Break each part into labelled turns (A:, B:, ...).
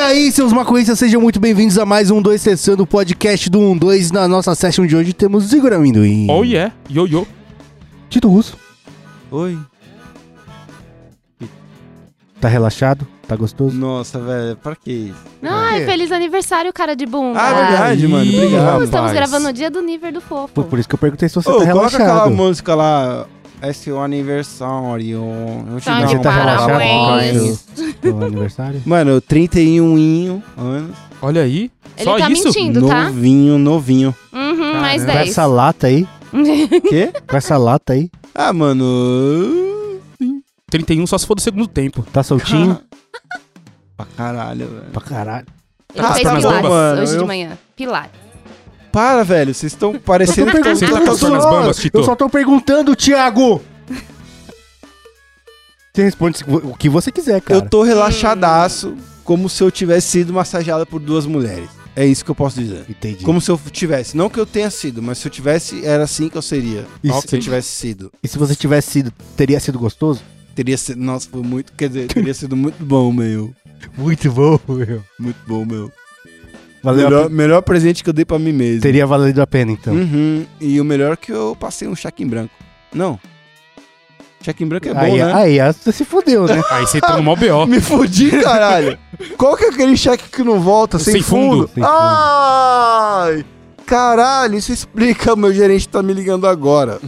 A: aí, seus maconhistas, sejam muito bem-vindos a mais um 2 Sessando, o podcast do 12. Na nossa session de hoje temos Igor Amendoim,
B: Oh yeah, yo yo.
A: Tito Russo.
C: Oi.
A: Tá relaxado? Tá gostoso?
C: Nossa, velho, pra que isso?
A: É.
D: Ai, feliz aniversário, cara de bunda.
C: Ah, é verdade,
B: Ih,
C: mano. Obrigado. tá
D: Uh, estamos
B: rapaz.
D: gravando no dia do nível do fofo.
A: Foi por isso que eu perguntei se você
C: Ô,
A: tá
C: coloca aquela
A: relaxado.
C: música lá. Esse é o aniversário. Eu te
D: Tá
C: dou
D: de
C: um
D: parabéns.
C: abraço.
A: Teu aniversário?
C: Mano, 31 anos.
B: Olha aí.
D: Ele
B: Só
D: tá
B: isso?
D: mentindo, tá?
C: Novinho, novinho.
D: Uhum, mais
A: Com
D: 10.
A: essa lata aí,
C: Quê?
A: com essa lata aí,
C: Ah, mano.
B: 31 só se for do segundo tempo.
A: tá soltinho?
C: Pra caralho, velho.
A: pra caralho.
D: Ele
C: Ah,
D: fez
B: tá na
D: pilates
C: bomba.
D: hoje
C: Eu-
D: de manhã. Pilates.
C: Para, velho. Vocês estão parecendo que
B: Você tá soltando as bombas, Tito?
A: eu só tô perguntando, Thiago! Você responde o que você quiser, cara.
C: Eu tô relaxadaço, como se eu tivesse sido massageado por duas mulheres. É isso que eu posso dizer.
A: Entendi.
C: Como se eu tivesse. Não que eu tenha sido, mas se eu tivesse, era assim que eu seria.
A: E
C: Se eu
B: Ok.
C: tivesse sido.
A: E se você tivesse sido, teria sido gostoso?
C: Teria sido. Nossa, foi muito. Quer dizer, teria sido muito bom, meu.
A: Muito bom, meu.
C: Muito bom, meu.
A: Valeu a
C: Melhor, melhor presente que eu dei pra mim mesmo.
A: Teria valido a pena, então.
C: Uhum. E o melhor é que eu passei um cheque em branco. Não. Cheque em branco é bom,
A: aí,
C: né?
A: aí, aí você se fudeu, né?
B: Aí você tá no mó BO.
C: Me fudi, caralho. Qual que é aquele cheque que não volta sem,
B: Sem fundo?
C: fundo?
A: Sem fundo.
C: Ai! Caralho, isso explica, meu gerente tá me ligando agora.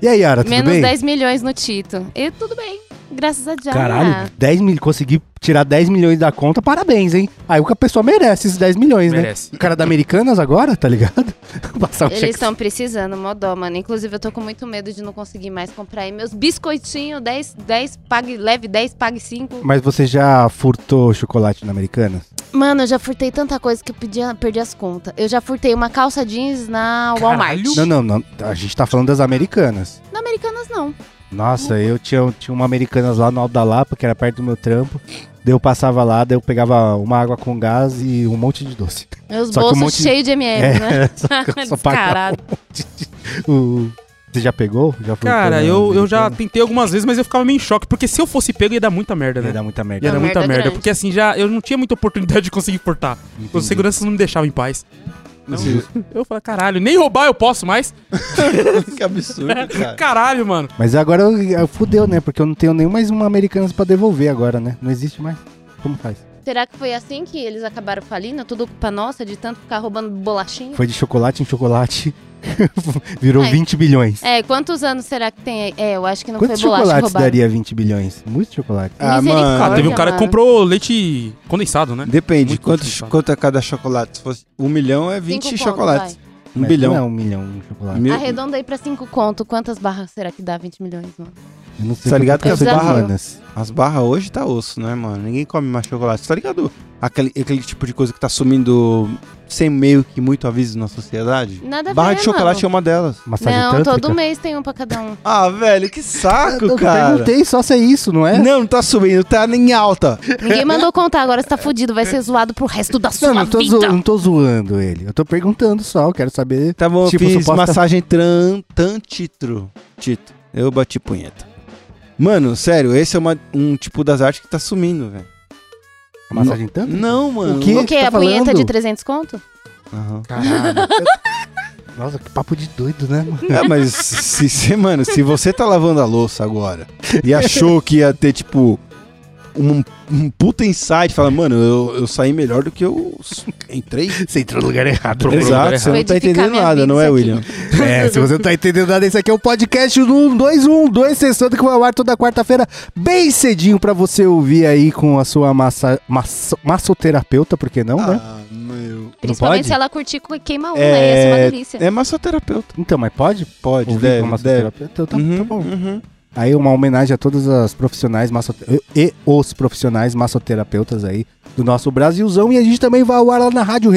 A: E aí, Yara, tudo
D: Menos
A: bem?
D: 10 milhões no Tito. E tudo bem. Graças a Deus.
A: Caralho, 10 mil, consegui tirar 10 milhões da conta, parabéns, hein? Aí o que a pessoa merece esses 10 milhões,
B: Merece.
A: né? O cara da Americanas agora, tá ligado? Passar o cheque.
D: Eles estão precisando, mó dó, mano. Inclusive, eu tô com muito medo de não conseguir mais comprar aí meus biscoitinhos, 10, 10, pague, leve 10, pague 5.
A: Mas você já furtou chocolate na Americanas?
D: Mano, eu já furtei tanta coisa que eu pedi, perdi as contas. Eu já furtei uma calça jeans na Walmart.
B: Caralho.
A: Não, não, não. A gente tá falando das Americanas.
D: Na Americanas, não.
A: Nossa, eu tinha, tinha uma Americanas lá no Alto da Lapa, que era perto do meu trampo. Daí eu passava lá, daí eu pegava uma água com gás e um monte de doce.
D: Meus
A: Só que um
D: bolsos
A: monte de-
D: cheios de ML,
A: É,
D: né?
A: só pagava
D: Descarado.
A: um monte de- o- Você já pegou? Já furtou
B: Cara,
A: na
B: eu, eu já
A: Americanas?
B: tentei algumas vezes, mas eu ficava meio em choque. Porque se eu fosse pego, ia dar muita merda,
A: Ia
B: né?
A: dar muita merda.
B: Ia dar
D: Uma
B: muita
D: merda
B: merda.
D: grande.
B: Porque assim, já eu não tinha muita oportunidade de conseguir portar. Os seguranças não me deixavam em paz. Eu falei, caralho, nem roubar eu posso mais.
C: que absurdo, cara.
B: Caralho, mano.
A: Mas agora eu, eu fudeu, né? Porque eu não tenho nem mais uma Americanas pra devolver agora, né? Não existe mais. Como faz?
D: Será que foi assim que eles acabaram falindo? Tudo culpa nossa de tanto ficar roubando bolachinha?
A: Foi de chocolate em chocolate. Virou
D: Ai.
A: 20 bilhões.
D: É, quantos anos será que tem aí? É, eu acho que não
A: Quantos
D: foi bolacha que
A: chocolates
D: roubaram.
A: daria 20 bilhões? Muito chocolate.
C: Ah,
D: Misericórdia.
C: mano.
B: Ah,
D: Olha,
B: teve um cara que
D: mano.
B: comprou leite condensado, né?
C: Depende.
B: Muito
C: Quanto,
B: complicado.
C: quanto é cada chocolate? Se fosse um milhão, é 20
D: Cinco conto,
C: chocolates.
D: vai.
C: um
A: Mas
C: bilhão.
A: Não é um milhão um chocolate.
C: Mil-
D: Arredonda aí pra 5 conto. Quantas barras será que dá 20 milhões, mano?
A: Eu não sei é
C: Tá
A: o
C: ligado
D: que
A: eu
D: as
A: faço
D: barras-
A: semanas.
C: As barras hoje tá osso, né, mano? Ninguém come mais chocolate. Tá ligado? Aquele, aquele tipo de coisa que tá sumindo sem meio que muito aviso na sociedade.
D: Nada a
C: Barra
D: ver,
C: de chocolate é uma delas.
A: Massagem
D: mano. Não,
A: tântrica?
D: todo mês tem um pra cada um.
C: Ah, velho, que saco,
A: Eu
C: cara.
A: perguntei só se é isso, não é?
C: Não, não tá subindo, tá em alta.
D: Ninguém mandou contar, agora você tá fudido, vai ser zoado pro resto da sua
A: Não, não tô,
D: vida.
A: zo- não tô zoando ele. Eu tô perguntando só, eu quero saber.
C: Tá bom,
A: Tipo,
C: eu fiz
A: suposta-
C: massagem tran, tantitro. Tito. Eu bati punheta. Mano, sério, esse é uma- um tipo das artes que tá sumindo, velho.
A: A massagem tanto?
C: Não, mano.
A: O quê?
D: O quê?
A: Tá
D: a punheta
A: falando?
D: de 300 conto?
C: Aham.
B: Caralho.
A: Nossa, que papo de doido, né, mano?
C: É, mas, se, se- mano, se você tá lavando a louça agora e achou que ia ter, tipo, um, um puta insight, fala, mano, eu, eu saí melhor do que eu s- entrei.
A: Você entrou no lugar errado.
B: Procurou o lugar
C: Exato, você
B: errado.
C: não tá
D: Vai edificar
C: entendendo
D: minha
C: nada,
D: vida
C: não é,
D: isso aqui.
C: William?
A: É, se você não tá entendendo nada, esse aqui é o podcast do 121260 que vai ao ar toda quarta-feira, bem cedinho pra você ouvir aí com a sua massa, maço- massoterapeuta, por que não, né?
C: Ah, meu.
D: Principalmente
A: pode?
D: se ela curtir co- queima uma, aí ia ser uma delícia.
C: é massoterapeuta.
A: Então, mas pode?
C: Pode,
A: Ouvir com a
C: deve, deve.
A: massoterapeuta? Então, Tá,
C: Uhum,
A: tá bom.
C: uhum.
A: Aí uma homenagem a todas as profissionais massote- e os profissionais massoterapeutas aí do nosso Brasilzão. E a gente também vai ao ar lá na Rádio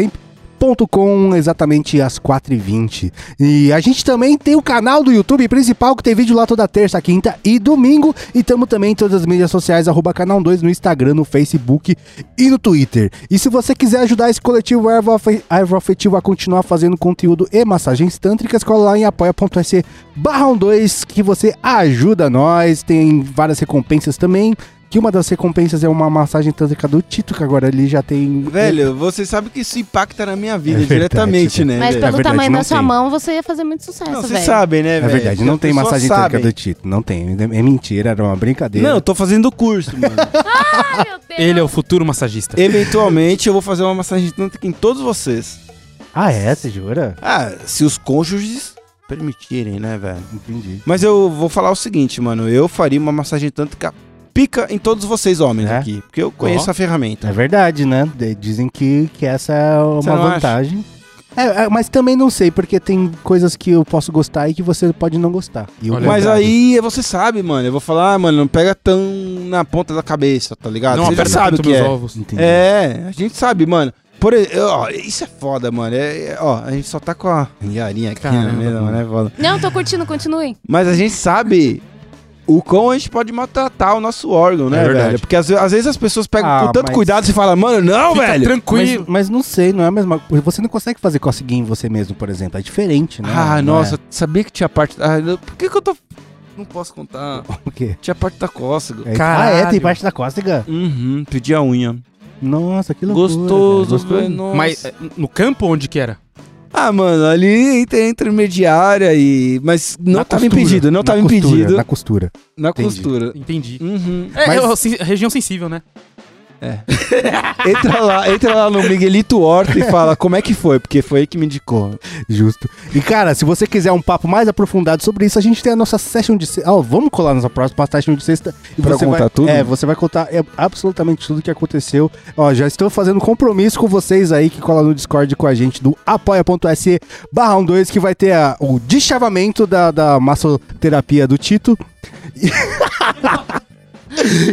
A: exatamente às 4h20. E a gente também tem o canal do YouTube principal, que tem vídeo lá toda terça, quinta e domingo. E estamos também em todas as mídias sociais, arroba canal 2, no Instagram, no Facebook e no Twitter. E se você quiser ajudar esse coletivo aeroafe- aeroafetivo a continuar fazendo conteúdo e massagens tântricas, cola lá em um apoia.se barra 2 que você ajuda nós. Tem várias recompensas também. que uma das recompensas é uma massagem tântrica do Tito, que agora ele já tem.
C: Velho, você sabe que isso impacta na minha vida
A: É verdade,
C: diretamente,
A: tipo,
C: né?
D: Mas
C: velho?
D: pelo
A: verdade,
D: tamanho
A: não
D: da sua
A: tem.
D: mão, você ia fazer muito sucesso,
C: Não,
D: velho.
C: vocês sabem, né,
A: É
C: velho?
A: verdade, não
C: As
A: tem
C: pessoas
A: massagem tântrica
C: sabem.
A: do Tito. Não tem. É mentira, era uma brincadeira.
C: Não, eu tô fazendo curso, mano.
D: Ai, meu Deus.
B: Ele é o futuro massagista.
C: Eventualmente eu vou fazer uma massagem tântrica em todos vocês.
A: Ah, é? Você jura?
C: Ah, se os cônjuges permitirem, né, velho?
A: Entendi.
C: Mas eu vou falar o seguinte, mano. Eu faria uma massagem tântrica pica em todos vocês homens
A: É?
C: aqui. Porque eu conheço
B: Ó.
C: a ferramenta.
A: É verdade, né? De- Dizem que, que essa é
C: Você
A: uma
C: não acha?
A: vantagem. É, é, mas também não sei, porque tem coisas que eu posso gostar e que você pode não gostar. E o
B: Olha,
C: Mas
A: contrário.
C: aí você sabe, mano. Eu vou falar, ah, mano, não pega tão na ponta da cabeça, tá ligado?
B: não
C: você já
B: aperta
C: sabe o
B: tanto
C: que
B: meus
C: é.
B: ovos.
A: Entendi.
C: É, a gente sabe, mano. Por e- ó, isso é foda, mano. É, é- ó, a gente só tá com a Yarinha aqui,
B: Caramba,
C: né? mesmo,
B: mano.
C: né? Foda.
D: Não, tô curtindo, continuem.
C: Mas a gente sabe o quão a gente pode maltratar o nosso órgão, né,
B: É verdade.
C: velho? Porque às, ve- às vezes as pessoas pegam
A: Ah,
C: com tanto
A: mas-
C: cuidado e falam, mano, não,
B: Fica
C: velho.
A: Mas,
B: tranquilo.
A: mas não sei, não é a mesma coisa. Você não consegue fazer cosquinha em você mesmo, por exemplo. É diferente, né?
C: Ah,
A: Não
C: nossa, sabia que tinha parte. Ah, eu- por que, que eu tô. Não posso contar.
A: É. O quê?
C: Tinha parte da cócega.
A: É-
B: Caralho.
A: Ah, é, tem parte da cócega?
C: Uhum, pedi a unha.
A: Nossa, que loucura.
C: Gostoso,
A: velho.
C: velho, nossa.
B: Mas é, no campo onde que era?
C: Ah, mano, ali entre intermediária e. Mas não
B: Na
C: tava
B: costura,
C: impedido, não
A: Na
C: tava
A: costura,
C: impedido.
A: Na costura.
C: Na
A: Entendi.
C: costura.
B: Entendi.
C: Uhum.
B: É,
C: Mas
B: é o sen- região sensível, né?
C: entra lá, entra lá no Miguelito Horta e fala como é que foi, porque foi ele que me indicou.
A: Justo. E, cara, se você quiser um papo mais aprofundado sobre isso, a gente tem a nossa session de sexta. Ó, vamos colar nossa próxima session de sexta. E
C: Pra
A: você
C: contar
A: vai,
C: tudo?
A: É, você vai contar é, absolutamente tudo que aconteceu. Ó, já estou fazendo compromisso com vocês aí que colam no Discord com a gente do apoia.se barra 12, que vai ter a- o deschavamento da, da massoterapia do Tito. E-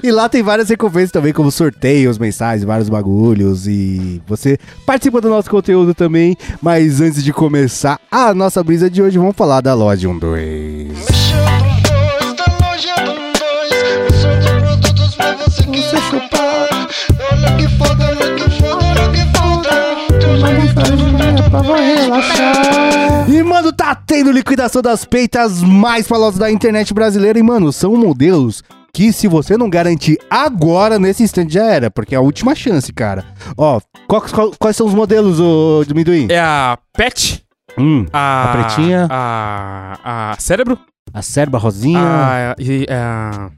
A: E lá tem várias recompensas também, como sorteios, mensagens, vários bagulhos. E você participa do nosso conteúdo também. Mas antes de começar a nossa brisa de hoje, vamos falar da Loja 12.
E: Mexeu com dois, da loja com dois. Um sorte produtos pra você que é chupar. Olha que foda, olha que foda, olha que foda. Tem um jeito de tudo pra
A: E, mano, tá tendo liquidação das peitas mais falosas da internet brasileira. E, mano, são modelos que se você não garantir agora, nesse instante já era. Porque é a última chance, cara. Ó, qual- qual- quais são os modelos, ô Dimiduim?
B: É a Pet,
A: Hum,
B: a.
A: A pretinha.
B: A. A Cérebro.
A: a serba rosinha,
B: A. E, é a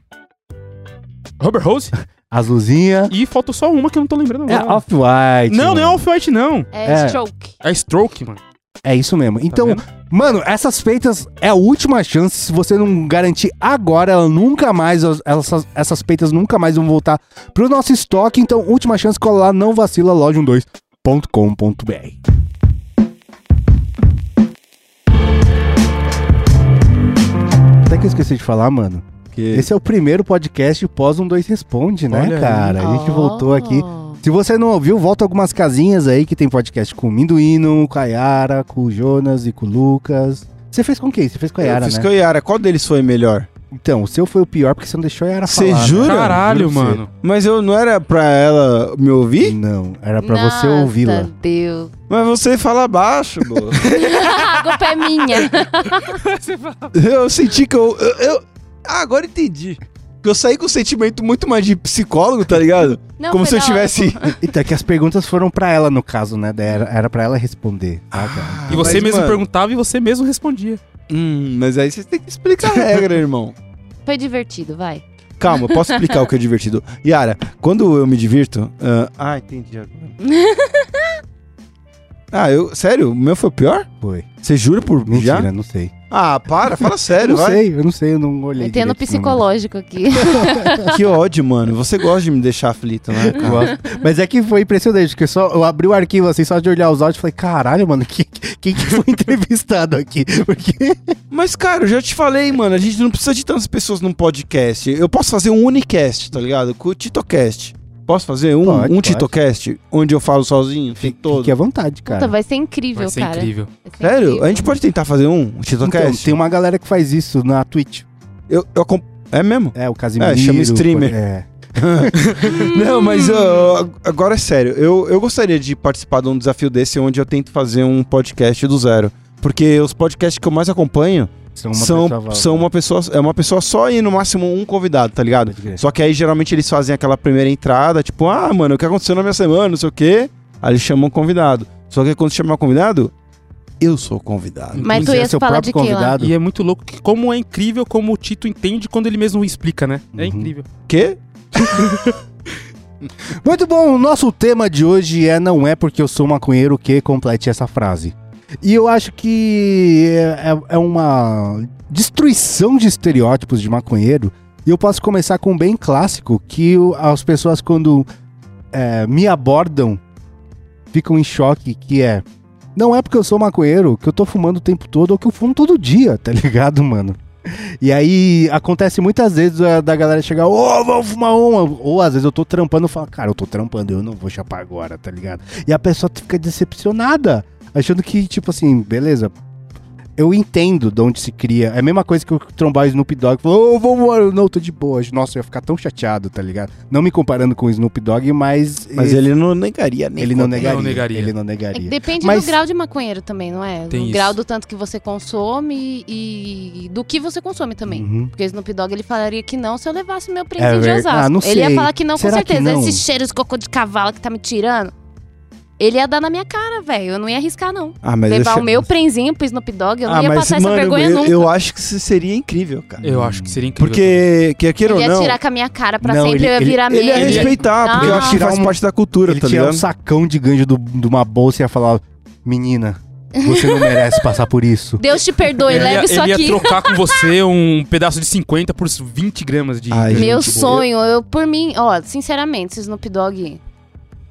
B: Rubber Rose.
A: as luzinhas.
B: e faltou só uma que eu não tô lembrando
A: É
B: agora.
A: a off-white.
B: Não, não é
A: mano.
B: Off-White, não.
D: É,
A: É.
D: stroke.
B: É Stroke, mano. Tá
A: É isso mesmo. Então,
B: vendo?
A: Mano, essas feitas é a última chance. Se você não garantir agora, ela nunca mais, essas, essas peitas nunca mais vão voltar pro nosso estoque. Então, última chance, cola lá, não vacila, loja12.com.br. Até que eu esqueci de falar, mano. Esse é o primeiro podcast pós um dois responde, né,
B: Olha aí.
A: cara? A gente voltou
D: Oh.
A: aqui. Se você não ouviu, volta algumas casinhas aí que tem podcast com o Minduíno, com a Yara, com o Jonas e com o Lucas. Você fez com quem? Você fez com a Yara,
C: eu fiz
A: né?
C: com a Yara. Qual deles foi melhor?
A: Então, o seu foi o pior porque você não deixou a Yara
C: Você
A: falar. né?
C: jura?
B: Caralho,
A: Juro pra você.
B: mano.
C: Mas eu não era pra ela me ouvir?
A: Não, era pra você
D: Nossa,
A: ouvi-la.
D: Deus.
C: Mas você fala baixo, pô.
D: A culpa é minha.
C: eu senti que eu, eu, eu- Ah, agora entendi. Que eu saí com um sentimento muito mais de psicólogo, tá ligado?
D: Não,
C: Como
D: foi
C: se eu
D: da hora.
C: tivesse.
A: Então, é que as perguntas foram pra ela, no caso, né? Daí Era, era pra ela responder.
C: Ah.
A: tá, cara?
B: E você
C: Mas,
B: mesmo
C: mano,
B: perguntava e você mesmo respondia.
C: Hum, mas aí você tem que explicar a regra, irmão.
D: Foi divertido, vai.
C: Calma, eu posso explicar o que é divertido. Yara, quando eu me divirto. ah, ah, entendi agora. ah, eu. Sério? O meu foi o pior?
A: Foi.
C: Você jura por mim?
A: Mentira,
C: Já?
A: não sei.
C: Ah, para, fala
A: Eu
C: sério,
A: não
C: vai.
A: sei, eu não sei, eu não olhei.
D: Entendo
A: direito, não.
D: psicológico aqui.
C: Que ódio, mano. Você gosta de me deixar aflito, né? cara?
A: Gosto. Mas é que foi impressionante, porque só, eu abri o arquivo assim, só de olhar os áudios, falei, caralho, mano, quem, quem que foi entrevistado aqui? Porque
C: Mas, cara, eu já te falei, mano, a gente não precisa de tantas pessoas num podcast. Eu posso fazer um unicast, tá ligado? Com o TitoCast. Posso fazer um,
A: Pode,
C: um
A: pode.
C: TitoCast? Onde eu falo sozinho, tem é- todo.
A: fique à vontade, cara.
D: Puta, vai ser incrível,
B: Vai ser
D: cara.
B: incrível.
D: Vai ser
C: Sério?
D: incrível.
C: A gente pode tentar fazer um, um
A: Então,
C: TitoCast?
A: tem uma galera que faz isso na Twitch.
C: eu, eu acom- É mesmo?
A: É, o Casimiro.
C: É, chama streamer.
A: pode- É.
C: Não, mas ó, agora é sério. Eu, eu gostaria de participar de um desafio desse onde eu tento fazer um podcast do zero. Porque os podcasts que eu mais acompanho
A: São uma
C: são,
A: pessoa-
C: são uma pessoa, é uma pessoa só e no máximo um convidado, tá ligado?
A: Pode crer.
C: Só que aí geralmente eles fazem aquela primeira entrada, tipo, ah, mano, o que aconteceu na minha semana, não sei o quê. Aí eles chamam o convidado. Só que quando chamar o convidado, eu sou o convidado.
D: Mas tu
A: Inclusive, é
D: ia
A: seu
D: falar
A: próprio
D: de quê lá?
A: convidado.
B: E é muito louco que como é incrível como o Tito entende quando ele mesmo explica, né? É
A: Uhum.
B: incrível.
C: Quê?
A: Muito bom, o nosso tema de hoje é Não é porque eu sou maconheiro que complete essa frase. E eu acho que é, é- é uma destruição de estereótipos de maconheiro. E eu posso começar com um bem clássico, que o- as pessoas quando é, me abordam ficam em choque, que é... Não é porque eu sou maconheiro que eu tô fumando o tempo todo ou que eu fumo todo dia, tá ligado, mano? E aí acontece muitas vezes a- da galera chegar, ô, vamos fumar uma. Ou às vezes eu tô trampando e falo, cara, eu tô trampando, eu não vou chapar agora, tá ligado? E a pessoa fica decepcionada, achando que, tipo assim, beleza. Eu entendo de onde se cria. É a mesma coisa que eu trombar o Snoop Dogg e falar, ô, vamos, eu não, tô de boa. Nossa, eu ia ficar tão chateado, tá ligado? Não me comparando com o Snoop Dogg, mas.
C: Mas ele não negaria nem.
A: ele não
C: convidado.
A: negaria,
B: Não negaria.
A: Ele não
D: É que
A: negaria.
D: depende
A: Mas-
D: do grau de maconheiro também, não é?
B: Tem
D: do
B: isso.
D: grau do tanto que você consome e, e do que você consome também.
A: Uhum.
D: Porque o Snoop Dogg ele falaria que não se eu levasse meu presente de
A: ver-
D: Osasco.
A: Ah, não
D: Ele ia
A: sei.
D: falar que não,
A: Será
D: com
A: que
D: certeza.
A: não?
D: Esse cheiro de cocô de cavalo que tá me tirando. Ele ia dar na minha cara, velho. Eu não ia arriscar, não.
C: Ah, mas
D: Levar
C: eu
D: o meu prenzinho pro Snoop Dogg, eu não
C: ah,
D: ia
C: mas,
D: passar
C: mano,
D: essa vergonha
C: eu,
D: nunca.
C: eu acho que isso seria incrível, cara.
B: Eu acho que seria incrível.
C: Porque, quer queira ou
D: ele ia
C: não,
D: tirar com a minha cara pra
A: Não,
D: sempre,
A: ele-
D: eu ia
A: ele-
D: virar
C: ele ia
D: meme.
C: respeitar, porque eu
D: Não.
C: acho que faz
A: Tirar um-
C: parte da cultura,
A: Ele
C: tá
A: tirar
C: ligado?
A: um sacão de ganjo do- de uma bolsa e ia falar: Menina, você não merece passar por isso.
D: Deus te perdoe,
B: Ele ia,
D: leve isso
B: ele ia
D: aqui.
B: trocar com você um pedaço de 50 por 20 gramas de.
C: Ai,
D: Meu
C: gente,
D: sonho, eu por mim, ó, sinceramente, se o Snoop Dogg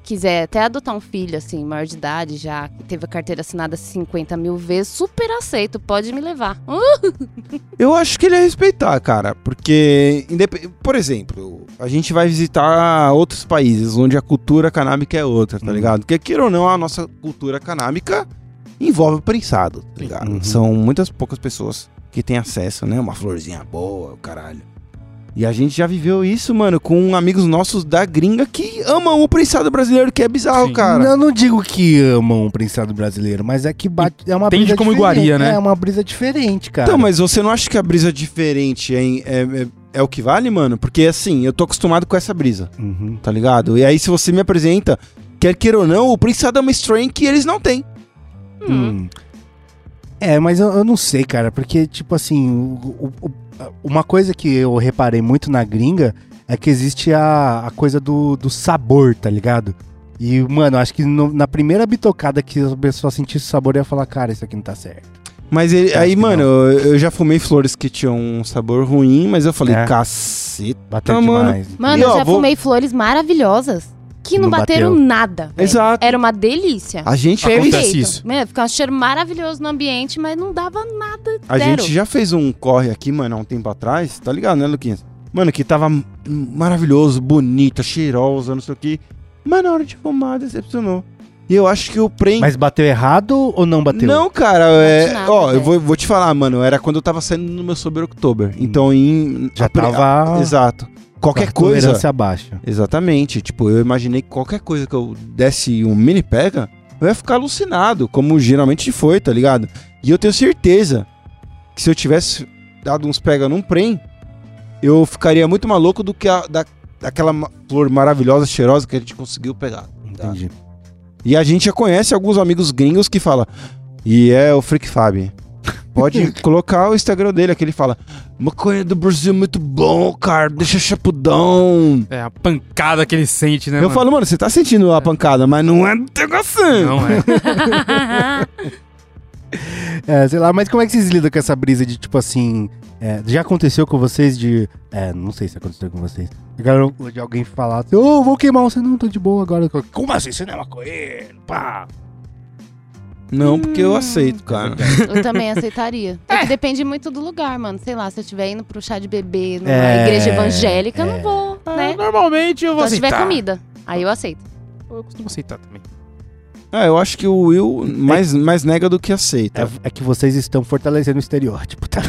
D: quiser até adotar um filho, assim, maior de idade já, que teve a carteira assinada 50 mil vezes, super aceito, pode me levar. Uh,
C: Eu acho que ele ia respeitar, cara, porque, indep- por exemplo, a gente vai visitar outros países onde a cultura canábica é outra, tá
A: Uhum.
C: ligado? Porque, queira ou não, a nossa cultura canábica envolve o prensado, tá ligado?
A: Uhum.
C: São muitas poucas pessoas que têm acesso, né? Uma florzinha boa, o caralho. E a gente já viveu isso, mano, com amigos nossos da gringa que amam o prensado brasileiro, que é bizarro,
B: Sim.
C: cara.
A: Eu não digo que amam o prensado brasileiro, mas é que bate. É uma
B: Entende
A: brisa
B: como
A: diferente.
B: iguaria, né?
A: É uma brisa diferente, cara.
C: Então, mas você não acha que a brisa diferente é, é- é- é o que vale, mano? Porque, assim, eu tô acostumado com essa brisa.
A: Uhum.
C: tá ligado? E aí, se você me apresenta, quer queira ou não, o prensado é uma strain que eles não têm.
D: hum.
A: Hum. É, mas eu, eu não sei, cara, porque, tipo assim, o- o- o- uma coisa que eu reparei muito na gringa é que existe a, a coisa do, do sabor, tá ligado? E, mano, acho que no- na primeira bitocada que a pessoa sentisse o sabor, ia falar, cara, isso aqui não tá certo.
C: Mas ele-
A: Acho
C: aí,
A: que
C: mano, eu, eu já fumei flores que tinham um sabor ruim, mas eu falei,
A: É.
C: caceta.
A: Bateu
C: Tá, mano.
A: demais.
D: Mano,
C: E,
D: eu
C: ó,
D: já
C: vou-
D: fumei flores maravilhosas que não,
A: Não
D: bateram
A: bateu.
D: nada. velho.
C: Exato.
D: Era uma delícia.
C: A gente,
B: Acontece
C: fez,
B: isso.
D: Mano, ficava um cheiro maravilhoso no ambiente, mas não dava nada.
C: a
D: zero.
C: gente já fez um corre aqui, mano, há um tempo atrás, tá ligado, né, Luquinhas? Mano, que tava m- maravilhoso, bonita, cheirosa, não sei o que. Mas na hora de fumar, decepcionou. E eu acho que o prensado.
A: Mas bateu errado ou não bateu?
C: Não, cara, é-
D: nada,
C: ó, eu
D: velho.
C: vou, vou te falar, mano, era quando eu tava saindo no meu Sober October. Então, em.
A: Já
C: a pre-
A: tava-
C: a- exato. Qualquer
A: Com a
C: coisa.
A: Tolerância baixa.
C: Exatamente. Tipo, eu imaginei que qualquer coisa que eu desse um mini pega, eu ia ficar alucinado, como geralmente foi, tá ligado? E eu tenho certeza que se eu tivesse dado uns pega num prem, eu ficaria muito maluco do que a, da, daquela ma- flor maravilhosa, cheirosa que a gente conseguiu pegar. tá?
A: Entendi.
C: E a gente já conhece alguns amigos gringos que fala e é o Freak Fab. Pode colocar o Instagram dele, que ele fala: Maconha do Brasil é muito bom, cara, deixa chapudão.
B: É a pancada que ele sente, né?
C: eu
B: mano?
C: falo, mano, você tá sentindo a pancada, mas não é do teu assim.
B: Não é.
A: É, sei lá, mas como é que vocês lidam com essa brisa de tipo assim. é, já aconteceu com vocês de. É, não sei se aconteceu com vocês. Chegaram de alguém falar assim, ô, vou queimar você, não, tô de boa agora. Como assim? Você não é maconheiro? Pá!
C: Não, porque eu aceito, cara.
D: Eu também aceitaria. É que depende muito do lugar, mano. Sei lá, se eu estiver indo pro chá de bebê numa
A: É,
D: igreja evangélica, eu
A: é.
D: não vou, né?
B: Normalmente eu vou
D: Só se tiver
B: aceitar.
D: comida. Aí eu aceito.
B: Eu costumo aceitar também.
C: Ah, eu acho que o Will mais, mais nega do que
A: É,
C: aceita.
A: é que vocês estão fortalecendo o estereótipo, tá?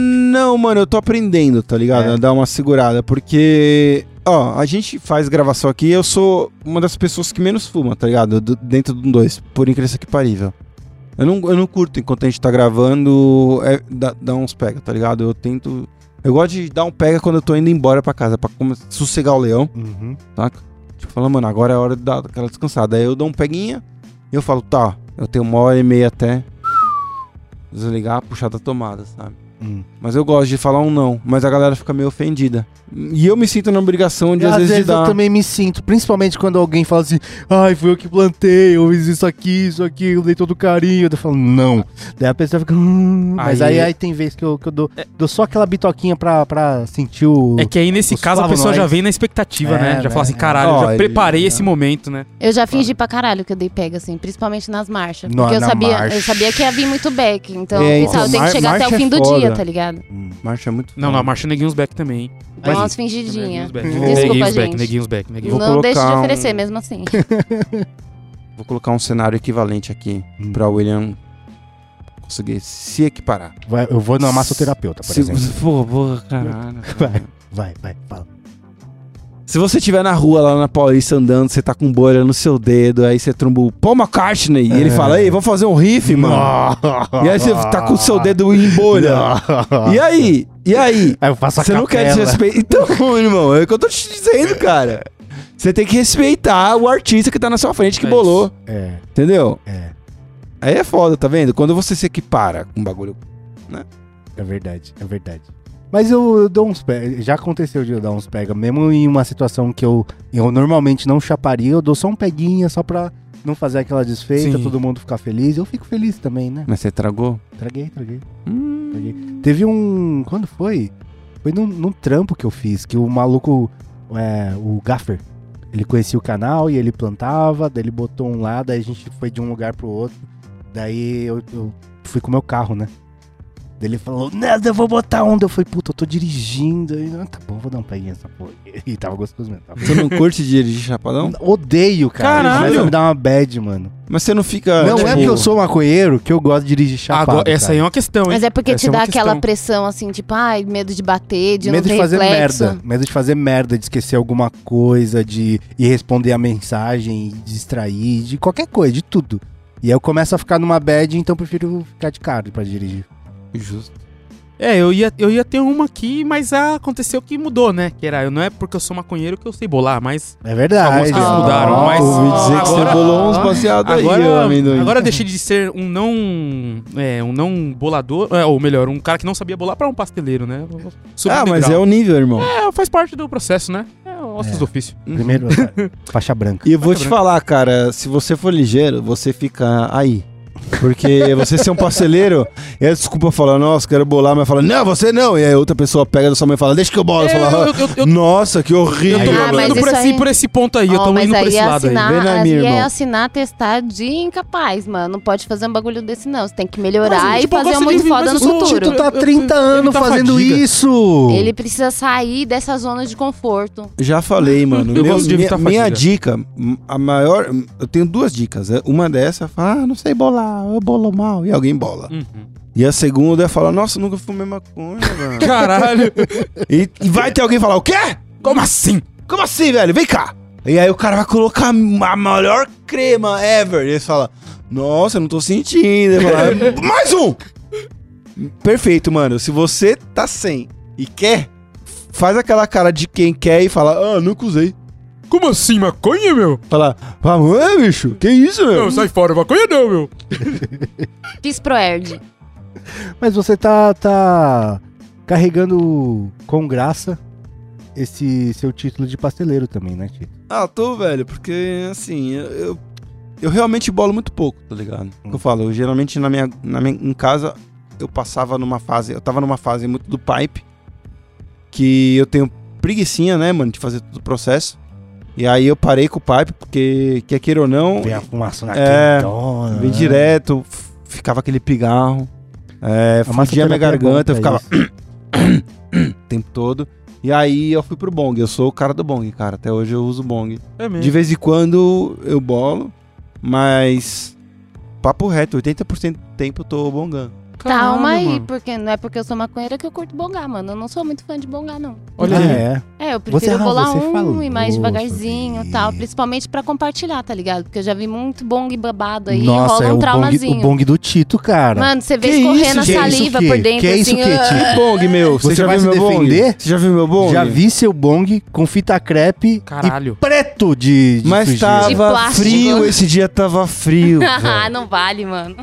C: não, mano, eu tô aprendendo, tá ligado?
A: É.
C: A dar uma segurada, porque. Ó, a gente faz gravação aqui eu sou uma das pessoas que menos fuma, tá ligado? Do- dentro do um dois, por incrível que parível. Eu não, eu não curto enquanto a gente tá gravando, é, dá, dá uns pega, tá ligado? Eu tento. Eu gosto de dar um pega quando eu tô indo embora pra casa, pra come- sossegar o leão,
A: Uhum.
C: saca? Tipo, falar, mano, agora é a hora de dar aquela descansada. Aí eu dou um peguinha e eu falo, tá, eu tenho uma hora e meia até desligar, puxar da tomada, sabe?
A: Hum.
C: Mas eu gosto de falar um não, mas a galera fica meio ofendida. E eu me sinto na obrigação de, às, vezes, de
A: eu
C: dar.
A: também me sinto, principalmente quando alguém fala assim, ai, fui eu que plantei, eu fiz isso aqui, isso aqui, eu dei todo carinho. Eu falo, não. Daí a pessoa fica. "Hum", mas aí,
B: Aí-
A: aí tem vezes que eu, que eu dou, dou só aquela bitoquinha pra, pra sentir o.
B: É que aí, nesse
A: Os
B: caso, a pessoa
A: flavonoides.
B: já vem na expectativa,
A: É,
B: né? Já
A: né?
B: fala assim, caralho,
C: Ó,
B: eu já
C: ele-
B: preparei
C: é.
B: esse momento, né?
D: Eu já fingi pra caralho que eu dei pega, assim, principalmente nas marchas.
A: Na-
D: porque eu
A: na
D: sabia,
A: marcha.
D: eu sabia que ia vir muito back. Então,
C: É,
D: eu,
C: então,
D: pensava, eu tenho que
C: mar-
D: chegar até o
C: marcha
D: fim
C: é
D: do
C: foda.
D: dia, tá ligado?
C: Marcha é muito.
B: Não, não, a Marcha neguinha os back também. hein?
D: Dá
B: Mas-
D: umas fingidinhas.
B: Neguinhos back.
C: Vou-
D: Desculpa,
B: Neguinhos back,
D: gente.
B: neguinhos back, neguinhos
C: Vou
D: Não deixe de
C: colocar um-
D: oferecer, mesmo assim.
C: Vou colocar um cenário equivalente aqui
A: Hum.
C: pra William conseguir se equiparar.
A: Vai- eu vou na massoterapeuta, por
C: se,
A: exemplo.
C: Pô, pô, caralho.
A: Vai. Vai, vai, fala.
C: Se você estiver na rua lá na Paulista andando, você tá com bolha no seu dedo, aí você tromba o Paul McCartney e ele fala: Ei, vamos fazer um riff, mano. E aí você tá com o seu dedo em bolha. E aí? E aí?
A: Aí eu faço a
C: Você não quer
A: capela.
C: desrespeitar. Então, irmão, é o que eu tô te dizendo, cara. Você tem que respeitar o artista que tá na sua frente que
B: É
C: bolou.
A: É,
C: Entendeu?
A: é,
C: Aí é foda, tá vendo? Quando você se equipara com um bagulho.
A: é verdade, é verdade. Mas eu, eu dou uns pega. Já aconteceu de eu dar uns pega. Mesmo em uma situação que eu, eu normalmente não chaparia, eu dou só um peguinha só pra não fazer aquela desfeita,
B: Sim.
A: todo mundo ficar feliz. Eu fico feliz também, né?
C: Mas você tragou?
A: Traguei, traguei.
C: Hum.
A: Teve um. Quando foi? Foi num, num trampo que eu fiz, que o maluco, é, o Gaffer, ele conhecia o canal e ele plantava, daí ele botou um lá, daí a gente foi de um lugar pro outro. Daí eu, eu fui com o meu carro, né? Daí ele falou, Nada, eu vou botar onda. Eu falei, puta, eu tô dirigindo. Aí, ah, tá bom, vou dar um peguinho nessa porra. E tava gostoso mesmo. Tava...
C: Você não curte dirigir chapadão?
A: Odeio, cara.
B: Caralho!
A: Começa a me dá uma bad, mano.
C: Mas você não fica.
A: não é
C: tipo,
A: porque eu sou maconheiro que eu gosto de dirigir chapado.
B: Agora, essa aí é uma questão, hein?
D: Mas é porque
B: Essa
D: te
B: uma
D: dá aquela
B: questão.
D: pressão, assim, tipo, ai, medo de bater, de
A: medo
D: não
A: de
D: ter
A: fazer
D: reflexo.
A: merda. Medo de fazer merda, de esquecer alguma coisa, de ir responder a mensagem, de distrair, de qualquer coisa, de tudo. E aí eu começo a ficar numa bad, então eu prefiro ficar de cara pra dirigir.
C: Justo.
B: É, eu ia, eu ia ter uma aqui, mas ah, aconteceu que mudou, né? Que era, eu- não é porque eu sou maconheiro que eu sei bolar, mas
A: É verdade. Ah,
B: Algumas coisas
A: ó.
B: mudaram, mas-
C: Ah, ouvi dizer que
B: Agora-
C: você bolou uns baseados aí, ô
B: agora,
C: amendoim.
B: agora eu deixei de ser um não é, um não bolador, é, ou melhor, um cara que não sabia bolar pra um pasteleiro, né? Subiu
C: Ah,
B: um
C: mas é
B: degrau.
C: o nível, irmão.
B: É, faz parte do processo, né? É o ossos do ofício.
A: Primeiro, cara, faixa branca.
C: E eu vou te
B: Tá branco.
C: falar, cara, se você for ligeiro, você fica aí. Porque você ser um parceleiro, e aí, desculpa falar, nossa, quero bolar, mas fala, não, você não. E aí outra pessoa pega da sua mãe e fala, deixa que eu
B: É,
C: bolo. Fala,
B: eu-
C: "Ah,
B: eu- eu-
C: nossa, que horrível.
B: Eu tô
D: Ah, mas
B: indo por
D: isso
B: esse,
D: aí-
B: por esse ponto aí, eu
D: Ó,
B: tô
D: mas
B: indo por
D: aí
B: esse
D: é
B: lado aí. né,
D: assinar,
C: Vem na
D: aí
C: minha,
D: é
C: irmão.
D: assinar, testar de incapaz, mano. Não pode fazer um bagulho desse, não. Você tem que melhorar
B: Mas,
D: e
B: tipo, eu
D: fazer um
B: gosto de-
D: muito foda
B: mas
D: no
B: eu sou-
D: futuro.
A: Tu tá há
B: Eu- eu-
A: 30
B: eu-
A: anos
B: tá
A: fazendo
B: fadiga.
A: isso!
D: Ele precisa sair dessa zona de conforto.
C: Já falei, mano.
B: Eu
C: Meu-
B: gosto de
C: minha,
B: evitar
C: minha
B: fadiga.
C: dica, a maior. Eu tenho duas dicas. né? Uma dessa, fala, ah, não sei bolar, eu bolo mal. E alguém bola.
B: Uhum.
C: E a segunda é falar, nossa, nunca fumei maconha, mano.
B: Caralho,
C: e, e vai ter alguém falar, o quê?
B: como assim?
C: Como assim, velho? Vem cá! E aí o cara vai colocar a melhor crema ever. E ele fala, nossa, eu não tô sentindo. Ele fala, Mais um! Perfeito, mano. Se você tá sem e quer, faz aquela cara de quem quer e fala, ah, nunca usei.
B: Como assim, maconha, meu?
C: Fala, vamos, é, bicho? Que isso, meu?
B: Não, sai fora, maconha não, meu.
D: Fiz pro Erd.
A: Mas você tá, tá carregando com graça esse seu título de pasteleiro também, né, Tito?
C: Ah, tô, velho, porque assim, eu, eu, eu realmente bolo muito pouco, tá ligado?
A: Hum.
C: Eu falo, eu geralmente na minha, na minha em casa eu passava numa fase, eu tava numa fase muito do pipe, que eu tenho preguicinha, né, mano, de fazer todo o processo. E aí eu parei com o pipe, porque quer queira ou não,
A: Vem a fumaça na
C: É,
A: quentona,
C: vem
A: né?
C: direto, f- ficava aquele pigarro, é,
A: A massoterapia
C: fudia minha
A: é
C: garganta, eu
A: bom pra
C: ficava o tempo todo. E aí eu fui pro bong, eu sou o cara do bong, cara, até hoje eu uso bong.
B: É
C: De vez em quando eu bolo, mas papo reto, 80% do tempo eu tô bongando.
A: Tá
B: Caralho,
D: Calma aí,
B: mano.
D: porque não é porque eu sou maconheira que eu curto bongar, mano. Eu não sou muito fã de bongar, não.
B: Olha
A: Ah,
B: aí.
A: é.
D: É,
A: Você-
D: eu prefiro
A: ah,
D: bolar
A: você
D: um
A: falou
D: e mais devagarzinho
A: sobre
D: e tal.
A: isso.
D: Principalmente pra compartilhar, tá ligado? Porque eu já vi muito bong babado aí,
A: Nossa,
D: rola
A: é
D: um
A: o bong,
D: traumazinho.
A: o bong do Tito, cara.
D: Mano, você vê
A: Que
D: escorrendo
A: isso,
D: a
A: que isso,
D: saliva
A: que?
D: por dentro,
A: Que isso,
D: assim.
A: que,
D: ah.
A: Tito?
C: Bong, meu. Você,
A: Você
C: já
A: vai
C: viu
A: se
C: meu bong?
A: defender?
C: Você já viu meu bong?
A: Já vi seu bong com fita crepe
B: Caralho.
A: e preto de, de
C: Mas
A: sujeira.
D: De
C: tava
D: plástico.
C: frio, esse dia tava frio.
D: Ah,
C: velho.
D: não vale, mano.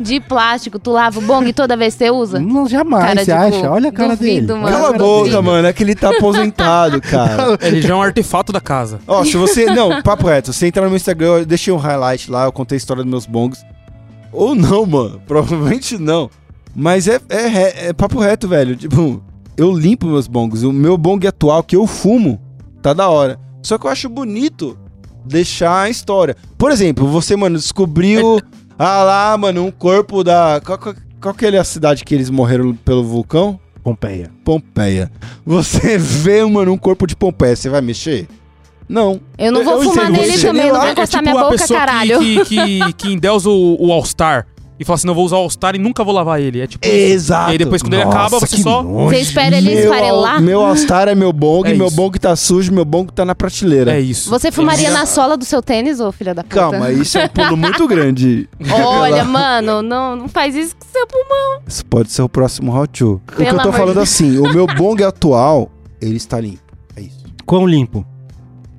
D: De plástico, tu lava o bong toda vez que você usa?
A: Não, jamais,
D: Cara,
A: você
D: tipo,
A: acha? Olha a cara
D: duvido,
A: dele.
D: mano.
A: Olha
C: Cala a
A: cara dele.
C: boca, mano. É que ele tá aposentado, cara.
B: Ele já é um artefato da casa.
C: Ó, se você. Não, papo reto. Se você entrar no meu Instagram, eu deixei um highlight lá, eu contei a história dos meus bongos. Ou não, mano. Provavelmente não. Mas é, é, re- é papo reto, velho. Tipo, eu limpo meus bongos. O meu bong atual que eu fumo tá da hora. Só que eu acho bonito deixar a história. Por exemplo, você, mano, descobriu. ah lá, mano, um corpo da. Qual, qual, qual que é a cidade que eles morreram pelo vulcão?
A: Pompeia.
C: Pompeia. Você vê, mano, um corpo de Pompeia, você vai mexer? Não.
D: Eu não
C: Eu-
D: vou
C: eu
D: fumar
C: entendo,
D: Tá nele
C: você-
D: também,
C: eu
D: não vou
C: acho
D: encostar
B: tipo
D: minha
B: a
D: boca,
B: pessoa que-
D: caralho.
B: Que, que, que endeusa o, o All-Star e fala assim: não vou usar o All-Star e nunca vou lavar ele. É tipo.
C: Exato.
B: E aí depois quando ele
A: Nossa,
B: acaba, você
A: que
B: só.
A: nojo.
D: Você espera ele esfarelar?
C: Meu All-Star é meu bong,
B: É
C: meu
B: isso.
C: bong tá sujo, meu bong tá na prateleira.
B: É isso.
D: Você fumaria na sola do seu tênis, ô filha da puta?
C: Calma, isso é um pulo muito grande.
D: Olha, mano, não, não faz isso com seu pulmão.
C: Isso pode ser o próximo How to. O que
D: Pelo
C: eu tô
D: amor
C: falando
D: de-
C: assim, o meu bong atual, ele está limpo. É isso.
A: Quão limpo?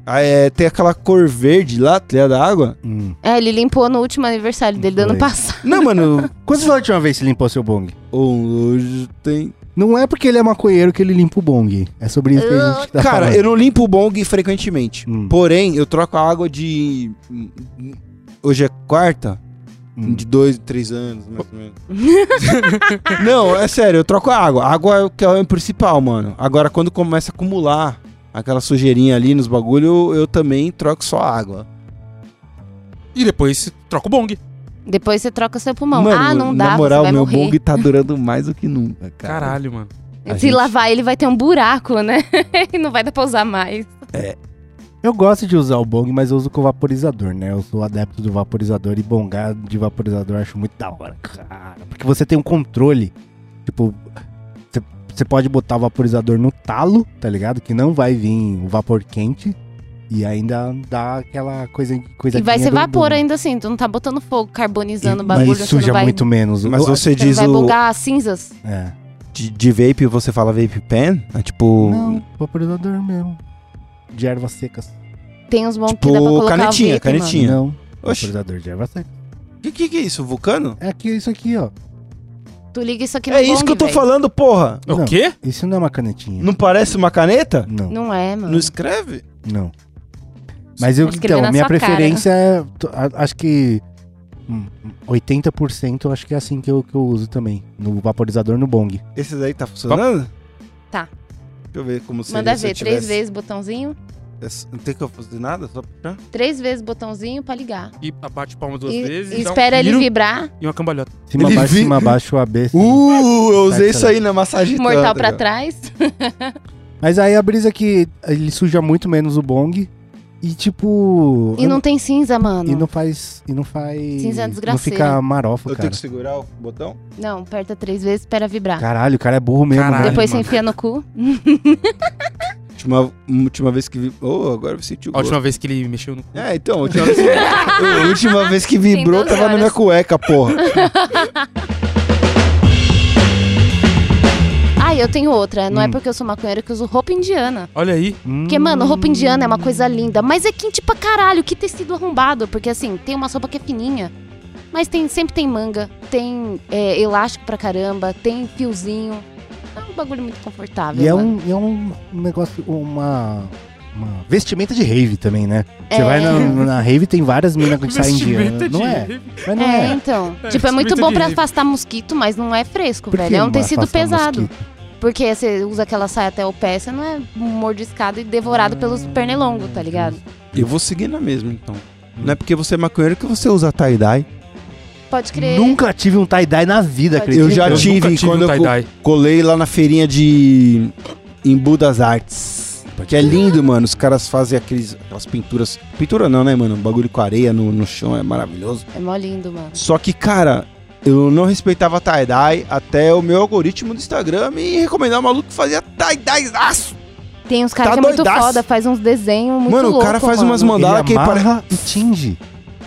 C: Ah, é, tem aquela cor verde lá, tá ligado, da água.
A: Hum.
D: É, ele limpou no último aniversário dele do ano
A: Foi.
D: passado.
C: Não, mano,
A: Quando foi a última vez que você limpou seu bong?
C: o- hoje tem...
A: Não é porque ele é maconheiro que ele limpa o bong. É sobre isso que a gente tá
C: Cara,
A: falando.
C: eu não limpo o bong frequentemente.
A: Hum.
C: Porém, eu troco a água de... Hoje é quarta?
A: Hum.
C: De dois, três anos, mais ou menos. não, é sério, eu troco a água. A água é o que é o principal, mano. Agora, quando começa a acumular aquela sujeirinha ali nos bagulho, eu, eu também troco só a água.
B: E depois troca o bong.
D: Depois você troca seu pulmão.
C: mano,
D: ah, não dá,
C: na moral,
D: você vai
C: meu
D: morrer.
C: bong tá durando mais do que nunca, cara.
B: Caralho, mano.
C: a
D: Se
C: gente-
D: lavar ele vai ter um buraco, né? e não vai dar pra usar mais.
A: Eu gosto de usar o bong, mas eu uso com vaporizador, né? Eu sou adepto do vaporizador e bongar de vaporizador eu acho muito da hora, cara. Porque você tem um controle. Tipo, você- você pode botar o vaporizador no talo, tá ligado? Que não vai vir o vapor quente. E ainda dá aquela coisa. coisa
D: E
C: é
D: vai ser vapor ainda assim, tu não tá botando fogo, carbonizando o bagulho.
A: Mas
D: você não
A: suja
D: vai,
A: muito menos.
C: Mas
A: Eu-
C: você
D: Você não
C: diz
D: vai
C: o...
D: bugar as cinzas.
A: É.
C: De, de vape, você fala vape pen? É tipo...
A: Não, vaporizador mesmo. De ervas secas.
D: Tem uns bons
C: Tipo,
D: que dá pra colocar
C: canetinha,
D: o vape,
C: canetinha. Tinha.
A: Não.
C: Oxi.
A: Vaporizador de ervas secas.
C: Que, que que é isso? Vulcano?
A: É aqui, isso aqui, ó.
D: mano. Tu liga isso aqui no
C: É isso
D: bong,
C: que eu tô
D: velho.
C: falando, porha!
A: Não.
B: O quê?
A: Isso não é uma canetinha.
C: Não parece uma caneta?
A: Não.
D: Não é, mano.
C: Não escreve?
A: Não. Mas eu,
D: Vou escrever
A: então, a
D: na
A: minha
D: sua cara.
A: preferência é. to- a- Acho que. hum, 80% eu acho que é assim que eu, que eu uso também. No vaporizador, no bong.
C: Esse daí tá funcionando?
D: Tá.
C: Deixa eu ver como seria
D: Manda
C: se eu
D: ver, três
C: tivesse-
D: vezes botãozinho.
C: É s- Não tem que eu fazer nada? Só puxar?
D: Três vezes botãozinho pra ligar.
B: E bate palma duas
D: E,
B: vezes.
D: e
B: dá um
D: espera ele
B: tiro
D: vibrar,
B: E uma cambalhota.
A: Cima,
C: Ele
A: baixo,
C: vi-
A: cima, baixo, AB. sim.
C: Uh, eu
A: Tá,
C: usei isso aí na massagem
D: mortal pra
C: tântrica.
D: trás.
A: Mas aí a brisa é que ele suja muito menos o bong. E tipo.
D: E não tem cinza, mano.
A: e não faz. E não faz.
D: Cinza é
A: não
D: desgraceira.
A: fica marofa,
C: Eu
A: cara.
C: tenho que segurar o botão?
D: Não, aperta três vezes, espera vibrar.
A: Caralho, o cara é burro mesmo,
B: Caralho.
A: velho.
D: Depois você
B: mano.
D: enfia no cu.
C: Última, última vez que vi... Oh, agora eu senti o
B: A
C: gosto.
B: última vez que ele mexeu no.
C: É, então, a última vez que... a última vez que vibrou
D: Tem duas
C: tava na minha
D: horas.
C: cueca, porra.
D: Ah, eu tenho outra. Não é
A: Hum.
D: porque eu sou maconheira que eu uso roupa indiana.
B: Olha aí.
A: Hum.
D: Porque, mano, roupa indiana é uma coisa linda. Mas é quente pra caralho. Que tecido arrombado. Porque, assim, tem uma sopa que é fininha. Mas tem, sempre tem manga. Tem é, elástico pra caramba. Tem fiozinho. É um bagulho muito confortável.
A: E é
D: mano.
A: um, e é um negócio, uma, uma vestimenta de rave também, né? Você
D: É.
A: vai na, na rave tem várias minas que saem
B: Vestimenta
A: indiana.
B: de-
A: Não é? Mas não é.
D: É, então.
B: É,
D: tipo, é muito
B: muito
D: bom pra
B: de-
D: afastar mosquito, mas não é fresco,
A: Por
D: velho.
A: que
D: É um
A: uma
D: tecido
A: afasta
D: pesado.
A: mosquito?
D: Porque você usa aquela saia até o pé, você não é mordiscado e
A: Ah.
D: devorado pelos pernilongos, tá ligado?
C: Eu vou seguir na mesma, então. Não é porque você é maconheiro que você usa tie-dye.
D: Pode crer.
A: Nunca tive um tie-dye na vida,
D: Pode
A: acredita?
D: Eu já
B: Eu
C: tive
B: nunca tive
C: quando
B: um
C: eu co-
B: tie-dye.
C: Colei lá na feirinha de Embu das Artes. Que é lindo, mano. Os caras fazem aqueles, aquelas pinturas. Um Pintura não, né, mano? Bagulho com areia no, no chão é maravilhoso.
D: É mó lindo, mano.
C: Só que, cara, Eu não respeitava tie-dye até o meu algoritmo do Instagram me recomendar um maluco que fazia tie-dye aço.
D: Tem uns caras
C: Tá
D: que é muito
C: doidaço.
D: foda, faz uns desenhos muito
C: Mano, o cara
D: louco,
C: faz
D: mano.
C: umas mandala que
A: Ele
C: parece.
A: amarra e tinge.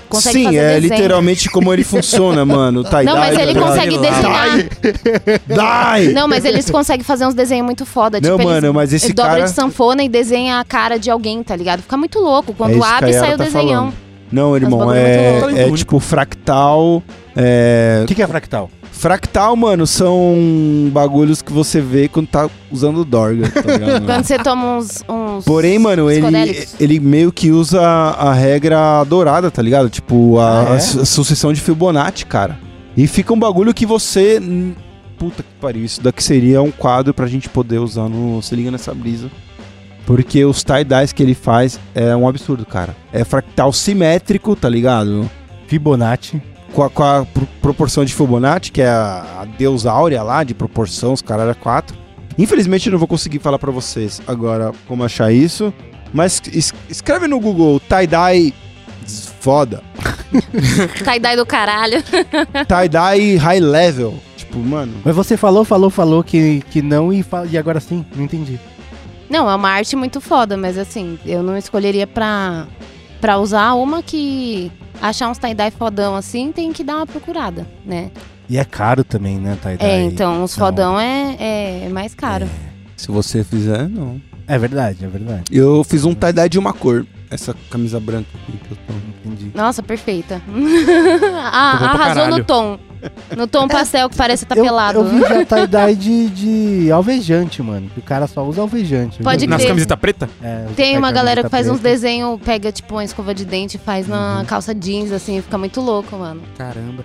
D: Consegue
C: Sim,
D: fazer
C: é
D: desenho.
C: literalmente como ele funciona, mano. O tie-dye.
D: Não, mas
C: tá
D: ele
C: ligado?
D: consegue desenhar.
C: Dai!
D: Não, mas eles conseguem fazer uns desenhos muito foda.
C: Não,
D: tipo, eles
C: mano, mas esse
D: Ele dobra
C: cara.
D: de sanfona e desenha a cara de alguém, tá ligado? Fica muito louco.
C: É
D: Quando
C: isso que a
D: abre,
C: Yara
D: sai o
C: tá
D: desenhão.
C: Não, irmão,
D: bagulho
C: é,
D: muito
B: louco.
C: é tipo fractal. É.
A: O que, que é fractal?
C: Fractal, mano, são bagulhos que você vê quando tá usando Dorga, tá ligado? mano?
D: Quando você toma uns. uns
C: Porém, mano, ele,
D: psicodélicos.
C: ele meio que usa a regra dourada, tá ligado? Tipo, a,
A: Ah, é?
C: a su- a sucessão de Fibonacci, cara. E fica um bagulho que você. hum, Puta que pariu, isso daqui seria um quadro pra gente poder usar no. Se liga nessa brisa. Porque os tie-dyes que ele faz é um absurdo, cara. É fractal simétrico, tá ligado?
A: Fibonacci.
C: Com a, com a pro- proporção de Fibonacci, que é a, a deusa áurea lá, de proporção, os caras eram quatro. Infelizmente eu não vou conseguir falar pra vocês agora como achar isso, mas es- escreve no Google tie-dye foda,
D: Tie-dye do caralho.
C: tie-dye high level. Tipo, mano,
A: Mas você falou, falou, falou que, que não e, fa- e agora sim. Não entendi.
D: Não, é uma arte muito foda, mas assim, eu não escolheria pra, pra usar uma que. Achar uns tie-dye fodão assim, tem que dar uma procurada, né?
A: E é caro também, né, Taidai?
D: é, então, uns
A: não.
D: fodão é, é mais caro.
C: se você fizer, não.
A: É verdade, é verdade.
C: Eu fiz um tie-dye de uma cor, essa camisa branca aqui que eu tô.
A: Entendi.
D: Nossa, perfeita.
B: Tô bom pra
D: Ah, arrasou
B: caralho.
D: no tom. No tom pastel que parece que tá
A: eu,
D: pelado.
A: Eu vi já tie-dye de, de alvejante, mano. Que o cara só usa alvejante. Eu
D: Pode
A: já vi.
B: Nas
D: crer.
B: camisetas preta?
A: É, usa
D: Tem uma
A: camiseta
D: galera que faz
A: preta.
D: uns desenhos, pega tipo uma escova de dente e faz na calça jeans, assim, fica muito louco, mano.
B: Caramba.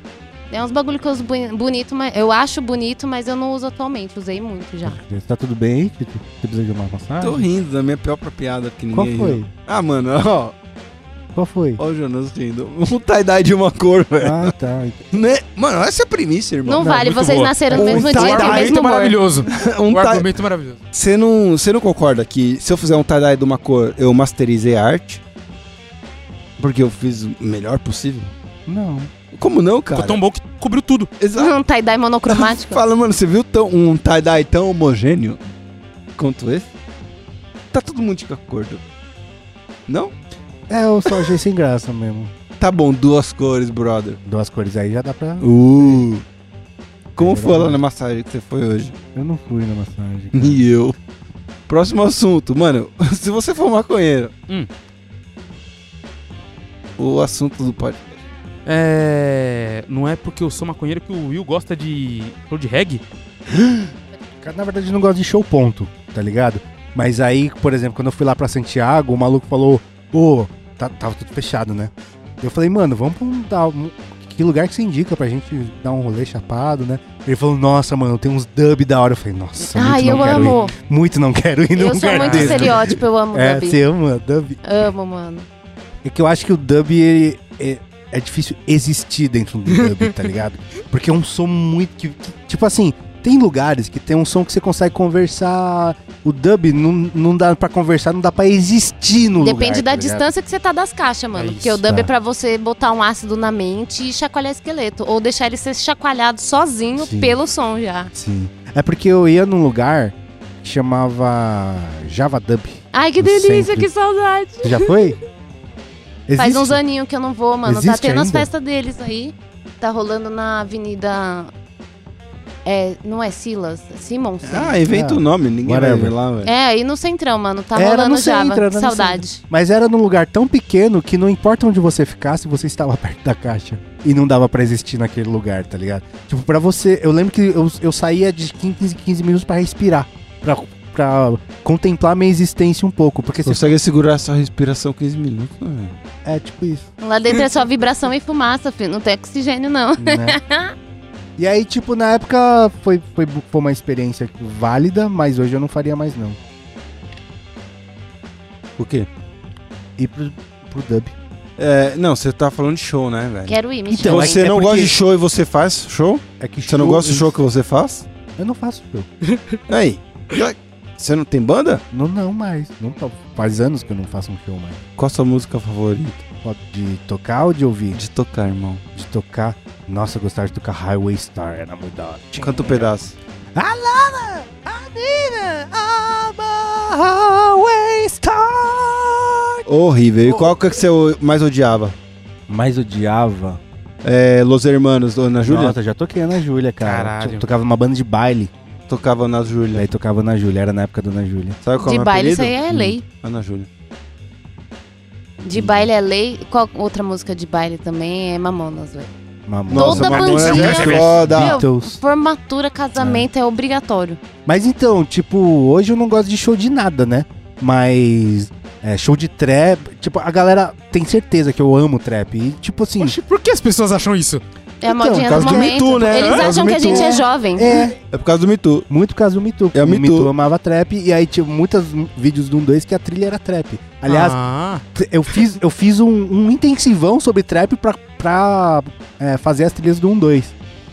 D: É uns bagulho que eu uso boni- bonito, mas eu acho bonito, mas eu não uso atualmente, usei muito já.
A: Tá tudo bem aí, Tito? Você precisa de uma massagem?
C: Tô rindo da minha pior piada que ninguém
A: Qual foi?
C: riu. Ah, mano, ó,
A: Qual foi?
C: ó o Jonas rindo. Um tie-dye de uma cor, velho.
A: Ah, tá.
C: Né? Mano, essa é a premissa, irmão.
D: Não,
B: não,
D: vale,
B: muito
D: vocês
B: boa.
D: nasceram no
C: Um
D: mesmo dia, tem o mesmo
B: argumento é
D: humor.
B: maravilhoso.
C: Um
B: Um
C: tie-
B: argumento maravilhoso.
C: Você não, você não concorda que se eu fizer um tie-dye de uma cor, eu masterizei a arte? Porque eu fiz o melhor possível?
A: Não.
C: Como não, cara?
B: Ficou tão bom que cobriu tudo.
C: Exato.
D: Um tie-dye monocromático.
C: Fala, mano, você viu tão, um tie-dye tão homogêneo quanto esse? Tá todo mundo de acordo. Não?
A: É, eu só achei sem graça mesmo.
C: Tá bom, duas cores, brother.
A: Duas cores aí já dá pra.
C: Uh. Como
A: É
C: foi lá
A: verdade.
C: na massagem que você foi hoje?
A: Eu não fui na massagem. cara.
C: E eu. Próximo assunto, mano. Se você for maconheiro.
B: Hum.
C: O assunto do podcast.
B: É. Não é porque eu sou maconheiro que o Will gosta de. Show de reggae?
A: Cara, na verdade, eu não gosto de show ponto, tá ligado? Mas aí, por exemplo, quando eu fui lá pra Santiago, o maluco falou, ô, tá- tava tudo fechado, né? Eu falei, mano, vamos pra um, dar um- Que lugar que você indica pra gente dar um rolê chapado, né? Ele falou, nossa, mano, tem uns dub da hora. Eu falei, nossa, muito
D: Ai,
A: não
D: eu
A: quero
D: amo.
A: ir. Muito não quero ir num
D: Eu sou
A: lugar
D: muito
A: desse.
D: estereótipo, eu amo
A: É,
D: dub.
A: você ama dub?
D: Amo, mano.
A: É que eu acho que o dub ele, é, é difícil existir dentro do dub, tá ligado? Porque é um som muito. que- que- tipo assim, tem lugares que tem um som que você consegue conversar. O dub não, não dá pra conversar, não dá pra existir no lugar.
D: Depende da
A: tá ligado?
D: distância que você tá das caixas, mano.
B: É
D: porque o
B: isso,
D: dub
A: tá.
D: é pra você botar um ácido na mente e chacoalhar esqueleto. Ou deixar ele ser chacoalhado sozinho
A: Sim.
D: pelo som já.
A: Sim. É porque eu ia num lugar que chamava Java Dub.
D: Ai, que
A: No
D: delícia,
A: centro.
D: que saudade.
A: Você já foi?
D: Faz
A: Existe?
D: uns aninhos que eu não vou, mano. tá
A: Existe
D: tendo as
A: ainda?
D: festas deles aí. Tá rolando na avenida. É, não é Silas? Simons.
C: Ah, inventa o
A: Ah,
C: nome, ninguém vai
A: whatever.
C: ver lá, velho.
D: É, aí no centrão, mano. Tá
A: Era
D: rolando
A: no
D: Java.
A: centro, era no
D: Saudade.
A: Mas era num lugar tão pequeno que não importa onde você ficasse, você estava perto da caixa. E não dava pra existir naquele lugar, tá ligado? Tipo, pra você. Eu lembro que eu, eu saía de 15, 15 minutos pra respirar. Pra, pra contemplar minha existência um pouco. Porque você.
C: Consegue segurar sua respiração 15 minutos, né? velho?
A: É tipo isso.
D: Lá dentro é só vibração e fumaça, filho. Não tem oxigênio, não.
A: né? E aí, tipo, na época foi, foi, foi uma experiência válida, mas hoje eu não faria mais, não.
C: O quê?
A: E pro, pro dub.
C: É, não, você tá falando de show, né, velho?
D: Quero ir, me
A: Então,
D: chama.
A: é-
C: você
A: é
C: não
A: porque-
C: gosta de show e você faz show?
A: É que
C: Você não
A: show-
C: gosta de show que você faz?
A: Eu não faço show.
C: Aí. Você não tem banda?
A: Não, não mais. Não, faz anos que eu não faço um show mais.
C: Qual a sua música favorita?
A: Ó, De tocar ou de ouvir?
C: De tocar, irmão.
A: De tocar. Nossa, eu gostava de tocar Highway Star, era muito da hora.
C: Canta um pedaço.
A: Alana! Alina! I'm a Highway Star!
C: Horrível. E qual que é que você mais odiava?
A: Mas odiava.
C: É, Los Hermanos, Ana Júlia?
A: Nossa, já toquei na Júlia, cara.
B: Caralho.
A: Eu Tocava numa banda de baile,
C: Tocava Ana Júlia.
A: daí tocava na Júlia, era na época da Ana Júlia.
C: Sabe qual é o
D: De
C: meu
D: baile, isso aí
C: apelido? Hum,
D: é lei.
C: Ana Júlia.
D: De baile é lei. Qual outra música de baile também é Mamonas, velho?
A: Mamona.
D: Toda
C: Mamonas
D: bandinha-
C: é foda.
D: Meu,
A: Beatles.
D: Formatura, casamento é obrigatório.
A: Mas então, tipo, hoje eu não gosto de show de nada, né? Mas é, show de trap, tipo, a galera tem certeza que eu amo trap. E tipo assim,
B: Oxe, por que as pessoas acham isso?
D: É a
A: Então,
D: modinha
A: por
D: do
A: causa do Me
D: momento.
A: Too, né?
D: Eles
A: Por causa
D: acham
A: do
D: que
A: Me
D: a gente
A: Too.
D: é jovem.
A: é
C: É por causa do Me Too.
A: muito por causa do Me Too.
C: É o Me Too.
A: amava trap e aí tinha muitos vídeos do 1 2 que a trilha era trap. Aliás,
B: Ah,
A: t- eu fiz, eu fiz um, um intensivão sobre trap pra, pra é, fazer as trilhas do 1 2.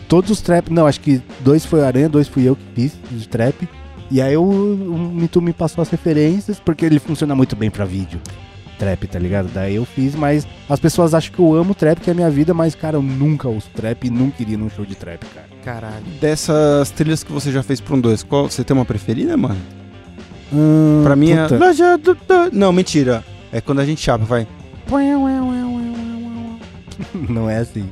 A: Todos os trap, não, acho que dois foi o Aranha, dois fui eu que fiz de trap. E aí o, o Me Too me passou as referências, porque ele funciona muito bem pra vídeo. Trap, tá ligado? Daí eu fiz, mas as pessoas acham que eu amo trap, que é a minha vida, mas, cara, eu nunca ouço trap e nunca iria num show de trap, cara.
B: caralho.
C: Dessas trilhas que você já fez pra um dois, qual você tem uma preferida, mano?
A: Hum,
C: pra mim é.
A: puta.
C: Loja do- do- Não, mentira. É quando a gente chapa, vai.
A: Não é assim.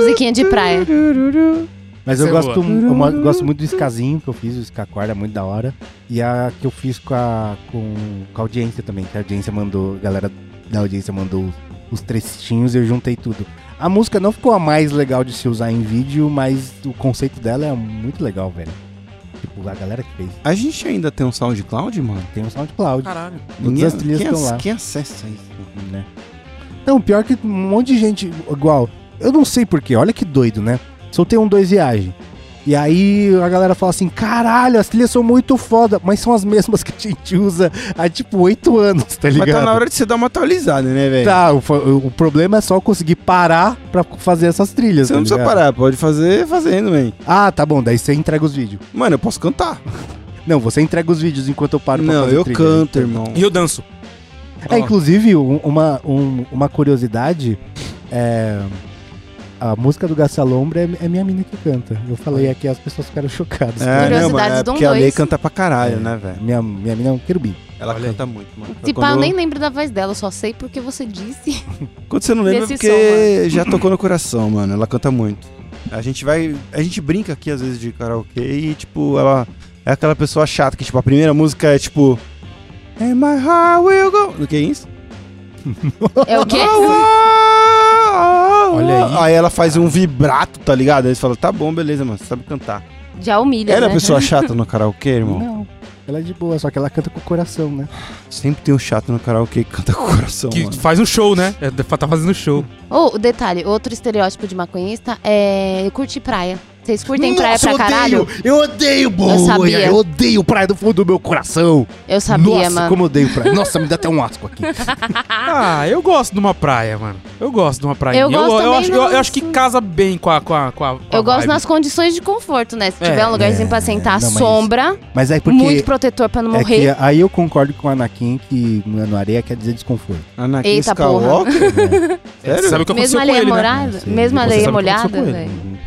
D: Musiquinha de praia.
A: Tá Mas eu
B: Isso é
A: gosto, eu mo- gosto muito do escazinho que eu fiz, o escacorda, é muito da hora. E a que eu fiz com a, com, com a audiência também, que a audiência mandou, a galera da audiência mandou os, os trechinhos e eu juntei tudo. A música não ficou a mais legal de se usar em vídeo, mas o conceito dela é muito legal, velho. Tipo, a galera que fez.
C: A gente ainda tem um SoundCloud, mano?
A: Tem um SoundCloud.
B: Caralho.
A: Todas as trilhas
C: quem,
A: estão
C: ac-
A: lá.
C: quem acessa isso?
A: né? Não, pior que um monte de gente igual. Eu não sei porquê, olha que doido, né? Soltei um dois viagem. E aí a galera fala assim: caralho, as trilhas são muito foda, mas são as mesmas que a gente usa há tipo oito anos, tá ligado?
C: Mas tá na hora de você dar uma atualizada, né, velho?
A: Tá, o, fa- o problema é só eu conseguir parar pra fazer essas trilhas.
C: Você não
A: tá
C: precisa
A: ligado?
C: parar, pode fazer fazendo, velho.
A: Ah, tá bom, daí você entrega os vídeos.
C: Mano, eu posso cantar.
A: Não, você entrega os vídeos enquanto eu paro pra
C: não,
A: fazer
C: eu
A: trilha.
C: canto, irmão.
B: E eu danço.
A: É, inclusive, um- uma, um- uma curiosidade, é, a música do Gasalombra é, é minha mina que canta. Eu falei aqui, as pessoas ficaram chocadas.
C: É, não, mano,
D: Curiosidades
C: é
D: do um
C: porque a
D: dois.
C: Lei canta pra caralho,
A: É.
C: né, velho?
A: Minha, minha mina é um querubim.
C: Ela
B: Olha aí.
C: canta muito, mano.
D: Se
C: Quando-
D: pá, eu Tipo, ah, nem lembro da voz dela, eu só sei porque você disse.
C: Quando você não lembra, é
D: Desse
C: porque já tocou no coração, mano. Ela canta muito. A gente vai. A gente brinca aqui às vezes de karaokê e, tipo, ela é aquela pessoa chata que, tipo, a primeira música é tipo. And my heart will go. O que é isso? "Oh,
D: É o quê?
C: Olha
B: aí.
C: oh, Aí ela faz um vibrato, tá ligado? Aí você fala, tá bom, beleza, mano, você sabe cantar.
D: Já humilha,
C: Era
D: né?
C: pessoa chata no karaokê, irmão?
A: Não, ela é de boa, só que ela canta com o coração, né?
C: Sempre tem um chato no karaokê que canta com o coração,
B: Que
C: mano.
B: faz um show, né? É, tá fazendo show.
D: Ou, detalhe, outro estereótipo de maconhista é curtir praia. Vocês curtem praia é pra caralho?
A: eu odeio, boia!
D: sabia.
A: Eu odeio praia do fundo do meu coração!
D: Eu sabia,
A: Nossa,
D: mano.
A: como eu odeio praia. Nossa, me dá até um asco aqui.
B: Ah, eu gosto de uma praia, mano. Eu gosto de uma praia.
D: Eu gosto também,
B: acho, eu, eu
D: não,
B: acho que
D: sim.
B: casa bem com a. Com a, com a com a
D: Eu gosto
B: vibe.
D: nas condições de conforto, né? Se
B: É,
D: tiver um lugarzinho pra sentar,
A: não, mas-
D: sombra,
A: Mas aí porque...
D: muito protetor pra não
A: é
D: morrer.
A: que aí eu concordo com o Anakin que mano, areia quer dizer desconforto.
C: Anakin
D: Eita, porra.
C: Skywalker?
A: É,
C: Sério?
B: Sabe o que
D: Mesmo
B: aconteceu
D: a
B: com
D: areia
B: ele, né?
D: molhada,
A: Você-
D: mesmo a
A: você
D: areia
B: sabe o que aconteceu
D: molhada,
B: com ele,
D: velho.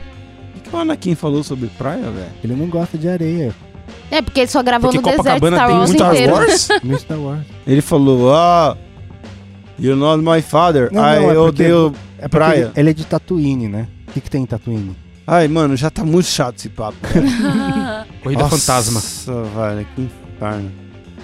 C: O que o Anakin falou sobre praia, velho?
A: Ele não gosta de areia.
D: É, porque ele só gravou
B: Porque
D: no deserto tá
B: Copacabana
D: Star
B: tem
D: Wars
B: muito
C: Star
D: inteiro.
C: Wars?
A: No Star Wars.
C: Ele falou, ah, you're not my father.
A: Não, não,
C: Ai,
A: é
C: eu
A: porque-
C: odeio
A: É porque
C: praia.
A: Ele, ele é de Tatooine, né? O que, que tem em Tatooine?
C: Ai, mano, já tá muito chato esse papo.
B: Corrida fantasma.
C: Nossa, velho, que inferno.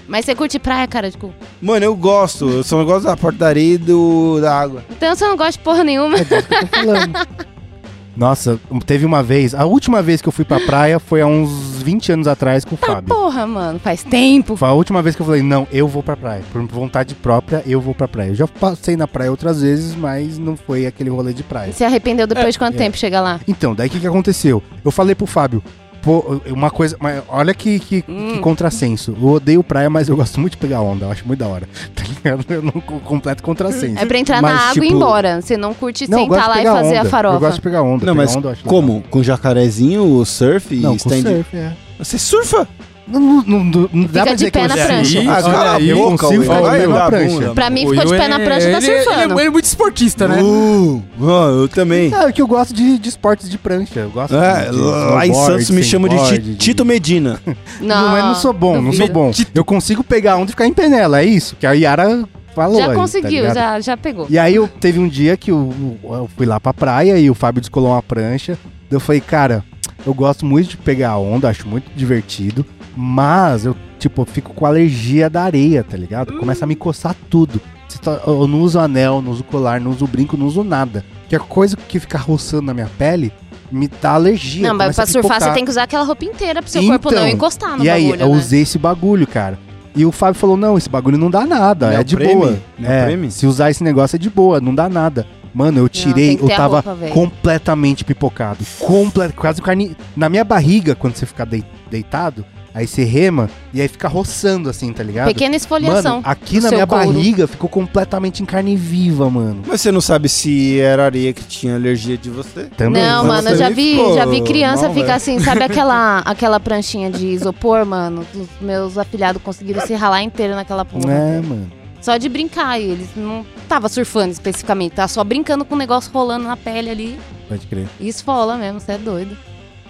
D: Mas você curte praia, cara Tipo, de cu.
C: Mano, eu gosto. Eu só não gosto da porta da areia e do, da água.
D: Então você não gosta de porra nenhuma.
A: É disso que eu tô falando. Nossa, teve uma vez. A última vez que eu fui pra praia foi há uns 20 anos atrás com o
D: Tá
A: Fábio.
D: porra, mano. Faz tempo.
A: Foi a última vez que eu falei, não, eu vou pra praia. Por vontade própria, eu vou pra praia. Eu já passei na praia outras vezes, mas não foi aquele rolê de praia.
D: Se arrependeu depois de quanto
A: é.
D: tempo chega lá?
A: Então, daí o que, que aconteceu? Eu falei pro Fábio, pô, uma coisa. Mas olha que, que,
D: Hum.
A: que contrassenso. Eu odeio praia, mas eu gosto muito de pegar onda. Eu acho muito da hora. Tá ligado? Eu não co- completo contrassenso.
D: É pra entrar
A: Mas,
D: na água e ir
A: tipo,
D: embora. Você não curte
A: Não, eu gosto
D: sentar
A: de
D: lá e
A: pegar
D: fazer
A: onda.
D: a farofa.
A: Eu gosto de pegar onda.
C: Não,
A: pegar
C: mas
A: onda eu acho
C: como? Com jacarezinho, surf
A: legal.
C: e
A: Não, com
C: stand
A: surf, é.
C: Você surfa?
A: Não, não- não- não- não dá
D: Fica
A: pra
D: de
A: dizer que
D: pé
A: eu
D: na
A: sei.
D: prancha.
B: Ih,
C: Ah,
B: olha
C: cala a
B: aí,
C: boca,
A: consigo
C: Will.
A: falar
C: Vai
A: de uma
C: dar
A: prancha.
C: bunda.
D: Pra mim,
B: O
D: ficou de
B: Will
D: pé na
B: é-
D: prancha e tá
B: ele é- Ele é,
D: surfando.
B: ele é muito esportista, né?
C: Uh, ah, eu também.
A: Ah, é que eu gosto de, de esportes de prancha. Eu gosto
C: É,
A: de- de
C: lá em
A: snowboard,
C: Santos me chamam de Ti-
A: skateboard,
C: Tito Medina.
A: Não, mas não sou bom, não
D: duvido.
A: sou bom. Eu consigo pegar onda e ficar em penela, é isso. Que a Yara falou. aí,
D: Já
A: tá
D: conseguiu,
A: ligado?
D: já, já pegou.
A: E aí eu teve um dia que eu, eu fui lá pra praia e o Fábio descolou uma prancha. Daí Eu falei, cara, eu gosto muito de pegar onda, acho muito divertido, mas eu, tipo, fico com alergia da areia, tá ligado? Começa a me coçar tudo. Se tá- Eu não uso anel, não uso colar, não uso brinco, não uso nada. Que a coisa que fica roçando na minha pele me dá alergia.
D: Não, mas
A: começa
D: pra
A: a
D: surfar você
A: pipocar.
D: tem que usar aquela roupa inteira pro seu corpo
A: Então,
D: não encostar no
A: E aí,
D: bagulho,
A: eu
D: né?
A: usei esse bagulho, cara. E o Fábio falou: não, esse bagulho não dá nada, é de
C: Neoprene?
A: boa.
C: Neoprene?
A: É, se usar esse negócio é de boa, não dá nada. Mano, eu tirei,
D: tem que ter
A: eu
D: a
A: tava
D: roupa, velho.
A: completamente pipocado. Comple quase carne. Na minha barriga, quando você fica dei- deitado, aí você rema e aí fica roçando assim, tá ligado?
D: Pequena esfoliação.
A: Mano, aqui
D: do
A: na
D: seu
A: minha
D: couro.
A: barriga ficou completamente em carne viva, mano.
C: Mas você não sabe se era areia que tinha alergia de você?
A: Também.
D: Não,
C: Mas
D: mano,
C: você
D: eu já
C: nem
D: vi,
C: ficou
D: já vi criança
C: mal,
D: ficar
C: velho.
D: assim, sabe aquela, aquela pranchinha de isopor, mano? Os meus afilhados conseguiram se ralar inteiro naquela porra.
A: É, mano.
D: Só de brincar, e eles não tava surfando especificamente, tá só brincando com o negócio rolando na pele ali.
A: Pode crer.
D: E esfola mesmo, você é doido.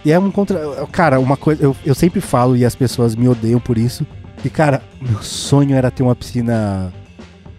A: E é um contra. Cara, uma coisa. Eu, eu sempre falo e as pessoas me odeiam por isso. E, cara, meu sonho era ter uma piscina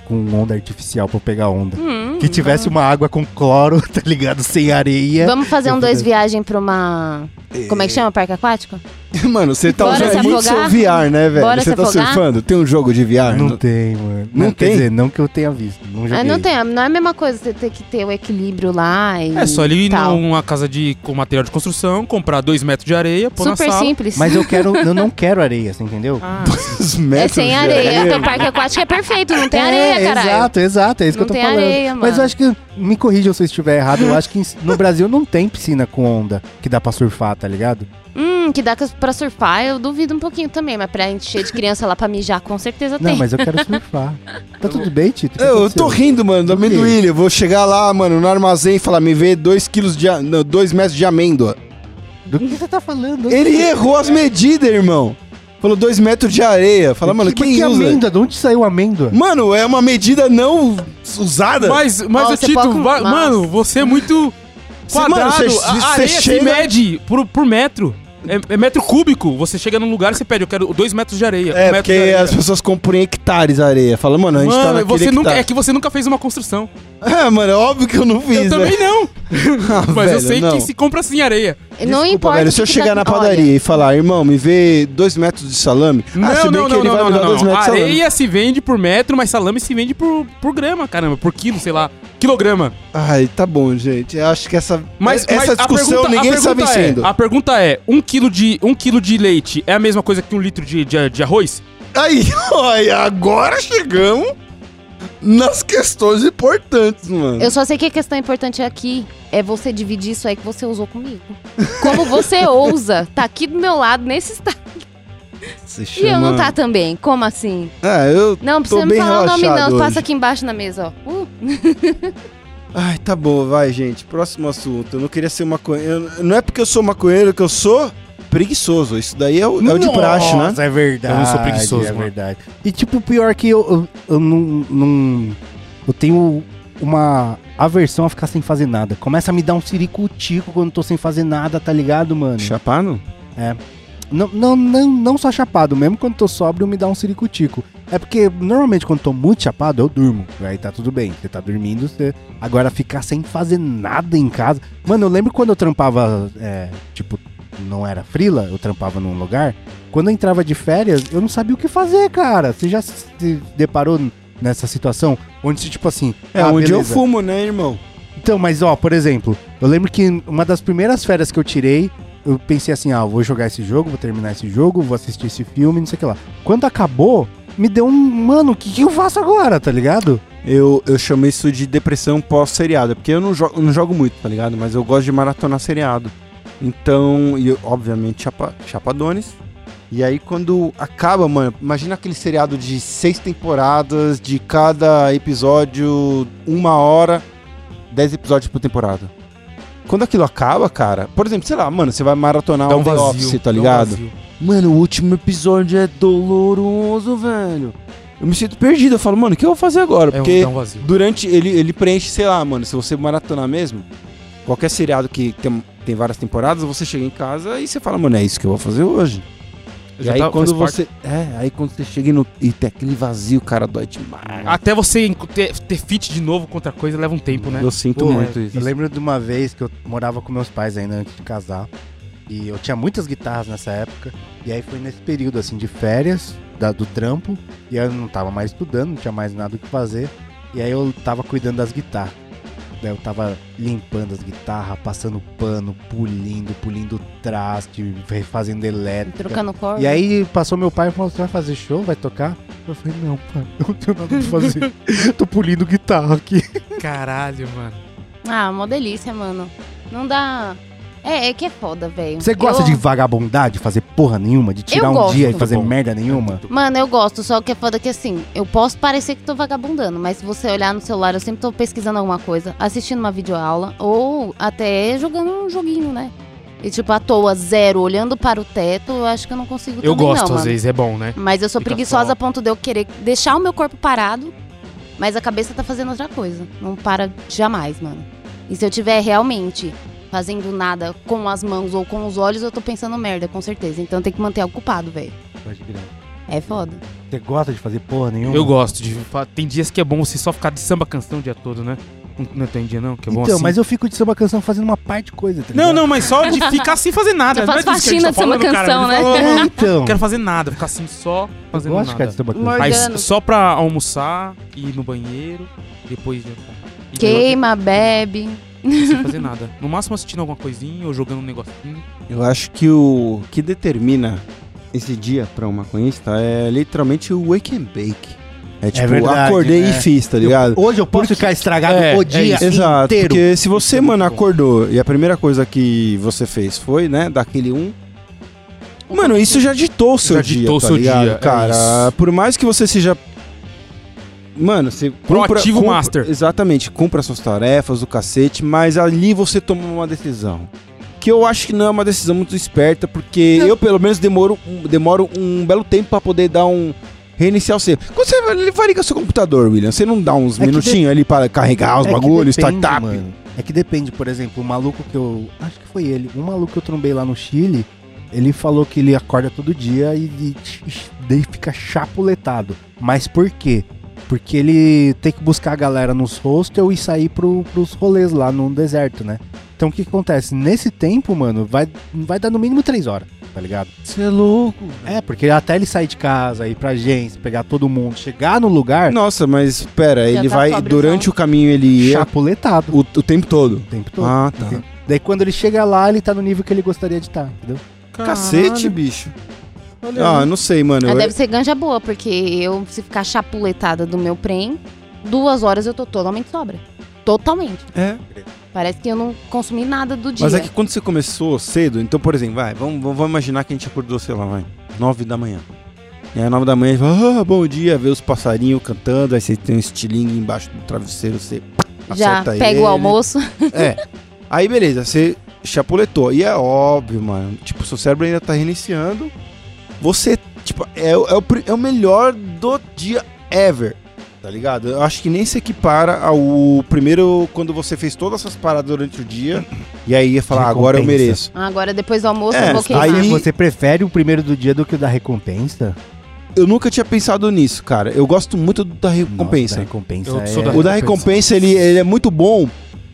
A: com onda artificial pra eu pegar onda.
D: Hum,
A: Que tivesse uma água com cloro, tá ligado? Sem areia.
D: Vamos fazer
A: É. Eu
D: um
A: vou
D: dois
A: ver.
D: viagem pra uma. Como é que chama? Parque aquático?
C: Mano, você tá
D: Bora se
C: usando muito seu
D: afogar?
C: VR, né, velho?
D: Bora
C: Você
D: se
C: tá
D: afogar?
C: surfando? Tem um jogo de VR?
A: Não
C: no-
A: tem, mano.
C: Não
A: quer
C: tem?
A: dizer, não que eu tenha visto. Não joguei.
D: Ah, não tem, não é a mesma coisa você ter que ter o equilíbrio lá e.
B: É só ele ir
D: tal.
B: numa casa de, com material de construção, comprar dois metros de areia, pôr na
D: Super
B: sala.
D: simples.
A: Mas eu quero. Eu não quero areia, você entendeu?
B: Ah,
C: Os
D: É
C: metros de
D: sem areia. Então, o parque aquático é perfeito, não tem
A: É,
D: areia, caralho.
A: Exato, exato, é isso
D: Não
A: que eu tô
D: tem
A: falando.
D: areia,
A: Mas eu
D: mano.
A: acho que. Me corrijam se eu estiver errado. Eu acho que em- no Brasil não tem piscina com onda que dá pra surfar, tá ligado?
D: Hum, que dá pra surfar, eu duvido um pouquinho também, mas pra encher de criança lá pra mijar, com certeza
A: Não,
D: tem.
A: mas eu quero surfar. Tá tudo bem, Tito? O que
C: É, Eu
A: aconteceu?
C: tô rindo, mano, do
A: Por quê?
C: amendoim. Eu vou chegar lá, mano, no armazém e falar, me vê 2 quilos de... a- Não, 2 metros de amêndoa.
A: Do que você tá falando?
C: Ele errou as medidas, irmão. Falou 2 metros de areia. Fala, mano,
A: Tipo, que,
C: quem
A: que
C: usa?
A: amêndoa? De onde saiu a amêndoa?
C: Mano, é uma medida não usada.
B: Mas, mas
D: Nossa,
B: o Tito,
D: pouco-
B: vai-
D: nossa.
B: mano, você é muito
C: Cê-
B: quadrado.
C: um-
B: Ah,
C: mano, cê- cê
B: a areia se
C: chega-
B: mede por, por metro. É, é metro cúbico. Você chega num lugar e você pede, eu quero dois metros de areia. um
C: É,
B: metro
C: porque
B: de areia.
C: as pessoas compram em hectares a areia. Fala, mano, a gente tá
B: Mano,
C: naquele
B: você nunca, é
C: hectare.
B: que você nunca fez uma construção.
C: É, mano, é óbvio que eu não fiz,
B: eu
C: né?
B: também não.
C: Ah,
B: Mas eu
C: velho,
B: sei
C: não.
B: que se compra assim areia.
D: não
C: Desculpa,
D: importa.
C: velho,
D: o
C: se eu
D: que
C: chegar
D: dá-
C: na padaria
D: Olha,
C: e falar, irmão, me vê dois metros de salame. ah, se
B: não,
C: bem
B: não,
C: que
B: não,
C: ele
B: não,
C: vai me dar
B: não,
C: dois
B: não.
C: metros de salame.
B: Areia se vende por metro, mas salame se vende por, por grama, caramba. Por quilo, sei lá. Quilograma.
C: Ai, tá bom, gente. Eu acho que essa,
B: Mas,
C: essa
B: mas a
C: discussão
B: pergunta- a
C: ninguém tá
B: pergunta
C: sabe sendo.
B: É, a pergunta é: um quilo, de, um quilo de leite é a mesma coisa que um litro de, de, de arroz?
C: Aí, olha, agora chegamos nas questões importantes, mano.
D: Eu só sei que a questão importante aqui é você dividir isso aí que você usou comigo. Como você ousa? Tá aqui do meu lado, nesse estado.
C: Se
D: E eu não
C: chama-
D: tá também. Como assim?
C: Ah, eu.
D: Não, precisa me
C: bem
D: falar o nome, não.
C: relaxado hoje.
D: Passa aqui embaixo na mesa, ó. Uh,
C: Ai, tá bom, vai, gente. Próximo assunto. Eu não queria ser maconheiro. Eu- Não é porque eu sou maconheiro que eu sou preguiçoso. Isso daí é o, é o de praxe, né?
A: Nossa, é verdade.
B: Eu não sou preguiçoso,
A: É
B: mano.
A: verdade. E, tipo, pior que eu, eu, eu não, não- Eu tenho uma aversão a ficar sem fazer nada. Começa a me dar um ciricutico quando eu tô sem fazer nada, tá ligado, mano?
C: Chapano?
A: Não, não, não, não só chapado, mesmo quando tô sóbrio me dá um ciricutico. É porque normalmente quando tô muito chapado eu durmo, aí tá tudo bem, você tá dormindo, você... Agora ficar sem fazer nada em casa... Mano, eu lembro quando eu trampava, é, tipo, não era frila, eu trampava num lugar, quando eu entrava de férias eu não sabia o que fazer, cara. Você já se deparou nessa situação? Onde, se, tipo assim...
C: É
A: ah,
C: onde eu
A: beleza.
C: fumo, né, irmão?
A: Então, mas ó, por exemplo, eu lembro que uma das primeiras férias que eu tirei, eu pensei assim, ah, eu vou jogar esse jogo, vou terminar esse jogo, vou assistir esse filme, não sei o que lá. Quando acabou, me deu um, mano, o que, que eu faço agora, tá ligado?
C: Eu, eu chamo isso de depressão pós-seriado, porque eu não, jo eu não jogo muito, tá ligado? Mas eu gosto de maratonar seriado. Então, e eu, obviamente, chapa chapadones. E aí, quando acaba, mano, imagina aquele seriado de seis temporadas, de cada episódio uma hora, dez episódios por temporada. Quando aquilo acaba, cara, por exemplo, sei lá, mano, você vai maratonar
B: Dá
C: o The Office, um tá ligado?
B: Dá um vazio.
C: Mano, o último episódio é doloroso, velho. Eu me sinto perdido. Eu falo, mano, o que eu vou fazer agora?
B: É um,
C: Porque
B: dá um vazio.
C: durante. Ele, ele preenche, sei lá, mano, se você maratonar mesmo, qualquer seriado que tem, tem várias temporadas, você chega em casa e você fala, mano, é isso que eu vou fazer hoje. E
B: Já
C: aí
B: tá-
C: quando
B: faz
C: você. É, aí quando você chega e no, e tem aquele vazio, cara, dói demais.
B: Até você enco- ter, ter fit de novo contra coisa leva um tempo, né?
C: Eu sinto
A: Pô, é
C: muito isso.
A: Eu lembro de uma vez que eu morava com meus pais ainda antes de casar. E eu tinha muitas guitarras nessa época. E aí foi nesse período, assim, de férias, da- do trampo. E aí eu não tava mais estudando, não tinha mais nada o que fazer. E aí eu tava cuidando das guitarras. Daí eu tava limpando as guitarras, passando pano, pulindo, pulindo traste, refazendo elétrica.
D: Trocando corda.
A: E aí passou meu pai e falou: Você vai fazer show? Vai tocar? Eu falei: Não, pai, eu não tenho nada pra fazer. Tô pulindo guitarra aqui.
B: Caralho, mano.
D: Ah, mó delícia, mano. Não dá. É, é que é foda, velho.
A: Você gosta
D: Eu-
A: de vagabundar, de fazer porra nenhuma, de tirar
D: Eu
A: um
D: gosto.
A: dia e fazer
B: Muito bom.
A: merda nenhuma?
D: Mano, eu gosto, só que é foda que assim, eu posso parecer que tô vagabundando, mas se você olhar no celular, eu sempre tô pesquisando alguma coisa, assistindo uma videoaula ou até jogando um joguinho, né? E tipo, à toa, zero, olhando para o teto, eu acho que eu não consigo
B: Eu
D: também
B: gosto,
D: não,
B: às
D: mano.
B: vezes, é bom, né?
D: Mas eu sou
B: Fica
D: preguiçosa
B: só.
D: a ponto de eu querer deixar o meu corpo parado, mas a cabeça tá fazendo outra coisa. Não para jamais, mano. E se eu tiver realmente fazendo nada com as mãos ou com os olhos, eu tô pensando merda, com certeza. Então tem que manter ocupado, velho. É foda.
A: Você gosta de fazer porra nenhuma?
B: Eu gosto de. fa- Tem dias que é bom você só ficar de samba canção o dia todo, né? Não- Não tem dia não, que é bom
A: Então,
B: assim.
A: mas eu fico de samba canção fazendo uma parte de coisa, tá
B: Não,
A: ligado?
B: não, mas só de ficar sem fazer nada.
D: Eu
B: Não é
D: faço
B: disso que a gente
D: faxina
B: tá
D: de samba
B: falando, cara.
D: canção,
B: Ele
D: né?
B: falou, "Ah,
A: É, então.
B: Não quero fazer nada, ficar assim só
A: Eu
B: fazendo
A: gosto de ficar
B: nada.
A: de samba canção.
D: Mas-
B: Mas é-
D: Organo.
B: só pra almoçar, ir no banheiro, depois jantar. E
D: Queima, bebe. Ah,
B: depois Sem fazer nada. No máximo assistindo alguma coisinha ou jogando um negocinho.
C: Eu acho que o que determina esse dia pra um maconhista é literalmente o wake and bake. É tipo,
A: verdade,
C: acordei
A: né?
C: e fiz, tá ligado?
A: Hoje eu posso ficar estragado
B: É,
A: o
B: é
A: dia
B: isso.
C: Exato,
A: inteiro.
C: porque se você,
B: É muito
C: mano,
B: bom.
C: acordou e a primeira coisa que você fez foi, né, daquele um. Mano, isso já ditou o seu
B: Já
C: dia.
B: ditou o
C: tá
B: seu
C: ligado?
B: dia, é
C: Cara,
B: isso.
C: por mais que você seja. Mano, você. cumpra-
B: Proativo
C: cumpra-
B: master.
C: Exatamente, cumpra suas tarefas, o cacete, mas ali você toma uma decisão. Que eu acho que não é uma decisão muito esperta, porque eu, pelo menos, demoro, um- demoro um belo tempo pra poder dar um. Reiniciar o C. Quando você vai- vai ligar seu computador, William, você não dá uns
A: É que
C: minutinhos ali pra carregar os
A: É que
C: bagulhos,
A: depende,
C: startup?
A: mano. É que depende, por exemplo, o maluco que eu. Acho que foi ele. Um maluco que eu trombei lá no Chile, ele falou que ele acorda todo dia e, e, daí fica chapuletado. Mas por quê? Porque ele tem que buscar a galera nos hostel e sair pro, pros rolês lá no deserto, né? Então o que, que acontece? Nesse tempo, mano, vai, vai dar no mínimo três horas, tá ligado?
C: Você é louco.
A: É, porque até ele sair de casa, ir pra agência, pegar todo mundo, chegar no lugar,
C: Nossa, mas pera, ele
D: tá
C: vai.
D: pobrezão.
C: Durante o caminho ele ia
A: chapuletado
C: o, o tempo todo.
A: o tempo todo.
C: Ah,
A: Entendeu? Daí quando ele chega lá, ele tá no nível que ele gostaria de estar, entendeu?
C: Cacete, bicho. Ah, não sei, mano.
D: Ah,
C: Eu-
D: deve ser ganja boa, porque eu, se ficar chapuletada do meu prem, duas horas eu tô totalmente sobra. Totalmente.
C: É.
D: Parece que eu não consumi nada do dia.
C: Mas é que quando você começou cedo, então, por exemplo, vai, vamos, vamos vamos imaginar que a gente acordou, sei lá, vai, 9 da manhã. E aí, 9 da manhã, a gente fala, ah, bom dia, vê os passarinhos cantando, aí você tem um estilingue embaixo do travesseiro, você
D: Já
C: acerta
D: pega
C: tá ele.
D: o almoço.
C: É. Aí beleza, você chapuletou. E é óbvio, mano. Tipo, seu cérebro ainda tá reiniciando. Você, tipo, é, o- é o, pri- é o melhor do dia ever. Tá ligado? Eu acho que nem se equipara ao primeiro, quando você fez todas essas paradas durante o dia. E aí ia falar, agora eu
A: Recompensa.
C: mereço.
D: Ah, Agora depois do almoço
C: É,
D: eu vou queimar.
C: aí-
A: Você prefere o primeiro do dia do que o da recompensa?
C: Eu nunca tinha pensado nisso, cara. Eu gosto muito do da
A: Nossa,
C: recompensa.
A: da recompensa
B: Eu sou
A: é-
B: da-
C: o da recompensa, ele, ele é muito bom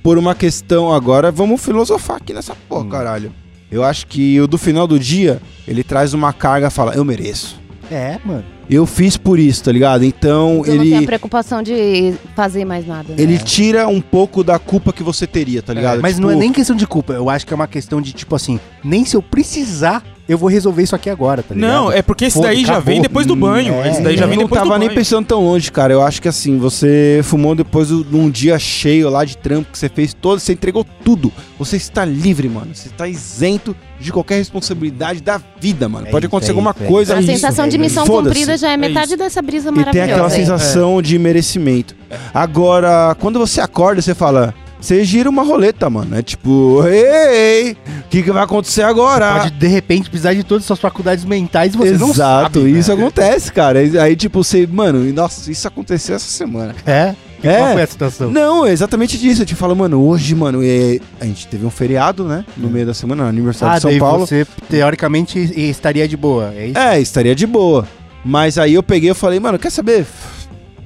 C: por uma questão. Agora, vamos filosofar aqui nessa porra,
A: Hum.
C: caralho. Eu acho que o do final do dia, ele traz uma carga, fala, eu mereço.
A: É, mano.
C: Eu fiz por isso, tá ligado? Então,
D: Eu não tenho a
C: ele,
D: preocupação de fazer mais nada. né?
C: ele tira um pouco da culpa que você teria, tá ligado?
A: Mas
C: Tipo,
A: não é nem questão de culpa. Eu acho que é uma questão de, tipo assim, nem se eu precisar, eu vou resolver isso aqui agora, tá ligado?
B: Não, é porque esse
A: Pô,
B: daí já
A: acabou.
B: vem depois do
A: Hum,
B: banho.
A: é.
B: Esse daí já
C: eu
B: vem
C: né? não
B: depois do
C: tava nem
B: banho.
C: pensando tão longe, cara. Eu acho que assim, você fumou depois do- de um dia cheio lá de trampo que você fez todo, você entregou tudo. Você está livre, mano. Você está isento de qualquer responsabilidade da vida, mano.
A: É
C: Pode
A: isso,
C: acontecer
A: é
C: alguma
A: isso, é
C: coisa.
D: A
A: isso.
C: e-
D: sensação de missão
C: Foda-se.
D: cumprida já é metade
B: isso.
D: dessa brisa
C: E tem
D: maravilhosa.
C: aquela
D: aí.
C: sensação de merecimento. Agora, quando você acorda, você fala: Você gira uma roleta, mano. É tipo, ei, o que, que vai acontecer agora?
A: Pode, de repente, precisar de todas as suas faculdades mentais e você não
C: Exato,
A: sabe, né?
C: isso é acontece, cara. Aí, aí, tipo, você, mano, e nossa, isso aconteceu essa semana.
A: É?
C: É.
A: Qual foi a situação?
C: Não, é exatamente disso. Eu te falo, mano, hoje, mano, é- a gente teve um feriado, né? No meio da semana, no aniversário
A: Hum. Ah,
C: de São
A: daí
C: Paulo.
A: você, teoricamente, estaria de boa, é isso?
C: É, estaria de boa. Mas aí eu peguei e falei, mano, quer saber?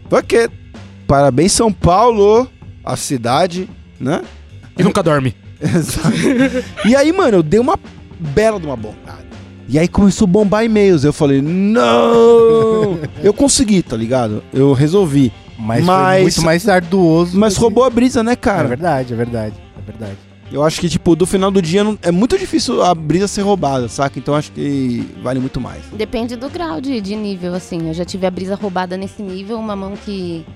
C: Porque, parabéns, São Paulo, a cidade, né?
B: E nunca dorme.
C: Exato. e aí, mano, eu dei uma bela de uma bombada. E aí começou a bombar e-mails. Eu falei, não! Eu consegui, tá ligado? Eu resolvi.
A: Mas, foi
C: Mas-
A: muito mais arduoso.
C: Mas
A: do que-
C: roubou a brisa, né,
A: É
C: cara?
A: verdade, é verdade, é verdade.
C: Eu acho que, tipo, do final do dia não- é muito difícil a brisa ser roubada, saca? Então acho que vale muito mais.
D: Depende do grau de, de nível, assim. Eu já tive a brisa roubada nesse nível, uma mão que.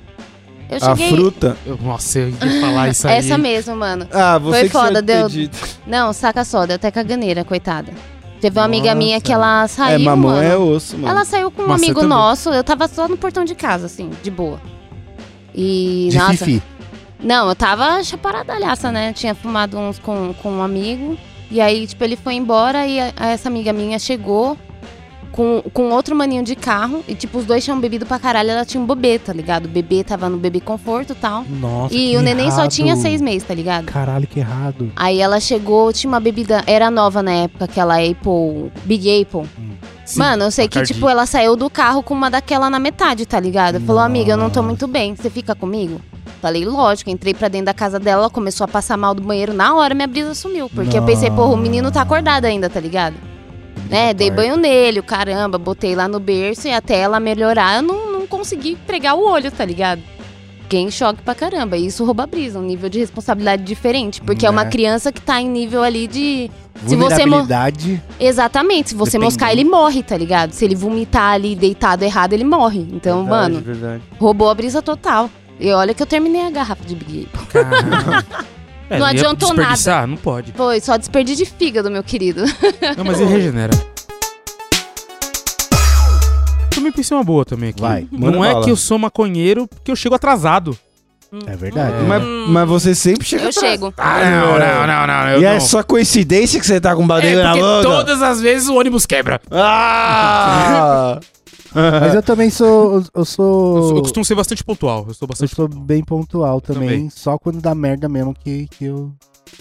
D: Eu
C: A
D: cheguei.
C: fruta.
B: Eu- nossa, eu ia falar isso aí.
D: Essa mesmo, mano.
C: Ah, você
D: Foi
C: que
D: foda,
C: tinha
D: deu-
C: pedido.
D: Não, saca só, deu até caganeira, coitada. Teve uma amiga
C: Nossa.
D: minha que ela saiu.
C: É, mamão
D: mano.
C: é osso, mano.
D: Ela saiu com um
B: Nossa, eu
D: amigo
B: também.
D: nosso, eu tava só no portão de casa, assim, de boa. E,
A: De
D: nossa,
A: fifi.
D: Não, eu tava chaparadalhaça, né? Tinha fumado uns com, com um amigo. E aí, tipo, ele foi embora e a- a essa amiga minha chegou com, com outro maninho de carro. E, tipo, os dois tinham bebido pra caralho. Ela tinha um bebê, tá ligado? O bebê tava no bebê conforto e tal.
A: Nossa,
D: e o neném só tinha seis meses, tá ligado?
A: Caralho, que errado.
D: Aí ela chegou, tinha uma bebida, era nova na época, aquela Apple, Big Apple.
B: Sim,
D: Mano, eu sei que,
B: Bacardi.
D: tipo, ela saiu do carro com uma daquela na metade, tá ligado? Falou, amiga, eu não tô muito bem, você fica comigo? Falei, lógico, entrei pra dentro da casa dela, ela começou a passar mal do banheiro, na hora minha brisa sumiu. Porque eu pensei, porra, o menino tá acordado ainda, tá ligado? Né, dei banho nele, o caramba, botei lá no berço e até ela melhorar, eu não, não consegui pregar o olho, tá ligado? Fiquei em choque pra caramba. E isso rouba a brisa, um nível de responsabilidade diferente. Porque é uma
A: Né.
D: criança que tá em nível ali de. Se você mo-
A: Vulnerabilidade.
D: Exatamente, se você
A: Dependendo.
D: moscar, ele morre, tá ligado? Se ele vomitar ali deitado errado, ele morre. Então, mano, roubou a brisa total. E olha que eu terminei a garrafa de Big Apple.
B: Caralho. É,
D: Não
B: ia
D: adiantou nada.
B: desperdiçar? Não pode.
D: Foi, só desperdi de fígado, meu querido.
B: Não, mas ele regenera. Também pensei uma boa também aqui.
A: Vai,
B: não
C: manda
B: é
C: bala.
B: que eu sou maconheiro porque eu chego atrasado.
A: É verdade.
C: Mas, mas você sempre chega
D: Hum. Eu
C: atrás.
D: chego.
B: Ah, não, não, não, não.
C: E é só coincidência que você tá com um
B: É
C: badeiro na
B: porque
C: mão?
B: todas as vezes o ônibus quebra.
C: Ah!
A: Mas eu também sou. Eu, eu
B: Eu, sou-
A: sou.
B: eu costumo ser bastante pontual. Eu sou
A: eu
B: bastante
A: sou bem pontual também,
B: também.
A: Só quando dá merda mesmo que, que eu.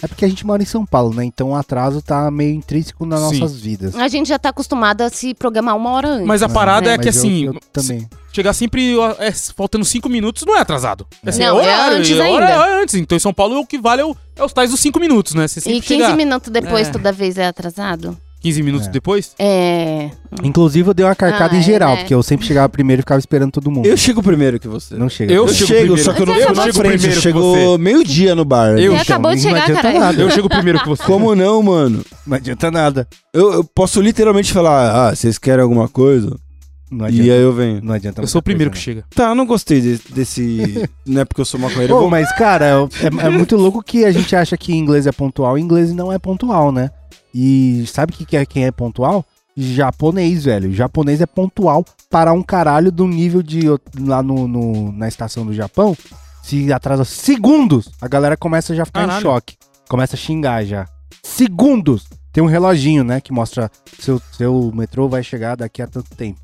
A: É porque a gente mora em São Paulo, né? Então o atraso tá meio intrínseco nas
B: Sim.
A: nossas vidas.
D: A gente já tá acostumado a se programar uma hora antes.
B: Mas a parada é
A: Né, Mas
B: que
A: eu-
B: assim,
A: eu também.
B: chegar sempre ó, é, faltando cinco minutos não é atrasado. É assim,
D: Não, é
B: horário,
D: antes
B: hora-
D: ainda.
B: é antes. Então em São Paulo o que vale é, o- é os tais dos cinco minutos, né? Você sempre
D: E 15
B: chega
D: minutos depois,
B: É.
D: toda vez é atrasado?
B: 15 minutos
A: É.
B: depois.
D: É.
A: Inclusive eu dei uma carcada
D: Ah,
A: em
D: é,
A: geral,
D: né?
A: porque eu sempre chegava primeiro e ficava esperando todo mundo.
C: Eu chego primeiro que você.
A: Não chega.
B: Eu
C: Eu
B: chego
C: chego,
B: primeiro.
C: só que eu não
D: Mas você
C: chego na
B: acabou-
C: frente. Eu
B: Chego primeiro que
C: chego meio-dia no bar. né?
B: Eu chamo,
D: Você acabou de
A: não
D: chegar,
A: adianta
D: cara.
A: nada.
B: Eu chego primeiro que você.
C: Como não, mano?
A: Não adianta nada.
C: Eu, eu posso literalmente falar, ah, vocês querem alguma coisa?
A: Não
C: E
A: adianta.
C: aí eu venho.
A: Não adianta
B: é. Eu sou o
A: muita
B: primeiro que
A: coisa, né?
B: chega.
C: Tá, eu não gostei de- desse... não é porque eu sou maconheiro.
A: Pô,
C: eu vou-
A: mas, cara, é, é muito louco que a gente acha que inglês é pontual, inglês não é pontual, né? E sabe o que, que é quem é pontual? Japonês, velho. Japonês é pontual para um caralho do nível de. lá no, no- na estação do Japão. Se atrasa segundos, a galera começa já a ficar em
B: Caralho.
A: choque. Começa a xingar já. Segundos! Tem um reloginho, né? Que mostra seu, seu metrô vai chegar daqui a tanto tempo.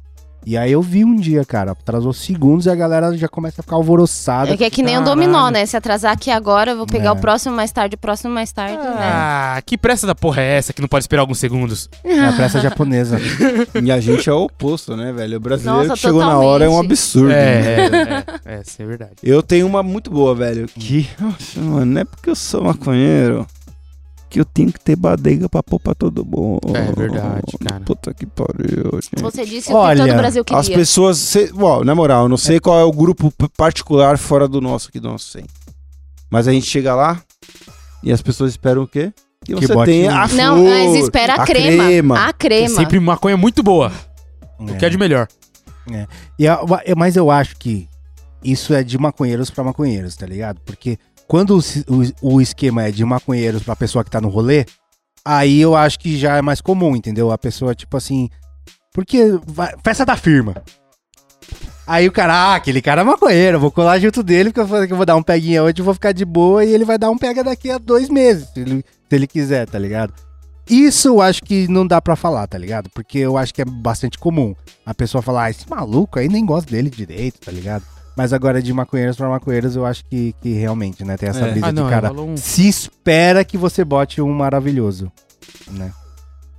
A: E aí eu vi um dia, cara, atrasou segundos e a galera já começa a ficar alvoroçada.
D: É que é que nem um
B: Ah, Caralho.
D: dominó, né? Se atrasar aqui agora, eu vou pegar
A: É.
D: o próximo mais tarde, o próximo mais tarde. né?
B: Ah, que pressa da porra é essa que não pode esperar alguns segundos?
A: É a pressa japonesa.
C: E a gente é o oposto, né, velho? O brasileiro
D: Nossa,
C: que chegou na hora é um
D: totalmente.
C: absurdo. né?
B: é, é, é, isso é verdade.
C: Eu tenho uma muito boa, velho. Que, nossa, mano, não é porque eu sou maconheiro que eu tenho que ter badega pra pôr pra todo mundo.
B: É verdade, cara.
C: Puta que pariu, gente.
D: Você disse o que
A: Olha,
D: todo o Brasil
C: As
D: queria.
C: pessoas. cê- bom, na moral, eu não sei qual é o grupo p- particular fora do nosso aqui do nosso centro. Mas a gente chega lá e as pessoas esperam o quê? Que,
A: Que
C: você
A: bote
C: tenha
A: um-
C: a flor,
D: Não, mas espera a, crema. A
B: Tem
D: crema.
B: sempre maconha muito boa.
A: É.
B: O que é de melhor?
A: E a- wa- é, mas eu acho que isso é de maconheiros pra maconheiros, tá ligado? Porque quando o, si- o- o esquema é de maconheiros pra pessoa que tá no rolê, aí eu acho que já é mais comum, entendeu? A pessoa, tipo assim. Porque vai- festa da firma. Aí o cara, ah, aquele cara é maconheiro, eu vou colar junto dele, porque eu falei que eu vou dar um peguinha hoje, eu vou ficar de boa, e ele vai dar um pega daqui a dois meses, se ele, se ele quiser, tá ligado? Isso eu acho que não dá pra falar, tá ligado? Porque eu acho que é bastante comum a pessoa falar, ah, esse maluco aí nem gosta dele direito, tá ligado? Mas agora de maconheiros pra maconheiros, eu acho que, que realmente, né, tem essa
C: É.
A: brisa
B: Ah, não,
A: de cara.
B: rolou um-
A: Se espera que você bote um maravilhoso, né?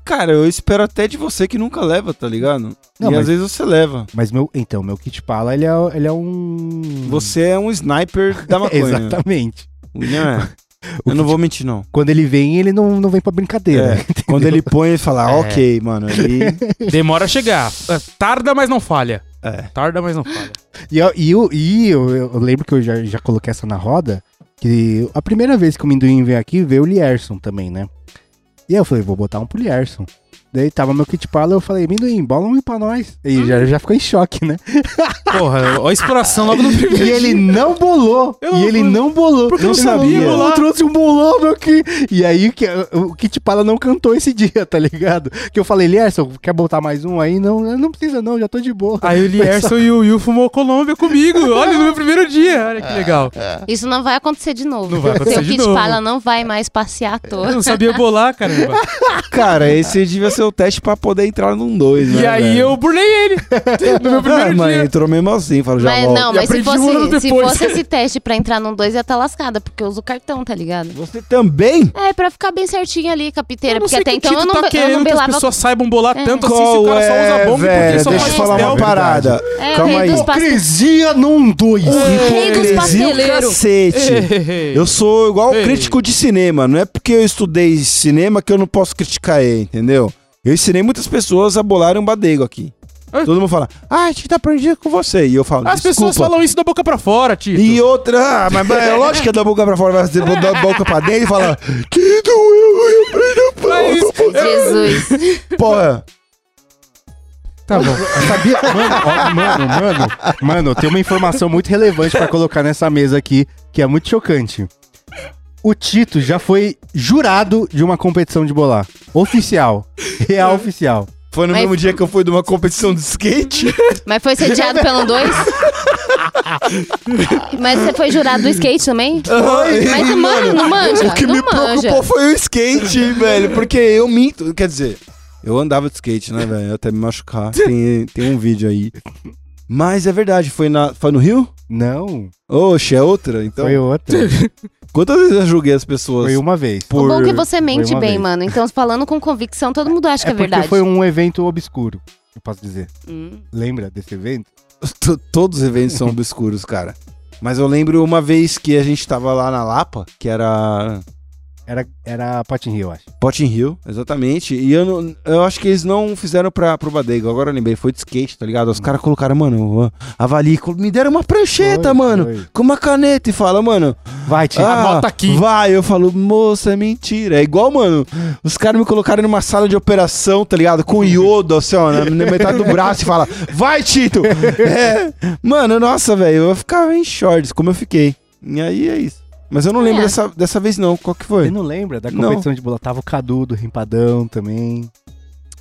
C: Cara, eu espero até de você que nunca leva, tá ligado?
A: Não,
C: e
A: mas-
C: às vezes você leva.
A: Mas meu, então, meu kit pala, ele é, ele é um...
C: Você é né? um sniper da maconha.
A: Exatamente.
C: William é.
A: O
C: Eu não vou mentir, não.
A: Quando ele vem, ele não, não vem pra brincadeira.
C: É, quando ele põe, ele fala, ah,
B: É.
C: ok, mano. Ele...
B: Demora a chegar. É, Tarda, mas não falha.
C: É.
B: Tarda, mas não falha.
A: E, eu, e, eu, e eu, eu lembro que eu já, já coloquei essa na roda, que a primeira vez que o Minduim veio aqui, veio o Lierson também, né? E aí eu falei, vou botar um pro Lierson. Daí tava meu kit pala, eu falei, Minduim, bola um pra nós. E já, já ficou em choque, né?
B: Porra, ó a exploração logo no
A: E
B: primeiro.
A: ele não bolou.
B: Eu
A: e
B: não-
A: ele não bolou.
B: Porque eu
A: Ele
B: não
A: falou,
B: sabia
A: "Não,
B: bolar."
A: trouxe um bolão, meu que. E aí o que- o Kit Pala não cantou esse dia, tá ligado? Que eu falei, Lierson, quer botar mais um aí? Não, não precisa não, já tô de boa.
B: Aí o Lierson e o Will fumou Colômbia comigo. Olha, no meu primeiro dia. Olha que legal.
D: Isso não vai acontecer de novo.
B: Não vai acontecer
D: Seu
B: de
D: kit
B: novo.
D: pala não vai mais passear à
B: Eu
D: toa.
B: não sabia bolar, caramba.
C: Cara, esse devia ser o teste pra poder entrar num 2, né?
B: E aí
C: velho?
B: eu burlei ele. No meu
C: ah,
B: primeiro
C: mas
B: dia.
C: entrou mesmo assim, fala, já
D: Mas
C: volto.
D: não,
B: E
D: mas se
B: aprendi um ano
D: fosse, se
B: depois.
D: fosse esse teste pra entrar num 2, ia estar lascada, porque eu uso o cartão, tá ligado?
C: Você também?
D: É, pra ficar bem certinho ali, capiteira.
B: Eu não sei
D: Porque até
B: que
D: então
B: Tito
D: eu não,
B: tá
D: be- eu
B: querendo
D: não
B: que as
D: belava.
B: pessoas saibam bolar
D: É.
B: tanto assim se o cara só usa bomba porque
C: é, velho?
B: ele só
C: Deixa eu
B: faz
C: falar
B: pastel.
C: uma parada.
D: É, o
C: Calma
D: rei
C: aí.
D: dos pastéis.
A: Hipocrisia num dois.
D: Rei dos
C: Hipocrisia o
D: pasteleiros.
C: cacete. Eu sou igual
B: Ei.
C: crítico de cinema. Não é porque eu estudei cinema que eu não posso criticar ele, entendeu? Eu ensinei muitas pessoas a bolarem um badego aqui.
B: Ah.
C: Todo mundo fala, ah, a gente tá aprendido com você. E eu falo,
B: As
C: desculpa.
B: pessoas falam isso da boca pra fora, Tito.
C: E outra, ah, mas mas é lógico que é da boca pra fora, vai ser da boca pra dentro e fala, que doeu, eu
B: Mas
C: aprendi
B: isso-
C: a bolar.
D: Jesus.
C: Porra.
B: Tá bom.
A: Sabia? Mano, ó, mano, mano, mano, tem uma informação muito relevante pra colocar nessa mesa aqui, que é muito chocante. O Tito já foi jurado de uma competição de bolar. Oficial. Real oficial.
C: Foi no
D: Mas-
C: mesmo dia que eu fui de uma competição de skate?
D: Mas foi sediado pelo 2? Mas você foi jurado do skate também?
C: Ai,
D: Mas,
C: mano,
D: mano, não manja.
C: O que
D: não
C: me
D: manja.
C: preocupou foi o skate, velho. Porque eu minto. Quer dizer, eu andava de skate, né, velho? Até me machucar. Tem, tem um vídeo aí. Mas é verdade, foi, na, foi no Rio?
A: Não,
C: Oxe, é outra? Então,
A: foi outra.
C: quantas vezes eu julguei as pessoas
A: Foi uma vez.
D: O
C: por...
D: bom é que você mente
A: uma
D: bem,
A: vez.
D: mano. Então, falando com convicção, todo mundo acha
A: é
D: que é
A: porque
D: verdade.
A: foi um evento obscuro, eu posso dizer.
D: Hum.
A: Lembra desse evento?
C: T- Todos os eventos são obscuros, cara. Mas eu lembro uma vez que a gente tava lá na Lapa, que era
A: Era, era Potting Hill, eu acho.
C: Potting Hill, exatamente. E eu, não, eu acho que eles não fizeram pra, pro Badego. Agora eu lembrei, foi de skate, tá ligado? Os caras colocaram, mano, ó, avalie. col- Me deram uma
A: Foi,
C: prancheta, mano.
A: foi.
C: Com uma caneta e fala, mano.
A: Vai, Tito.
C: ah,
B: anota aqui.
C: Vai, eu falo, moça, é mentira. É igual, mano. Os caras me colocaram numa sala de operação, tá ligado? Com iodo, assim, ó, na, na metade do braço e fala, vai, Tito! É. Mano, nossa, velho, eu ficava em shorts, como eu fiquei. E aí é isso. Mas eu não lembro
D: É.
C: dessa, dessa vez, não. Qual que
A: Você
C: foi?
A: não lembra da
C: Não.
A: competição de bola? Tava o Cadu do Rimpadão também.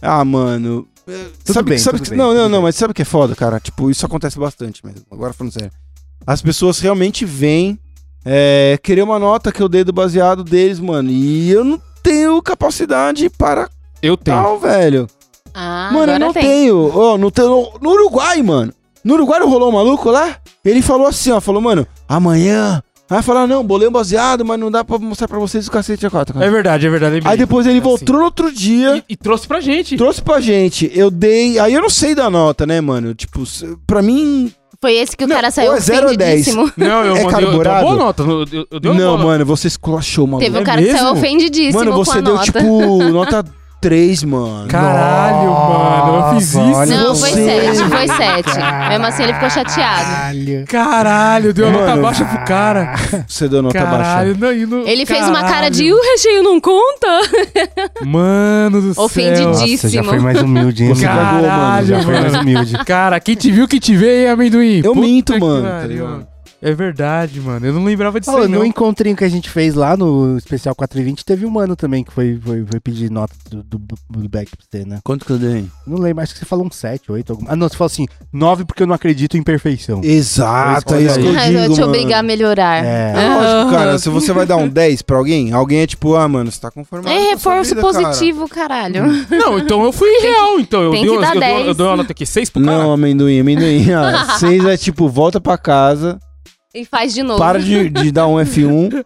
C: Ah, mano. eh,
A: Tudo
C: sabe,
A: bem,
C: sabe
A: tudo
C: que,
A: bem,
C: não, não,
A: tudo
C: não,
A: bem.
C: mas sabe o que é foda, cara? Tipo, isso acontece bastante mesmo. Agora falando sério. As pessoas realmente vêm eh, querer uma nota que eu dei do baseado deles, mano. E eu não tenho capacidade para
B: Eu tenho.
C: tal, velho.
D: Ah,
C: mano,
D: agora
C: eu não
D: tem.
C: tenho. Ó, não tenho. No, no Uruguai, mano. No Uruguai não rolou um maluco lá? Ele falou assim, ó. Falou, mano, amanhã. Aí falar, não, bolei um baseado, mas não dá pra mostrar pra vocês o cacete a quatro.
B: É verdade, é verdade. lembrei.
C: Aí depois ele
B: É assim.
C: voltou no outro dia.
B: E, e trouxe pra gente.
C: Trouxe pra gente, eu dei. Aí eu não sei da nota, né, mano? Tipo, se- pra mim.
D: Foi esse que o
C: Não,
D: cara saiu
C: ou é zero ou dez.
D: ofendidíssimo.
B: Não, eu mandei eu- eu dei
C: É
B: uma
C: carburado?
B: boa nota. Eu, eu, eu dei uma
C: não,
B: boa
C: mano, você esculachou, maluco.
D: Teve um
B: é
D: cara que saiu
B: mesmo?
D: ofendidíssimo
C: mano,
D: com
C: você
D: a
C: deu,
D: nota.
C: tipo, nota 3, mano.
B: nota. Caralho, mano, eu fiz isso.
A: olha
D: Não, foi
C: você.
D: sete, foi sete. Mesmo assim, ele ficou chateado.
A: Caralho.
B: Caralho, deu a nota
C: Mano.
B: baixa pro cara.
C: Você deu nota
B: Caralho,
C: baixa.
B: não, e no-
D: Ele fez uma cara de, "Uh,
B: Caralho.
D: o recheio não conta?
B: Mano do
D: Ofendidíssimo.
B: céu.
A: Nossa, já foi mais humilde, hein?
C: Você
A: mano?
C: cagou, mano. né?
A: Já
B: Caralho,
A: foi mais
B: mano.
A: humilde.
B: Cara, quem te viu, que te vê, hein, amendoim?
C: Eu minto,
B: que
C: mano, tá
B: pariu,
C: ligado?
B: É verdade, mano. Eu não lembrava disso
A: Ó,
B: aí,
A: no
B: não.
A: encontrinho que a gente fez lá no especial 420, teve um mano também que foi, foi, foi pedir nota do, do, do back pra você, né?
C: Quanto que eu dei?
A: Não lembro, acho que você falou um 7, 8, alguma. Ah, não, você falou assim, 9 porque eu não acredito em perfeição.
C: Exato, é
A: Olha
C: isso que eu
A: aí.
D: Ai, eu
C: digo,
D: vou te
C: mano.
D: obrigar a melhorar.
A: É.
C: É lógico,
D: Ah.
C: cara. Se você vai dar um 10 pra alguém, alguém é tipo, ah, mano, você tá conformado.
D: É
C: com a sua
D: reforço
C: vida, cara. Hum.
D: positivo, caralho.
B: Não, então eu fui real, então. Eu
D: tem
B: dei,
D: que
B: uma-
D: dar
B: eu, dou,
D: 10.
B: eu dou uma nota aqui, 6 pro cara.
C: Não, amendoim, amendoim. ó. Seis é tipo, volta pra casa,
D: E faz de novo.
C: para de, de dar um F1,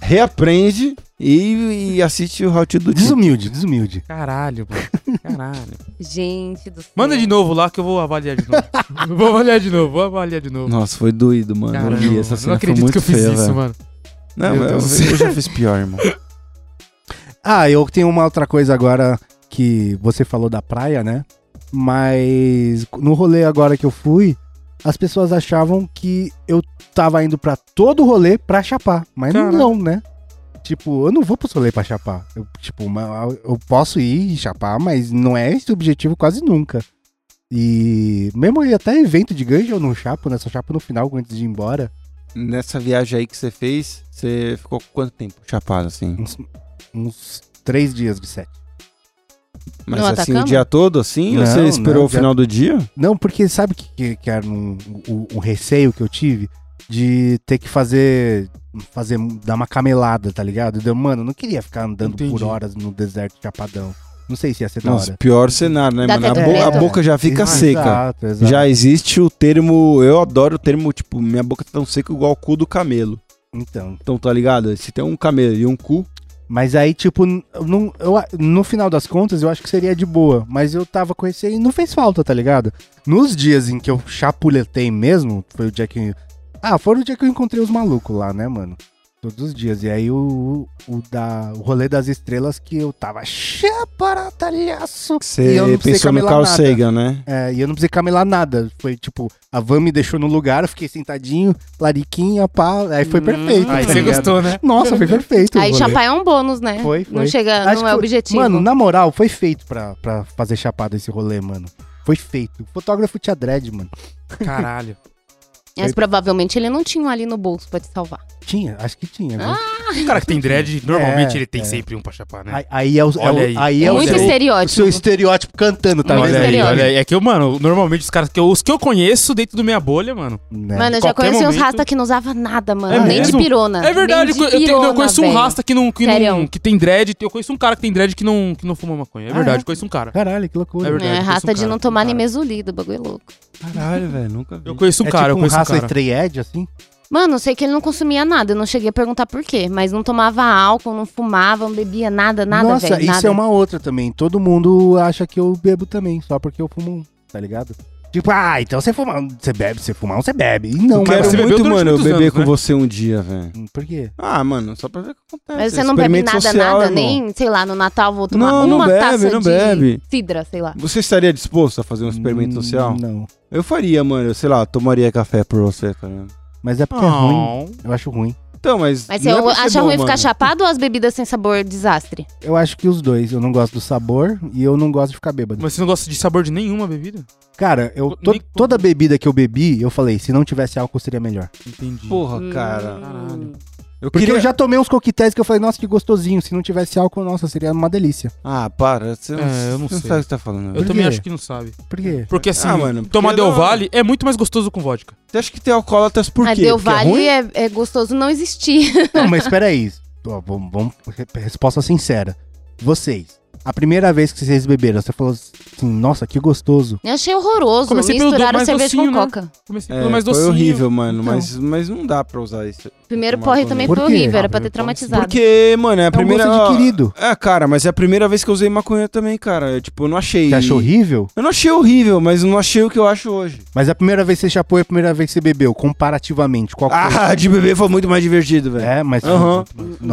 C: reaprende e, e assiste o How to do Disney.
A: Desumilde, desumilde.
B: Caralho, mano. Caralho.
D: Gente do céu.
B: Manda de novo lá que eu vou avaliar de novo. vou avaliar de novo, vou avaliar de novo.
C: Nossa, foi doído, mano.
B: Caramba,
C: eu vi essa
B: mano,
C: cena,
B: não
C: foi
B: acredito
C: muito
B: que eu fiz
C: feia,
B: isso,
C: velho.
B: mano.
C: Não,
B: Meu
C: eu,
B: Deus.
C: eu já fiz pior, irmão.
A: Ah, eu tenho uma outra coisa agora que você falou da praia, né? Mas no rolê agora que eu fui, as pessoas achavam que eu tava indo pra todo rolê pra chapar. Mas não,
B: Cara.
A: não, né? Tipo, eu não vou pro rolê pra chapar. Eu, tipo, ma- eu posso ir e chapar, mas não é esse o objetivo quase nunca. E mesmo aí até evento de ganja eu não chapo, né? Só chapo no final antes de ir embora.
C: Nessa viagem aí que você fez, você ficou quanto tempo chapado, assim?
A: Uns, uns três dias de sete.
C: Mas
D: No
C: assim,
D: Atacama?
C: o dia todo, assim? ou
A: Não,
C: você
A: não,
C: esperou o
A: dia-
C: final do dia?
A: Não, porque sabe o que, que, que era um, o, o receio que eu tive? De ter que fazer. fazer dar uma camelada, tá ligado? Deu, mano, eu não queria ficar andando por
B: Entendi.
A: horas no deserto de chapadão. Não sei se ia ser da
C: Nossa,
A: hora.
C: pior cenário, né,
D: Dá
C: mano? A,
D: até
C: bo- a
D: treta.
C: boca já fica
A: Exato,
C: seca.
A: Exato, exato.
C: Já existe o termo, eu adoro o termo, tipo, minha boca tá tão seca igual o cu do camelo.
A: Então.
C: Então, tá ligado? Se tem um camelo e um cu,
A: Mas aí, tipo, n- não, eu a- no final das contas, eu acho que seria de boa. Mas eu tava com receio e não fez falta, tá ligado? Nos dias em que eu chapuletei mesmo, foi o dia que. Ah, foi o dia que eu encontrei os malucos lá, né, mano? Todos os dias. E aí o, o, o da, o rolê das estrelas que eu tava chaparatalhaço. E eu não precisei
C: você pensou no
A: camelar
C: Carl
A: nada.
C: Sagan, né?
A: É, e eu não precisei camelar nada. Foi tipo, a van me deixou no lugar, eu fiquei sentadinho, lariquinha, pá. Aí foi
D: Hum.
A: perfeito.
B: Aí
A: tá
B: você
A: ligado?
B: gostou, né?
A: Nossa, foi perfeito. o
D: Aí
A: rolê.
D: chapar é um bônus, né?
A: Foi, foi.
D: Não chega,
A: Acho
D: não é
A: que-
D: objetivo.
A: Mano, na moral, foi feito pra, pra fazer chapado esse rolê, mano. Foi feito. O fotógrafo tinha dread, mano.
B: Caralho.
D: Mas provavelmente ele não tinha um ali no bolso pra te salvar.
A: Tinha, acho que tinha. viu?
D: Ah.
B: Um cara que tem dread, normalmente
A: É,
B: ele tem
A: é.
B: sempre um pra chapar, né?
A: Aí, aí é o, é o-
B: Olha aí.
A: aí é o
D: Muito
A: seu, o
D: estereótipo.
A: seu estereótipo cantando, tá
D: Muito
A: vendo?
B: olha aí,
D: exterior.
B: olha aí. É que eu, mano, normalmente os caras que eu, os que eu conheço dentro do minha bolha, mano.
A: Né?
D: Mano, eu já
B: qualquer
D: conheci uns
B: momento-
D: rasta que não usava nada, mano.
B: É
D: nem
B: mesmo?
D: de pirona.
B: É verdade,
D: nem de
B: eu, tenho- eu
D: pirona,
B: conheço um
D: velho.
B: rasta que não, que, não,
D: Sério.
B: que tem dread. Eu conheço um cara que tem dread que não, que não fuma maconha. É
A: Ah,
B: verdade,
A: é?
B: conheço um cara.
A: Caralho, que loucura.
B: É verdade.
D: É,
B: eu
D: rasta
B: conheço um
D: de não
B: cara,
D: tomar
B: um
D: nem
B: cara.
D: mesolida, bagulho é louco.
C: Caralho, velho, nunca vi.
B: Eu conheço um
A: É
B: cara, eu
A: tipo um
B: conheço um
A: raça
B: cara.
A: estreed, assim?
D: Mano, eu sei que ele não consumia nada, eu não cheguei a perguntar por quê, mas não tomava álcool, não fumava, não bebia nada, nada,
A: Nossa,
D: velho,
A: isso
D: nada.
A: é uma outra também. Todo mundo acha que eu bebo também, só porque eu fumo um, tá ligado? Tipo, ah, então você fuma um, você bebe, você fumar um, você bebe. E não,
C: Eu quero
B: você
A: mano.
B: bebeu
C: muito,
B: durante
C: mano, eu
B: muitos
C: beber
B: anos,
C: com
B: né?
C: você um dia, velho.
A: Por quê?
C: Ah, mano, só pra ver o que acontece.
D: Mas você não bebe
C: Experimento
D: nada,
C: social,
D: nada,
C: irmão.
D: nem, sei lá, no Natal vou tomar
C: Não, não
D: uma
C: bebe,
D: taça
C: não
D: de
C: bebe.
D: cidra, sei lá.
C: Você estaria disposto a fazer um experimento
A: Hum,
C: social?
A: Não.
C: Eu faria, mano. Eu, sei lá, tomaria café por você, tá ligado?
A: Mas é
B: Ah.
A: porque é ruim.
B: Não.
A: Eu acho ruim.
C: Então, mas.
D: Mas você
C: não é pra ser
D: acha
C: bom,
D: ruim ficar
C: mano.
D: chapado ou as bebidas sem sabor desastre?
A: Eu acho que os dois. Eu não gosto do sabor e eu não gosto de ficar bêbado.
B: Mas você não gosta de sabor de nenhuma bebida?
A: Cara, eu to-
B: Nem com-
A: toda bebida que eu bebi, eu falei, se não tivesse álcool seria melhor.
B: Entendi.
C: Porra,
D: Hum.
C: cara.
B: Caralho.
C: Eu
A: Porque
C: queria.
A: eu já tomei uns coquetéis que eu falei, nossa, que gostosinho. Se não tivesse álcool, nossa, seria uma delícia.
C: Ah, para. Você não,
B: É, eu não
C: você
B: sei.
C: sabe o que você tá falando.
B: Eu
C: velho.
A: Por
B: também
A: quê?
B: acho que não sabe.
A: Por quê?
B: Porque assim,
C: Ah, mano,
B: tomar
C: porque
B: Del
C: não-
B: Valle é muito mais gostoso com vodka.
C: Você acha que tem alcoólatras por
D: a
C: quê?
D: Del
C: Porque é
D: Valle
C: ruim?
D: é, é gostoso não existir.
A: Não, mas peraí. Ó, vamos, vamos- re- resposta sincera. Vocês, a primeira vez que vocês beberam, você falou assim, nossa, que gostoso.
D: Eu achei horroroso.
B: Comecei pelo
D: Misturaram
B: mais
D: cerveja
B: docinho,
D: com
B: né?
D: coca.
B: Comecei
C: É,
B: pelo mais docinho.
C: Foi horrível, mano.
A: Então.
C: Mas, mas não dá pra usar isso.
D: Primeiro
C: Tomar
D: porre
C: banho.
D: também
A: Por
D: foi
A: quê?
D: horrível, era
B: Ah,
D: pra ter
B: eu tomo sim.
D: traumatizado.
C: Porque, mano, é a
D: Então,
A: É um
C: primeira.
A: gosto adquirido.
C: É, cara, mas é a primeira vez que eu usei maconha também, cara. Eu, tipo, eu não achei.
A: Você achou horrível?
C: Eu não achei horrível, mas eu não achei o que eu acho hoje.
A: Mas a primeira vez que você chapou e a primeira vez que você bebeu, comparativamente, qual foi?
C: Ah, de bebê foi muito mais divertido, velho.
A: É, mas...
C: Aham.
A: Nossa,
C: Lógico,
A: pra
C: eu
A: mim-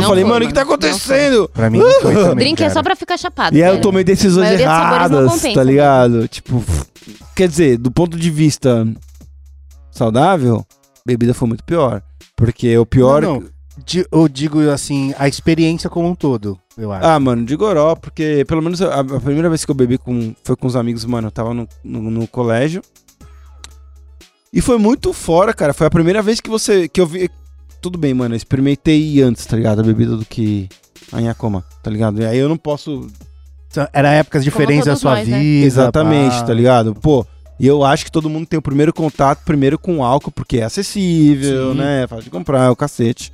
D: Não
C: falei,
D: foi,
C: mano, o que tá
D: mano.
C: acontecendo?
A: Pra mim não foi
C: Uh!
A: também,
D: Drink é
A: cara.
D: só pra ficar chapado.
C: E aí eu
D: velho.
C: tomei
D: A
C: decisões
D: maioria dos sabores não
C: erradas,
D: compensa,
C: tá
D: né?
C: ligado? Tipo, quer dizer, do ponto de vista saudável, bebida foi muito pior. Porque o pior.
A: Não, não. Di- Eu digo assim, a experiência como um todo, eu acho.
C: Ah, mano, de goró, porque pelo menos a, a primeira vez que eu bebi com, foi com os amigos, mano, eu tava no, no, no colégio. E foi muito fora, cara. Foi a primeira vez que você. que eu vi. Tudo bem, mano. Eu experimentei antes, tá ligado? A bebida do que a Nhacoma, tá ligado? E aí eu não posso.
A: São- Era épocas diferentes da
D: todos
A: sua
D: nós, né?
A: vida.
C: Exatamente,
A: pá.
C: tá ligado? Pô. E eu acho que todo mundo tem o primeiro contato primeiro com álcool, porque é acessível,
B: Sim.
C: né? É fácil de comprar, é o cacete.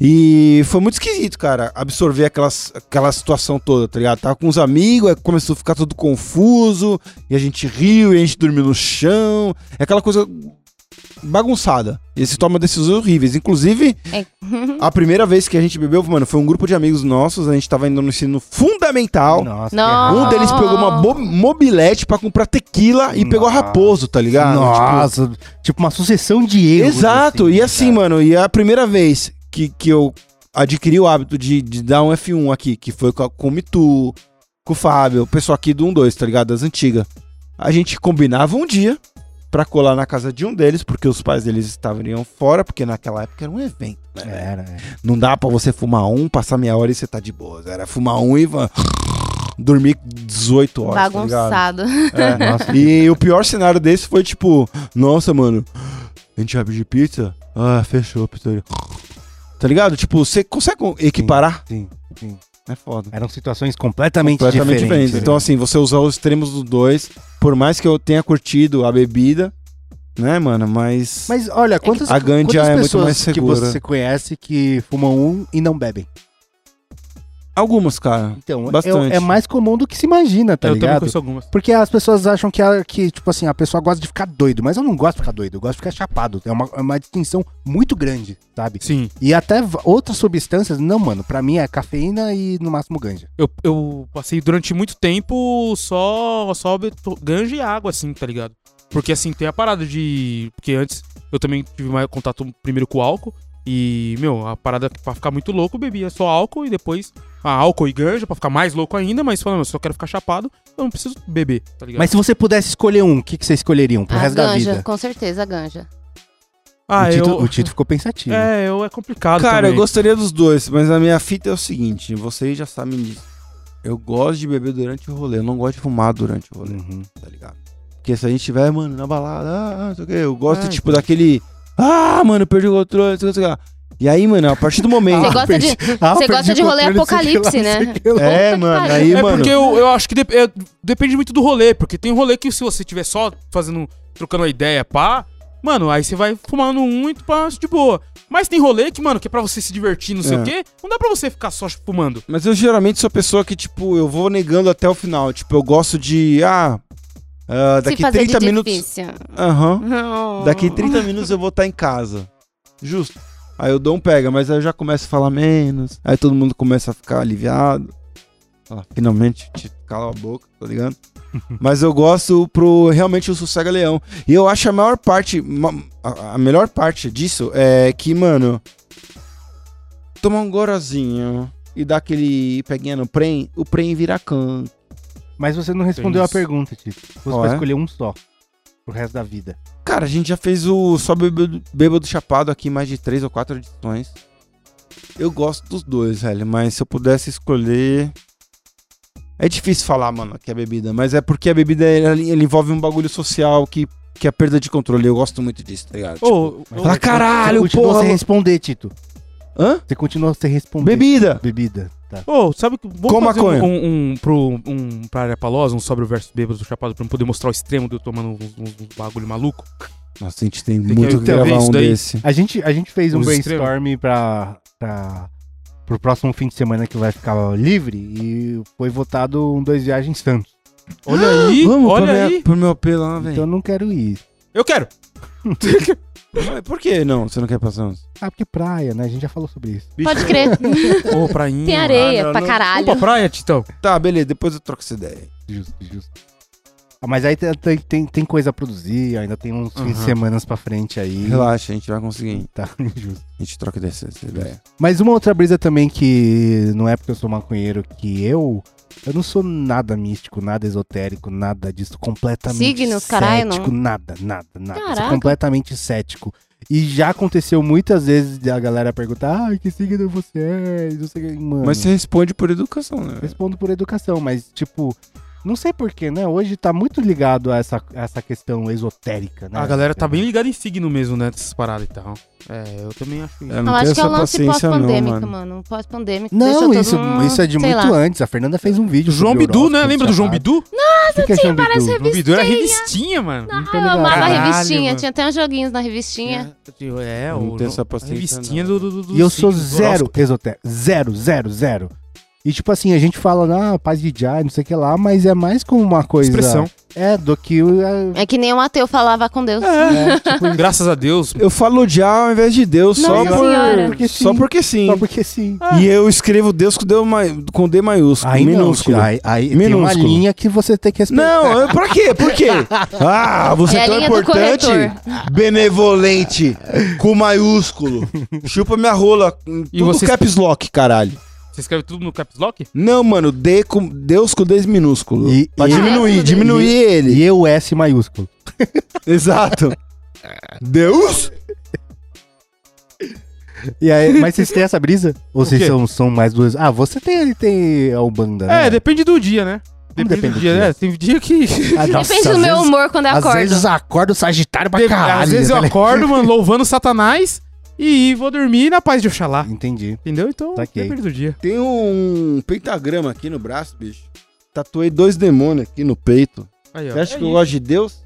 C: E foi muito esquisito, cara, absorver aquelas, aquela situação toda, tá ligado? Tava com uns amigos, aí começou a ficar tudo confuso, e a gente riu, e a gente dormiu no chão. É aquela coisa bagunçada. E se toma decisões horríveis. Inclusive,
D: É.
C: a primeira vez que a gente bebeu, mano, foi um grupo de amigos nossos, a gente tava indo no ensino fundamental.
A: Nossa,
D: Não.
C: Um
A: que errado.
C: deles pegou uma bo- mobilete pra comprar tequila e pegou a
A: Nossa.
C: raposo, tá ligado? Tipo,
A: Nossa, tipo, uma sucessão de erros. né,
C: Exato, e assim,
A: cara.
C: mano, e a primeira vez que, que eu adquiri o hábito de, de dar um F1 aqui, que foi com, a- com o Mitu, com o Fábio, o pessoal aqui do 1-2, tá ligado? Das antigas. A gente combinava um dia pra colar na casa de um deles, porque os pais deles estavam fora, porque naquela época era um evento, né?
A: Era, é.
C: Não dá pra você fumar um, passar meia hora e você tá de boa. Era fumar um e va- dormir 18 horas, tá ligado?
D: Bagunçado.
C: É.
A: Nossa.
C: E o pior cenário desse foi tipo, nossa, mano, a gente vai pedir pizza? Ah, fechou, pizzaria. Tá ligado? Tipo, você consegue equiparar?
A: Sim, sim.
C: É foda.
A: Eram situações completamente,
C: Completamente
A: diferentes. né?
C: diferente. Então, assim, você usar os extremos dos dois, por mais que eu tenha curtido a bebida, né, mano, mas...
A: Mas olha, quantas,
C: a ganja
A: quantas
C: é muito
A: pessoas
C: mais
A: que
C: segura.
A: você conhece que fumam um e não bebem?
C: Algumas, cara.
A: Então, é-
C: Bastante.
A: é, mais comum do que se imagina, tá
B: É, eu também
A: ligado?
B: conheço algumas.
A: Porque as pessoas acham que, a- que, tipo assim, a pessoa gosta de ficar doido, mas eu não gosto de ficar doido, eu gosto de ficar chapado. É uma, é uma distinção muito grande, sabe?
B: Sim.
A: E até v- outras substâncias, não, mano, pra mim é cafeína e no máximo ganja.
B: Eu, eu passei durante muito tempo só, só beto- ganja e água, assim, tá ligado? Porque assim, tem a parada de. Porque antes eu também tive mais contato primeiro com o álcool. E, meu, a parada pra ficar muito louco, eu bebia só álcool e depois ah, álcool e ganja pra ficar mais louco ainda, mas falando, eu só quero ficar chapado, eu não preciso beber, tá ligado?
A: Mas se você pudesse escolher um, o que, que você escolheria um pro
D: A
A: resto da
D: Ah, ganja,
A: vida?
D: com certeza, a ganja.
B: ah,
A: o, Tito,
B: eu.
A: o Tito ficou pensativo.
B: É, eu, é complicado.
C: Cara,
B: também.
C: eu gostaria dos dois, mas a minha fita é o seguinte, vocês já sabem disso. Eu gosto de beber durante o rolê, eu não gosto de fumar durante o rolê.
A: Uhum.
C: tá ligado? Porque se a gente tiver, mano, na balada, ah, não sei o quê, eu gosto,
A: Ah,
C: tipo, daquele. Ah, mano, perdi o controle, não sei o que, não sei o que lá. E aí, mano, a partir do momento.
D: Você gosta de,
A: Ah,
D: você
A: perdi
D: gosta de
A: o controle,
D: rolê
A: não sei o que lá,
D: apocalipse,
A: não sei
D: né?
A: o que lá.
C: É,
D: Puta que
C: mano,
D: pariu.
C: aí,
B: é
C: mano.
B: porque eu, eu acho que dep- é, depende muito do rolê, porque tem rolê que se você tiver só fazendo, trocando a ideia, pá, mano, aí você vai fumando um e tu passa de boa. Mas tem rolê que, mano, que é pra você se divertir, não sei
C: É.
B: o quê, não dá pra você ficar só fumando.
C: Mas eu geralmente sou a pessoa que, tipo, eu vou negando até o final. Tipo, eu gosto de. Ah, ah,
D: Se
C: daqui
D: fazer
C: 30
D: de
C: minutos.
D: difícil.
C: Aham.
D: Não.
C: Daqui 30 minutos eu vou estar em casa. Justo. Aí o Dom pega, mas aí eu já começo a falar menos. Aí todo mundo começa a ficar aliviado. Fala, finalmente, te cala a boca, tá ligado? mas eu gosto pro realmente o Sossega Leão. E eu acho a maior parte, ma- a, a melhor parte disso é que, mano, tomar um gorozinho e dar aquele peguinha no prem, o prem vira can.
A: Mas você não respondeu a
B: isso.
A: pergunta, Tito. Você
C: Qual
A: vai
C: é?
A: escolher um só. Pro resto da vida.
C: Cara, a gente já fez o Só Bêbado, Bêbado Chapado aqui em mais de três ou quatro edições. Eu gosto dos dois, velho, mas se eu pudesse escolher. É difícil falar, mano, que é bebida, mas é porque a bebida ela, ela envolve um bagulho social que, que é a perda de controle. Eu gosto muito disso, tá ligado? Tipo,
B: Ô,
A: Mas
B: ô,
C: fala,
A: você-
C: caralho,
A: você continuou
C: porra,
A: sem
C: mano."
A: responder, Tito.
C: Hã?
A: Você continuou sem responder.
C: Bebida!
A: Bebida. Tá.
B: ô, sabe que. Vamos
C: Com
B: fazer
C: maconha.
B: um, um, pro, um pra área palosa, um sobre o verso bêbado do chapado, pra não poder mostrar o extremo de eu tomando uns, uns- uns bagulho maluco.
C: Nossa, a gente tem
B: Tem
C: muito
B: que
C: que
B: ver
C: gravar
B: isso
C: um
B: daí.
C: desse.
A: A gente, a gente fez um
B: Os
A: brainstorm pra, pra, pro próximo fim de semana que vai ficar livre e foi votado um Dois Viagens Santos.
B: Olha aí,
C: pro,
B: olha
C: minha-
B: aí.
C: pro meu apelo lá,
A: Então eu
C: velho.
A: não quero ir.
B: Eu quero.
C: Mas Por que não? Você não quer passar uns?
A: Ah, porque praia, né? A gente já falou sobre isso.
D: Pode crer.
B: Ô, prainha.
D: Tem areia
C: Ah, não,
D: pra
C: não.
D: caralho.
B: Opa, praia, Titão.
C: Tá, beleza, depois eu troco essa ideia.
A: Justo, justo. Ah, mas aí tem- tem, tem, tem coisa a produzir, ainda tem uns fins de
B: Aham.
A: semana pra frente
B: Hum.
A: aí.
C: Relaxa, a gente vai conseguir.
A: Tá, justo.
C: A gente troca dessa, essa ideia.
A: Mas uma outra brisa também que não é porque eu sou maconheiro que eu. Eu não sou nada místico, nada esotérico, nada disso. Completamente
D: Signos,
A: cético.
D: caralho,
A: Nada, nada, nada. Sou
D: Caraca.
A: completamente cético. E já aconteceu muitas vezes de a galera perguntar: ah, que signo você é? E não sei o que, mano.
C: Mas você responde por educação, né?
A: Respondo por educação, mas tipo. Não sei porquê, né? Hoje tá muito ligado a essa, a essa questão esotérica, né?
B: A galera tá bem ligada em signo mesmo, né? Dessas paradas e tal. É, eu também acho isso.
C: Eu
D: Não,
C: tenho
D: acho que é o
C: essa
D: lance
C: paciência não,
D: pós-pandêmico,
C: mano.
D: mano. Pós-pandêmico.
A: Não,
D: deixa
A: isso,
D: todo mundo-
A: isso é de
D: sei
A: muito
D: lá.
A: antes. A Fernanda fez um vídeo.
B: João
A: sobre
B: Bidu, né?
A: horóscopo,
B: lembra do João
A: chapado.
B: Bidu?
A: O que que é
D: tinha
A: João
D: várias
A: Bidu?
B: João Bidu era
D: Revistinha.
B: revistinha,
A: Não
B: mano.
A: tô
D: Ah, eu
A: ligado.
D: amava a
B: Caralho,
D: revistinha.
B: mano.
D: Tinha até uns joguinhos na revistinha.
B: É, é
C: Não
B: o
C: tem essa
B: a
C: paciência,
B: revistinha do,
C: não.
B: do, do-
A: E eu
B: do
A: sou
B: signo, do
A: zero
B: horóscopo.
A: esotérico. Zero, zero, zero. E tipo assim, a gente fala, ah, paz de Jai, não sei o que lá, mas é mais como uma coisa.
B: Expressão.
A: É, do que. o- É,
D: É que nem um ateu falava com Deus.
A: é, tipo,
B: Graças a Deus.
C: Eu falo de A ao invés de Deus só,
D: Nossa
C: por-
D: senhora.
A: porque sim.
C: só porque sim.
A: Só porque sim.
C: E eu escrevo Deus com, D ma- com D maiúsculo,
A: Ah. Aí não,
C: minúsculo.
A: aí, aí tem uma
C: Minúsculo.
A: linha que você tem que respeitar.
C: Não, eu, pra quê? Por quê? Ah, você
D: É a
C: é tão
D: linha do
C: importante, benevolente, com maiúsculo. Chupa minha rola, em
B: E
C: tudo
B: vocês-
C: caps lock, caralho.
B: Você escreve tudo no caps lock?
C: Não, mano, D com, Deus com D minúsculo.
A: E-
C: pra
A: e-
D: Ah,
C: diminuir, diminuir ele.
A: E eu S maiúsculo.
C: Exato. Deus?
A: E aí, mas vocês têm essa brisa? Ou vocês
B: quê?
A: são, são mais duas? Ah, você tem, tem a Umbanda, né?
B: É, depende do dia, né? Depende,
A: depende
B: do
A: do
B: dia,
A: dia?
B: né? Tem dia que.
A: Ah, nossa,
D: Depende do
A: às
D: meu
A: vezes-
D: humor quando eu
A: Às
D: acordo.
A: vezes acordo Sagitário pra caralho.
B: Às vezes eu
A: tá ligado?
B: acordo, mano, louvando Satanás e vou dormir na paz de Oxalá.
A: Entendi.
B: Entendeu? Então,
A: Saquei.
B: depende do dia.
C: Tem um pentagrama aqui no braço, bicho. Tatuei dois demônios aqui no peito.
B: Aí, ó.
C: Você acha
B: É
C: que eu
B: isso.
C: gosto de Deus?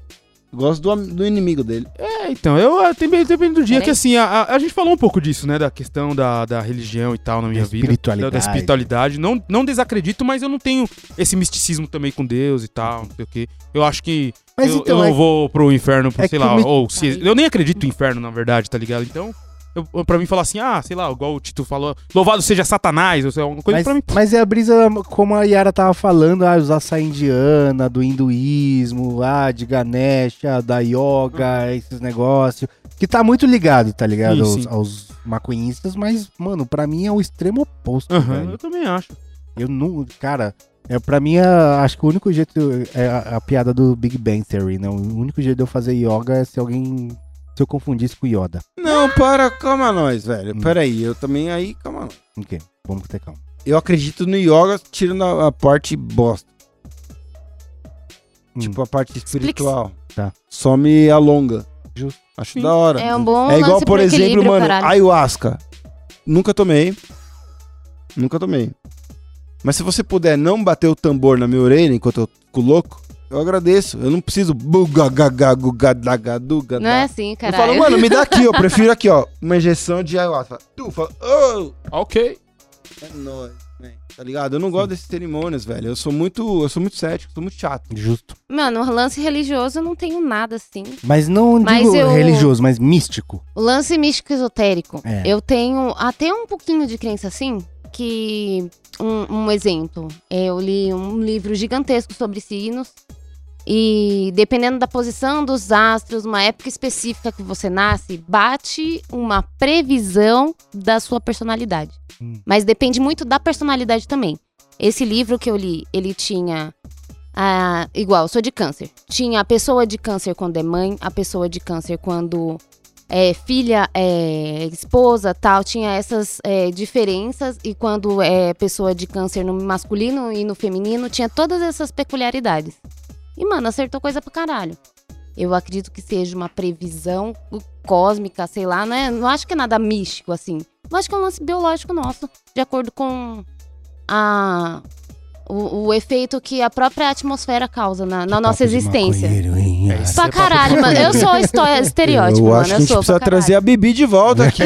C: Gosto do, am- do inimigo dele.
B: É, então, eu ah, tem- depende do dia,
D: Peraí.
B: que assim, a, a- a gente falou um pouco disso, né? Da questão da, da religião e tal na minha vida.
A: espiritualidade.
B: Da, da espiritualidade. Não, não desacredito, mas eu não tenho esse misticismo também com Deus e tal, não sei o quê. Eu acho que
A: Mas
B: eu,
A: então,
B: eu não
A: é-
B: vou pro inferno, pro,
A: é
B: sei
A: que
B: lá,
A: o mi-
B: ou se. Eu nem acredito no inferno, na verdade, tá ligado? Então, eu, eu- pra mim falar assim, ah, sei lá, igual o Tito falou, louvado seja Satanás, ou sei lá, alguma coisa
A: mas,
B: pra mim.
A: mas é a brisa, como a Yara tava falando, ah, os açaí indiana, do hinduísmo, ah, de Ganesha, da yoga, esses negócios. Que tá muito ligado, tá ligado?
B: Sim,
A: aos,
B: sim.
A: aos maconhistas, mas, mano, pra mim é o extremo oposto,
B: Aham,
A: velho.
B: eu também acho.
A: Eu não. Cara, é, pra mim, a- acho que o único jeito. É a, a piada do Big Bang Theory, né? O único jeito de eu fazer yoga é se alguém. Se eu confundisse com Yoda.
B: Ah!
C: Não, para, calma nós, velho.
A: Hum.
C: Peraí, eu também aí, calma nós.
A: Ok, vamos ter calma.
C: Eu acredito no yoga tirando a, a parte bosta. Tipo, a parte espiritual.
A: Tá.
C: Só me alonga. Acho
B: Sim.
C: da hora.
D: É um bom
C: É igual,
D: lance
C: por
D: pro
C: exemplo,
D: equilíbrio,
C: mano,
D: caralho.
C: ayahuasca. Nunca tomei. Nunca tomei. Mas se você puder não bater o tambor na minha orelha enquanto eu fico louco, eu agradeço. Eu não preciso. Bugagagagugadagadugadá.
D: Não é assim,
C: Eu
D: caralho.
C: falo, mano, me dá aqui, eu prefiro aqui, ó. Uma injeção de ayahuasca. Tu fala, oh,
B: Ok.
C: é nóis, né? Tá ligado? Eu não gosto dessas cerimônias, velho. Eu sou muito, eu sou muito cético, sou muito chato.
A: Justo.
D: Mano, o lance religioso eu não tenho nada assim.
A: Mas não
D: Mas
A: digo
D: eu-
A: religioso, mas místico.
D: O lance místico esotérico.
A: É.
D: Eu tenho até um pouquinho de crença assim, que. Um, um exemplo. Eu li um livro gigantesco sobre signos. E dependendo da posição dos astros, uma época específica que você nasce, bate uma previsão da sua personalidade.
A: Hum.
D: Mas depende muito da personalidade também. Esse livro que eu li, ele tinha. ah, igual, eu sou de câncer. Tinha a pessoa de câncer quando é mãe, a pessoa de câncer quando é filha, é esposa, tal. Tinha essas é, diferenças. E quando é pessoa de câncer no masculino e no feminino, tinha todas essas peculiaridades. E, mano, acertou coisa pra caralho. Eu acredito que seja uma previsão cósmica, sei lá, né? Não acho que é nada místico, assim. Eu acho que é um lance biológico nosso, de acordo com a, o, o efeito que a própria atmosfera causa na, na nossa existência.
B: É isso.
D: Pra caralho, mano. Eu sou histó- estereótipo,
C: eu
D: mano.
C: acho que a
D: eu
C: gente
D: sou
C: precisa
D: pra caralho.
C: trazer a Bibi de volta aqui.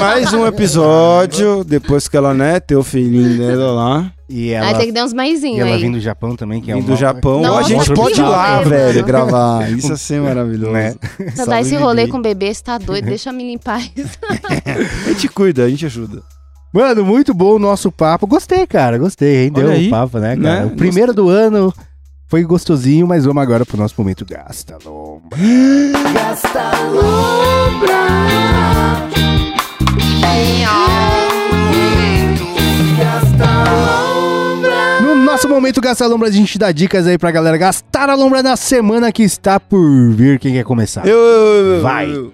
C: mais um episódio. Depois que ela, né, tem o filhinho dela lá.
A: E
D: Aí
A: ela,
D: tem que dar uns
A: e
D: maisinhos
A: ela
D: aí.
A: vem do Japão também, que é
C: Vem
A: um
C: do
A: mal-
C: Japão.
D: Nossa,
C: a gente
D: que
C: pode ir lá,
D: rolê,
C: velho,
D: mano.
C: gravar. Isso assim é maravilhoso.
A: Né?
D: Pra
C: Salve,
D: dar esse rolê
C: Bibi.
D: com o bebê, você tá doido? Deixa eu me limpar.
C: A gente cuida, a gente ajuda.
A: Mano, muito bom o nosso papo. Gostei, cara. Gostei, hein? Deu
B: Olha aí.
A: o papo, né,
C: Né?
A: cara? O primeiro do ano foi gostosinho, mas vamos agora pro nosso momento Gasta Lombra. No nosso momento Gasta Lombra, a gente dá dicas aí pra galera gastar a lombra na semana que está por vir. Quem quer começar?
C: Eu, eu- eu-
A: Vai.
C: eu-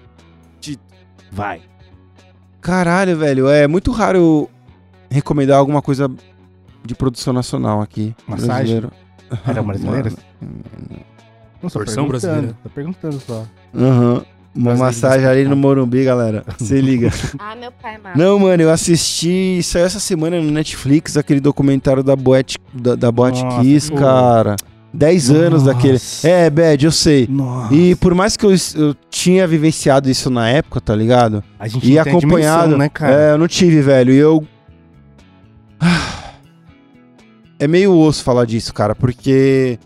A: Vai.
C: Caralho, velho, é muito raro eu recomendar alguma coisa de produção nacional aqui.
A: Massagem?
C: Brasileiro.
A: Eram brasileiras? Não, só
B: Versão
A: hum, perguntando,
B: brasileira.
A: Tô perguntando só.
C: Aham. Uma
B: Brasileiro
C: massagem ali no Morumbi, galera. Se liga.
D: Ah, meu pai, mano.
C: Não, mano, eu assisti. Saiu essa semana no Netflix aquele documentário da Boate, da, da Boate
A: Nossa,
C: Kiss,
B: pô.
C: cara. 10 anos
A: Nossa.
C: daquele. É, Bad, eu sei.
A: Nossa.
C: E por mais que eu, eu tinha vivenciado isso na época, tá ligado?
A: a gente
C: E
A: não tem a
C: acompanhado.
A: dimensão, né, cara?
C: É, eu não tive, velho. E eu. Ah. É meio osso falar disso, cara, porque.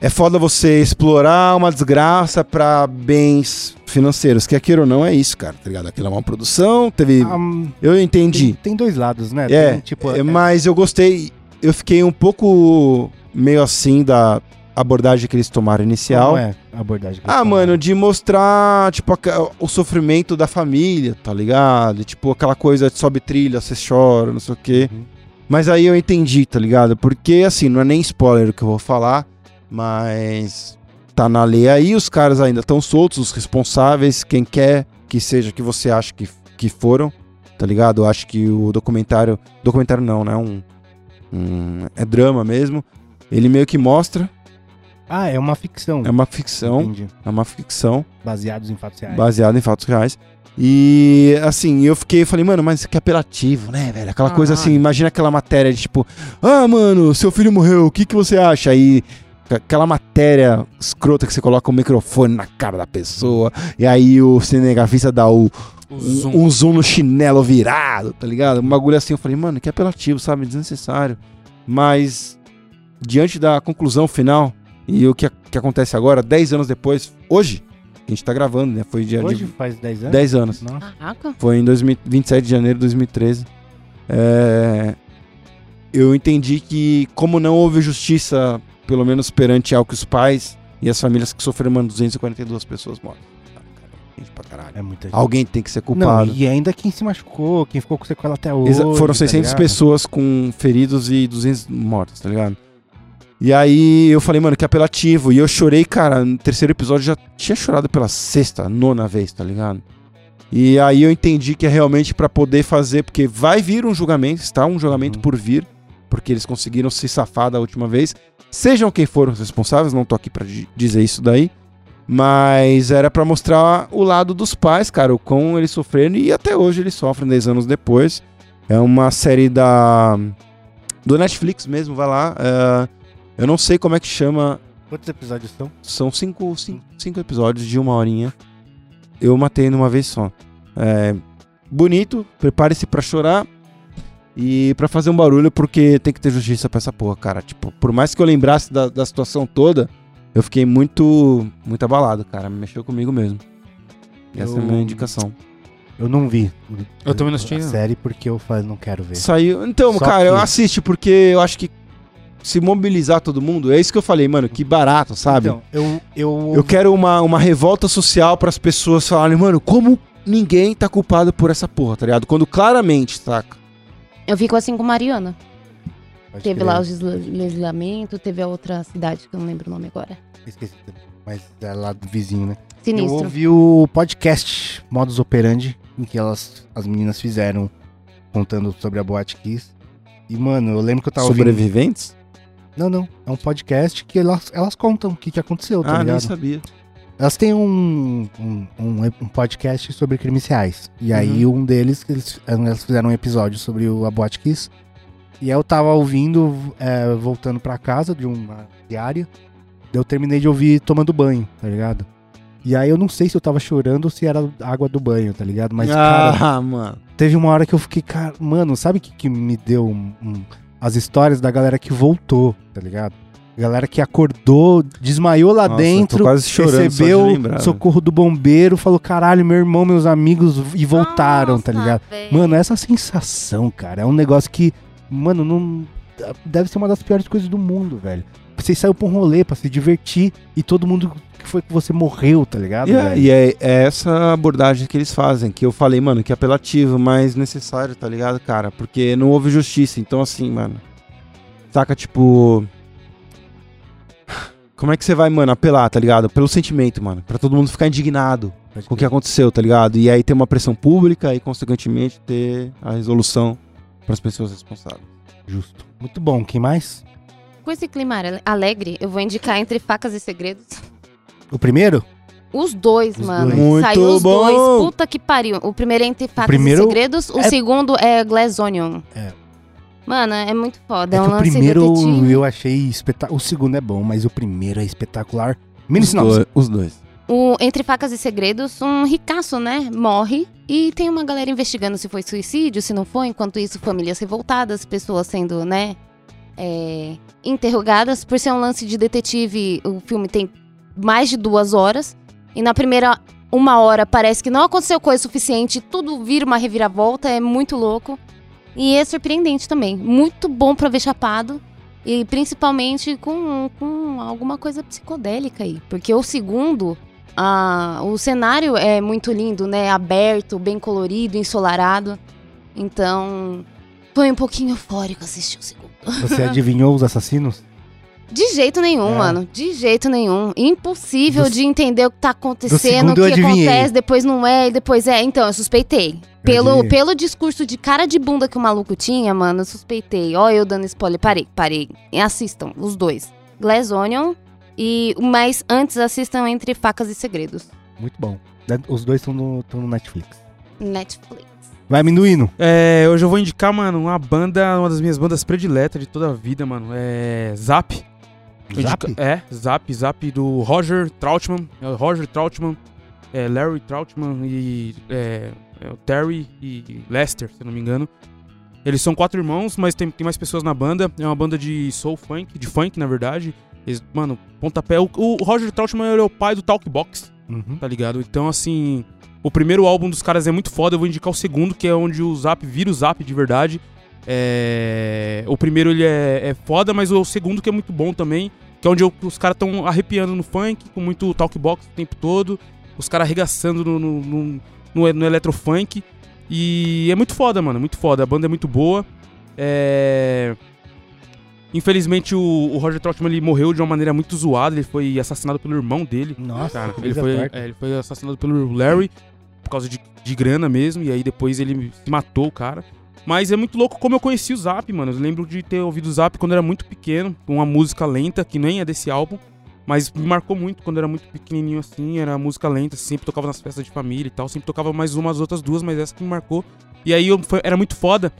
C: É foda você explorar uma desgraça pra bens financeiros. Que aquilo ou não é isso, cara, tá ligado? Aquilo é uma produção, teve.
A: Ah, hum,
C: eu
A: tem,
C: entendi.
A: tem dois lados, né?
C: É,
A: Tem, tipo,
C: É,
A: é-
C: Mas eu gostei. Eu fiquei um pouco meio assim da abordagem que eles tomaram inicial.
A: Como é a abordagem. que
C: Ah,
A: eu tô
C: mano,
A: falando?
C: de mostrar, tipo, aca- o sofrimento da família, tá ligado? E, tipo, aquela coisa de sobe trilha, você chora, não sei o quê.
A: Uhum.
C: Mas aí eu entendi, tá ligado? Porque, assim, não é nem spoiler o que eu vou falar, mas tá na lei aí, os caras ainda estão soltos, os responsáveis, quem quer que seja que você acha que, que foram, tá ligado? Eu acho que o documentário. Documentário não, né? Um, um, é drama mesmo. Ele meio que mostra,
A: Ah, é uma ficção.
C: é uma ficção,
A: Entendi.
C: é uma ficção
A: Baseados em fatos reais.
C: baseado em fatos reais. E assim, eu fiquei, falei, mano, mas isso aqui é apelativo, né, velho? Aquela coisa assim,
B: Caralho.
C: imagina aquela matéria de tipo, ah, mano, seu filho morreu, o que, que você acha? Aí, ca- aquela matéria escrota que você coloca o microfone na cara da pessoa, e aí o cinegrafista dá o,
B: O zoom.
C: um, um zoom no chinelo virado, tá ligado? Um bagulho assim, eu falei, mano, que apelativo, sabe? Desnecessário. Mas, diante da conclusão final, e o que, a- que acontece agora, 10 anos depois, hoje, a gente tá gravando, né? Foi dia
A: Hoje
C: de
A: faz 10 anos?
C: 10 anos.
A: Nossa.
D: Caraca.
C: Foi em 2000 27 de janeiro de 2013. É, eu entendi que, como não houve justiça, pelo menos perante ao que os pais e as famílias que sofreram, mano, 242 pessoas mortas. Gente pra caralho.
A: É muita gente.
C: Alguém tem que ser
A: Não,
C: culpado.
A: e ainda quem se machucou, quem ficou com sequela até hoje.
C: Exa- foram
A: tá
C: 600
A: ligado?
C: pessoas com feridos e 200 mortos, tá ligado? E aí eu falei, mano, que apelativo. E eu chorei, cara, no terceiro episódio já tinha chorado pela sexta, nona vez, tá ligado? E aí eu entendi que é realmente pra poder fazer, porque vai vir um julgamento, está um julgamento
A: Uhum.
C: por vir, porque eles conseguiram se safar da última vez. Sejam quem foram os responsáveis, não tô aqui pra di- dizer isso daí. Mas era pra mostrar o lado dos pais, cara, o quão eles sofreram e até hoje eles sofrem 10 anos depois. É uma série da do Netflix mesmo, vai lá. é, eu não sei como é que chama.
A: Quantos episódios são?
C: São cinco, cinco, cinco episódios de uma horinha. Eu matei numa vez só. É, bonito, prepare-se pra chorar e pra fazer um barulho, porque tem que ter justiça pra essa porra, cara. Tipo, por mais que eu lembrasse da, da situação toda, eu fiquei muito, muito abalado, cara. Mexeu comigo mesmo. E Essa é a
A: Eu-
C: minha indicação.
A: Eu não vi.
B: Eu também não assisti
A: a
B: ainda.
A: série porque eu faz, não quero ver.
C: Saiu. Então,
A: Só
C: cara, eu
A: que-
C: assisto porque eu acho que se mobilizar todo mundo, é isso que eu falei, mano, que barato, sabe?
A: Então, eu, eu,
C: eu quero uma, uma revolta social para as pessoas falarem, mano, como ninguém tá culpado por essa porra, tá ligado? Quando claramente, tá, saca?
D: Eu fico assim com Mariana.
A: Pode
D: Teve
A: crer,
D: lá o desla- deslizamento, teve a outra cidade que eu não lembro o nome agora.
A: Esqueci. também, Mas é lá do vizinho, né? Eu
D: Sinistro.
A: ouvi o podcast Modus Operandi, em que elas, as meninas fizeram, contando sobre a Boate Kiss. E, mano, eu lembro que eu
C: tá
A: tava ouvindo...
C: Sobreviventes?
A: Não, não. É um podcast que elas, elas contam o que, que aconteceu, tá
C: ah, nem
A: ligado?
C: sabia.
A: Elas têm um, um, um, um podcast sobre crimes reais. E aí, um deles, que eles, elas fizeram um episódio sobre o a Boate Kiss. E aí eu tava ouvindo, é, voltando pra casa de uma diária. Eu terminei de ouvir tomando banho, tá ligado? E aí eu não sei se eu tava chorando ou se era água do banho, tá ligado? Mas,
C: ah,
A: cara,
C: mano.
A: teve uma hora que eu fiquei, cara, mano, sabe o que, que me deu um- um- as histórias da galera que voltou, tá ligado? Galera que acordou, desmaiou lá
C: Nossa,
A: dentro,
C: tô quase chorando só de
A: recebeu
C: lembrar,
A: socorro do bombeiro, falou, caralho, meu irmão, meus amigos, e voltaram, tá ligado? Mano, essa sensação, cara, é um negócio que, mano, não. Deve ser uma das piores coisas do mundo, velho. Você saiu pra um rolê pra se divertir e todo mundo que foi com você morreu, tá ligado?
C: E, é,
A: velho?
C: e é, é essa abordagem que eles fazem, que eu falei, mano, que é apelativo, mas necessário, tá ligado, cara? Porque não houve justiça, então assim, mano. Saca, tipo. Como é que você vai, mano, apelar, tá ligado? Pelo sentimento, mano. Pra todo mundo ficar indignado com o que aconteceu, tá ligado? E aí ter uma pressão pública e, consequentemente, ter a resolução pras pessoas responsáveis.
A: Justo. Muito bom. Quem mais?
D: com esse clima ale- alegre, eu vou indicar Entre Facas e Segredos.
A: O primeiro?
D: Os dois,
A: Os
D: mano.
A: dois.
C: Muito
D: Saiu os
C: bom.
D: dois. Puta que pariu. O primeiro é Entre Facas
A: primeiro
D: e Segredos, o
A: é-
D: segundo é Glass Onion.
A: É.
D: Mano, é muito foda. É,
A: é
D: um
A: que o
D: lance
A: primeiro
D: detetive.
A: eu achei espetacular. O segundo é bom, mas o primeiro é espetacular. Mini
C: Os
A: sinopse.
C: dois- Os dois.
D: O Entre Facas e Segredos, um ricaço, né? Morre e tem uma galera investigando se foi suicídio, se não foi. Enquanto isso, famílias revoltadas, pessoas sendo, né? é, interrogadas. Por ser um lance de detetive, o filme tem mais de duas horas. E na primeira uma hora parece que não aconteceu coisa suficiente, tudo vira uma reviravolta, é muito louco. E é surpreendente também. Muito bom pra ver chapado. E principalmente com, com alguma coisa psicodélica aí. Porque o segundo, ah, o cenário é muito lindo, né? Aberto, bem colorido, ensolarado. Então, foi um pouquinho eufórico assistir o segundo.
A: Você adivinhou os assassinos?
D: De jeito nenhum,
A: É.
D: mano. De jeito nenhum. Impossível
A: Do-
D: de entender o que tá acontecendo,
A: segundo
D: o que
A: eu adivinhei.
D: acontece, depois não é, e depois é. Então, eu suspeitei. Pelo,
A: adivinhei.
D: pelo discurso de cara de bunda que o maluco tinha, mano, eu suspeitei. Ó, eu dando spoiler. Parei, parei. E Assistam, os dois. Glass Onion e... Mas antes assistam Entre Facas e Segredos.
A: Muito bom. Né, Os dois estão no, tão no Netflix.
D: Netflix.
A: Vai, Minduino.
B: É, hoje eu vou indicar, mano, uma banda, uma das minhas bandas prediletas de toda a vida, mano. É Zap. Eu
A: Zap?
B: indico- é, Zap, Zap do Roger Troutman. É o Roger Troutman, é Larry Troutman e é, é o Terry e Lester, se eu não me engano. Eles são quatro irmãos, mas tem, tem mais pessoas na banda. É uma banda de soul funk, de funk, na verdade. Eles- mano, pontapé. O, o Roger Troutman ele é o pai do Talkbox
A: Uhum.
B: tá ligado? Então, assim, o primeiro álbum dos caras é muito foda, eu vou indicar o segundo, que é onde o Zap vira o Zap de verdade. É, O primeiro ele é, é foda, mas o segundo que é muito bom também, que é onde eu- os caras estão arrepiando no funk, com muito talkbox o tempo todo, os caras arregaçando no, no, no, no, no eletrofunk. E é muito foda, mano, muito foda. A banda é muito boa. É... Infelizmente o, o Roger Troutman ele morreu de uma maneira muito zoada, ele foi assassinado pelo irmão dele.
A: Nossa,
B: Cara,
A: que
B: ele,
A: coisa
B: foi,
A: forte.
B: é, ele foi assassinado pelo Larry por causa de, de grana mesmo. E aí depois ele se matou o cara. Mas é muito louco como eu conheci o Zap, mano. Eu lembro de ter ouvido o Zap quando eu era muito pequeno, com uma música lenta, que nem é desse álbum. Mas me marcou muito quando eu era muito pequenininho assim. Era música lenta, sempre tocava nas festas de família e tal. Sempre tocava mais umas outras duas, mas essa que me marcou. E aí eu, foi- era muito foda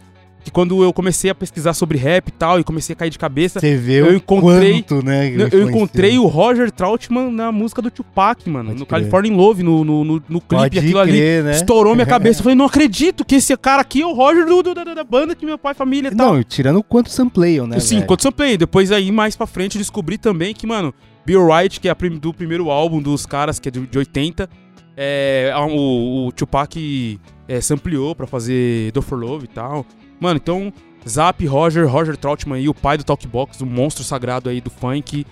B: que quando eu comecei a pesquisar sobre rap e tal, e comecei a cair de cabeça,
A: Você vê
B: eu
A: o
B: encontrei-
A: quanto, né? que
B: não, eu
A: influencia.
B: encontrei o Roger Troutman na música do Tupac, mano.
A: Pode
B: no
A: crer.
B: California Love, no, no, no, no clipe,
A: Pode
B: aquilo ali.
A: crer, né?
B: Estourou minha cabeça. Eu falei, não acredito que esse cara aqui é o Roger do, do- da, da banda que meu pai, família e tal.
A: Não, tirando o quanto sampleiam, né?
B: Sim,
A: velho?
B: quando samplei. Depois aí, mais pra frente, eu descobri também que, mano, Be Alright, que é a prim- do primeiro álbum dos caras, que é de, de 80, é, a- o, o Tupac é, sampleou pra fazer Do For Love e tal. Mano, então, Zap, Roger, Roger Troutman aí, o pai do Talkbox, o monstro sagrado aí do funk.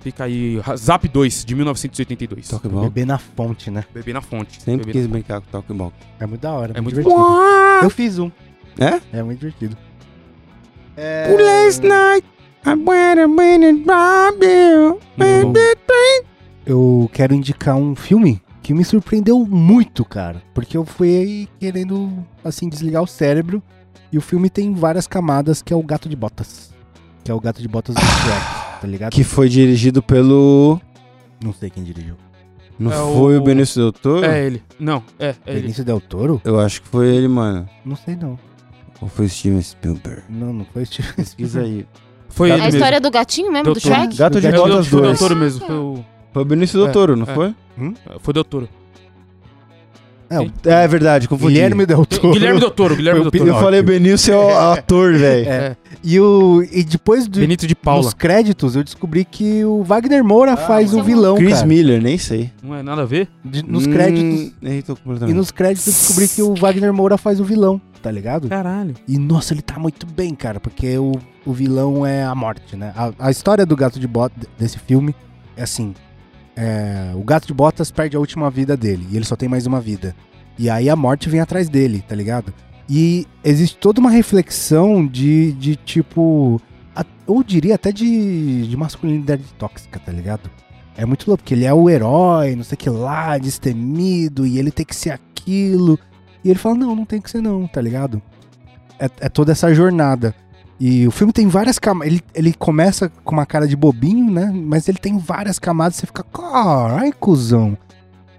B: Fica aí, Ra- Zap 2, de 1982.
C: Toque
A: Beber na fonte, né?
B: Bebê na fonte.
C: Sempre
B: Bebê
C: quis brincar com toque bom.
A: É muito da hora.
B: É muito
A: divertido.
B: bom.
A: Eu fiz um.
C: É?
A: É muito divertido. É...
C: Last night, I went a minute from you.
B: na- Muito bom.
A: Eu quero indicar um filme que me surpreendeu muito, cara. Porque eu fui aí querendo, assim, desligar o cérebro. E o filme tem várias camadas, que é o Gato de Botas. Que é o Gato de Botas do Shrek, tá ligado?
C: Que foi dirigido pelo.
A: Não sei quem dirigiu.
C: Não
B: É
C: foi o,
B: o-
C: Benício Del Toro?
B: É ele. Não, é, é ele.
A: Benício Del Toro?
C: Eu acho que foi ele, mano.
A: Não sei não.
C: Ou foi o Steven Spielberg?
A: Não, não foi o Steven
C: Pesquisa aí.
B: Foi
C: A
B: ele
D: É A
B: mesmo.
D: história do gatinho mesmo, do
B: Doutor.
D: Shrek?
C: Gato de
A: É,
B: É,
A: Botas
B: foi o
A: Gato de
C: Botas
B: doutor,
C: 2.
A: Botas.
B: mesmo. Foi o,
C: Foi o Benício Del
B: É,
C: Toro, não
B: é.
C: foi?
B: foi o doutor.
C: É verdade, confundi.
A: Guilherme Del Toro.
B: Guilherme Doutor, Guilherme
A: Foi o
B: Doutor.
A: Pinóquio.
C: Eu falei Benício é o ator, velho.
A: E, o, e depois do,
B: Benito de Paula.
A: nos créditos, eu descobri que o Wagner Moura faz
D: mas
A: o
D: é um-
A: vilão,
C: Chris
A: Então, cara.
C: Miller, nem sei.
B: Não é nada a ver?
A: De- nos
C: Hum,
A: créditos.
C: nem tô
A: E
C: completamente.
A: nos créditos eu descobri que o Wagner Moura faz o vilão, tá ligado?
B: Caralho.
A: E nossa, ele tá muito bem, cara, porque o, o vilão é a morte, né? A, a história do gato de botas desse filme é assim: é, o gato de botas perde a última vida dele e ele só tem mais uma vida. E aí a morte vem atrás dele, tá ligado? E existe toda uma reflexão de, de tipo. a- eu diria até de, de masculinidade tóxica, tá ligado? É muito louco, porque ele é o herói, não sei o que lá, destemido, e ele tem que ser aquilo. E ele fala, não, não tem que ser não, tá ligado? é, é toda essa jornada. E o filme tem várias camadas. Ele, ele começa com uma cara de bobinho, né? Mas ele tem várias camadas. Você fica, carai, cuzão.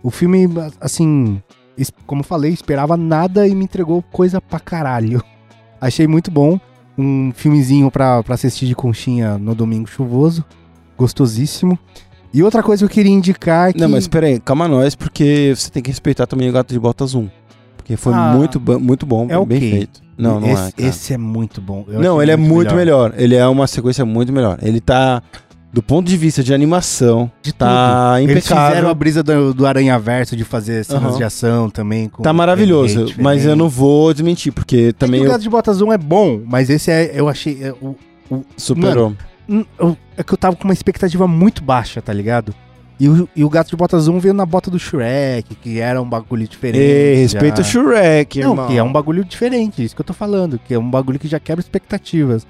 A: O filme, assim, es- como eu falei, esperava nada e me entregou coisa pra caralho. Achei muito bom. Um filmezinho pra, pra assistir de conchinha no domingo chuvoso. Gostosíssimo. E outra coisa que eu queria indicar é que...
C: Não, mas pera aí, calma nós, porque você tem que respeitar também o Gato de Botas 1. Porque foi
A: Ah.
C: muito, ba- muito bom,
A: É
C: bem
A: ok.
C: feito. Não, não
A: esse,
C: é. cara.
A: Esse é muito bom. Eu
C: Não,
A: achei
C: ele é muito melhor. Ele é uma sequência muito melhor. Ele tá, do ponto de vista de animação,
A: De tudo.
C: tá
A: Eles fizeram a
C: impecável.
A: brisa do, do Aranha Verso de fazer cenas
C: Aham.
A: de ação também. com-
C: Tá maravilhoso.
A: diferente,
C: Mas eu
A: é diferente.
C: não vou desmentir, porque também
A: né? O
C: eu
A: Gato de Botas 1 é bom, mas esse é, eu achei. é, o-
C: superou.
A: hum, eu- é que eu tava com uma expectativa muito baixa, tá ligado? E o, e o Gato de Botas 1 veio na bota do Shrek, que era um bagulho diferente.
C: Ei, respeita o
A: já.
C: Shrek, irmão.
A: Não, que é um bagulho diferente, isso que eu tô falando, que é um bagulho que já quebra expectativas.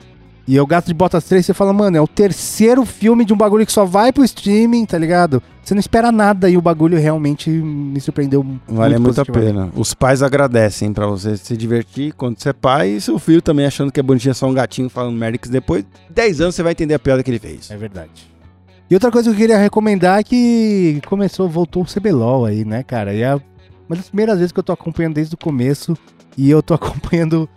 A: E é o Gato de Botas 3, você fala, mano, é o terceiro filme de um bagulho que só vai pro streaming, tá ligado? Você não espera nada e o bagulho realmente me surpreendeu
C: Vale muito, a
A: positivamente.
C: pena. Os pais agradecem pra você se divertir quando você é pai e seu filho também achando que é bonitinho é só um gatinho falando merda que depois de 10 anos você vai entender a piada que ele fez.
A: É verdade. E outra coisa que eu queria recomendar é que começou, voltou o CBLOL aí, né, cara? E é uma das primeiras vezes que eu tô acompanhando desde o começo e eu tô acompanhando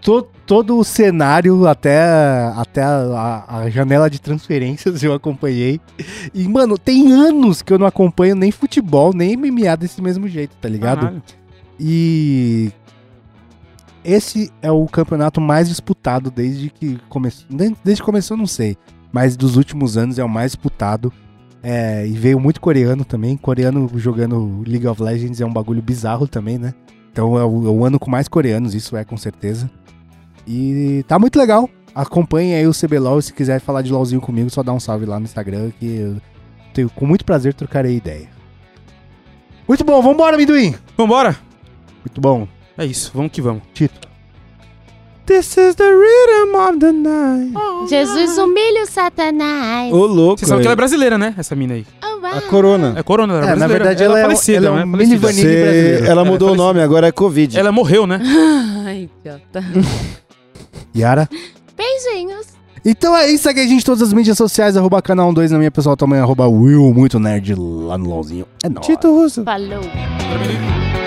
A: to- todo o cenário até, até a, a- a janela de transferências eu acompanhei. E, mano, tem anos que eu não acompanho nem futebol, nem MMA desse mesmo jeito, tá ligado?
B: Caralho.
A: E esse é o campeonato mais disputado desde que começou. nem- Desde que começou, eu não sei. Mas dos últimos anos é o mais disputado. É, e veio muito coreano também. Coreano jogando League of Legends é um bagulho bizarro também, né? Então é o, é o ano com mais coreanos, isso é com certeza. E tá muito legal. Acompanhe aí o CBLOL. Se quiser falar de LOLzinho comigo, só dá um salve lá no Instagram que eu tenho, com muito prazer trocarei ideia. Muito bom, vambora, amendoim!
B: Vambora?
A: Muito bom.
B: É isso, vamos que vamos.
C: This is the rhythm of the night.
D: Jesus humilha o Satanás.
C: Ô, louco.
B: Vocês sabem que ela é
C: velho.
B: brasileira, né? Essa mina aí.
D: Oh,
C: A
D: wow.
C: corona.
B: É corona, ela é
A: É, na
B: brasileira.
A: verdade, ela é um-
B: falecida,
A: ela é um
B: né? Falecida.
A: mini vanilla.
C: Você-
A: brasileiro.
C: Ela mudou
B: Ela
C: o
B: é
C: nome, agora é Covid.
B: Ela morreu, né?
D: Ai, idiota.
A: Yara.
D: Beijinhos.
A: Então é isso, segue a gente em todas as mídias sociais, arroba canal 2 na minha pessoal também, arroba Will, muito nerd lá no LOLzinho. É nóis.
C: Tito Russo.
D: Falou.
B: Pra mim,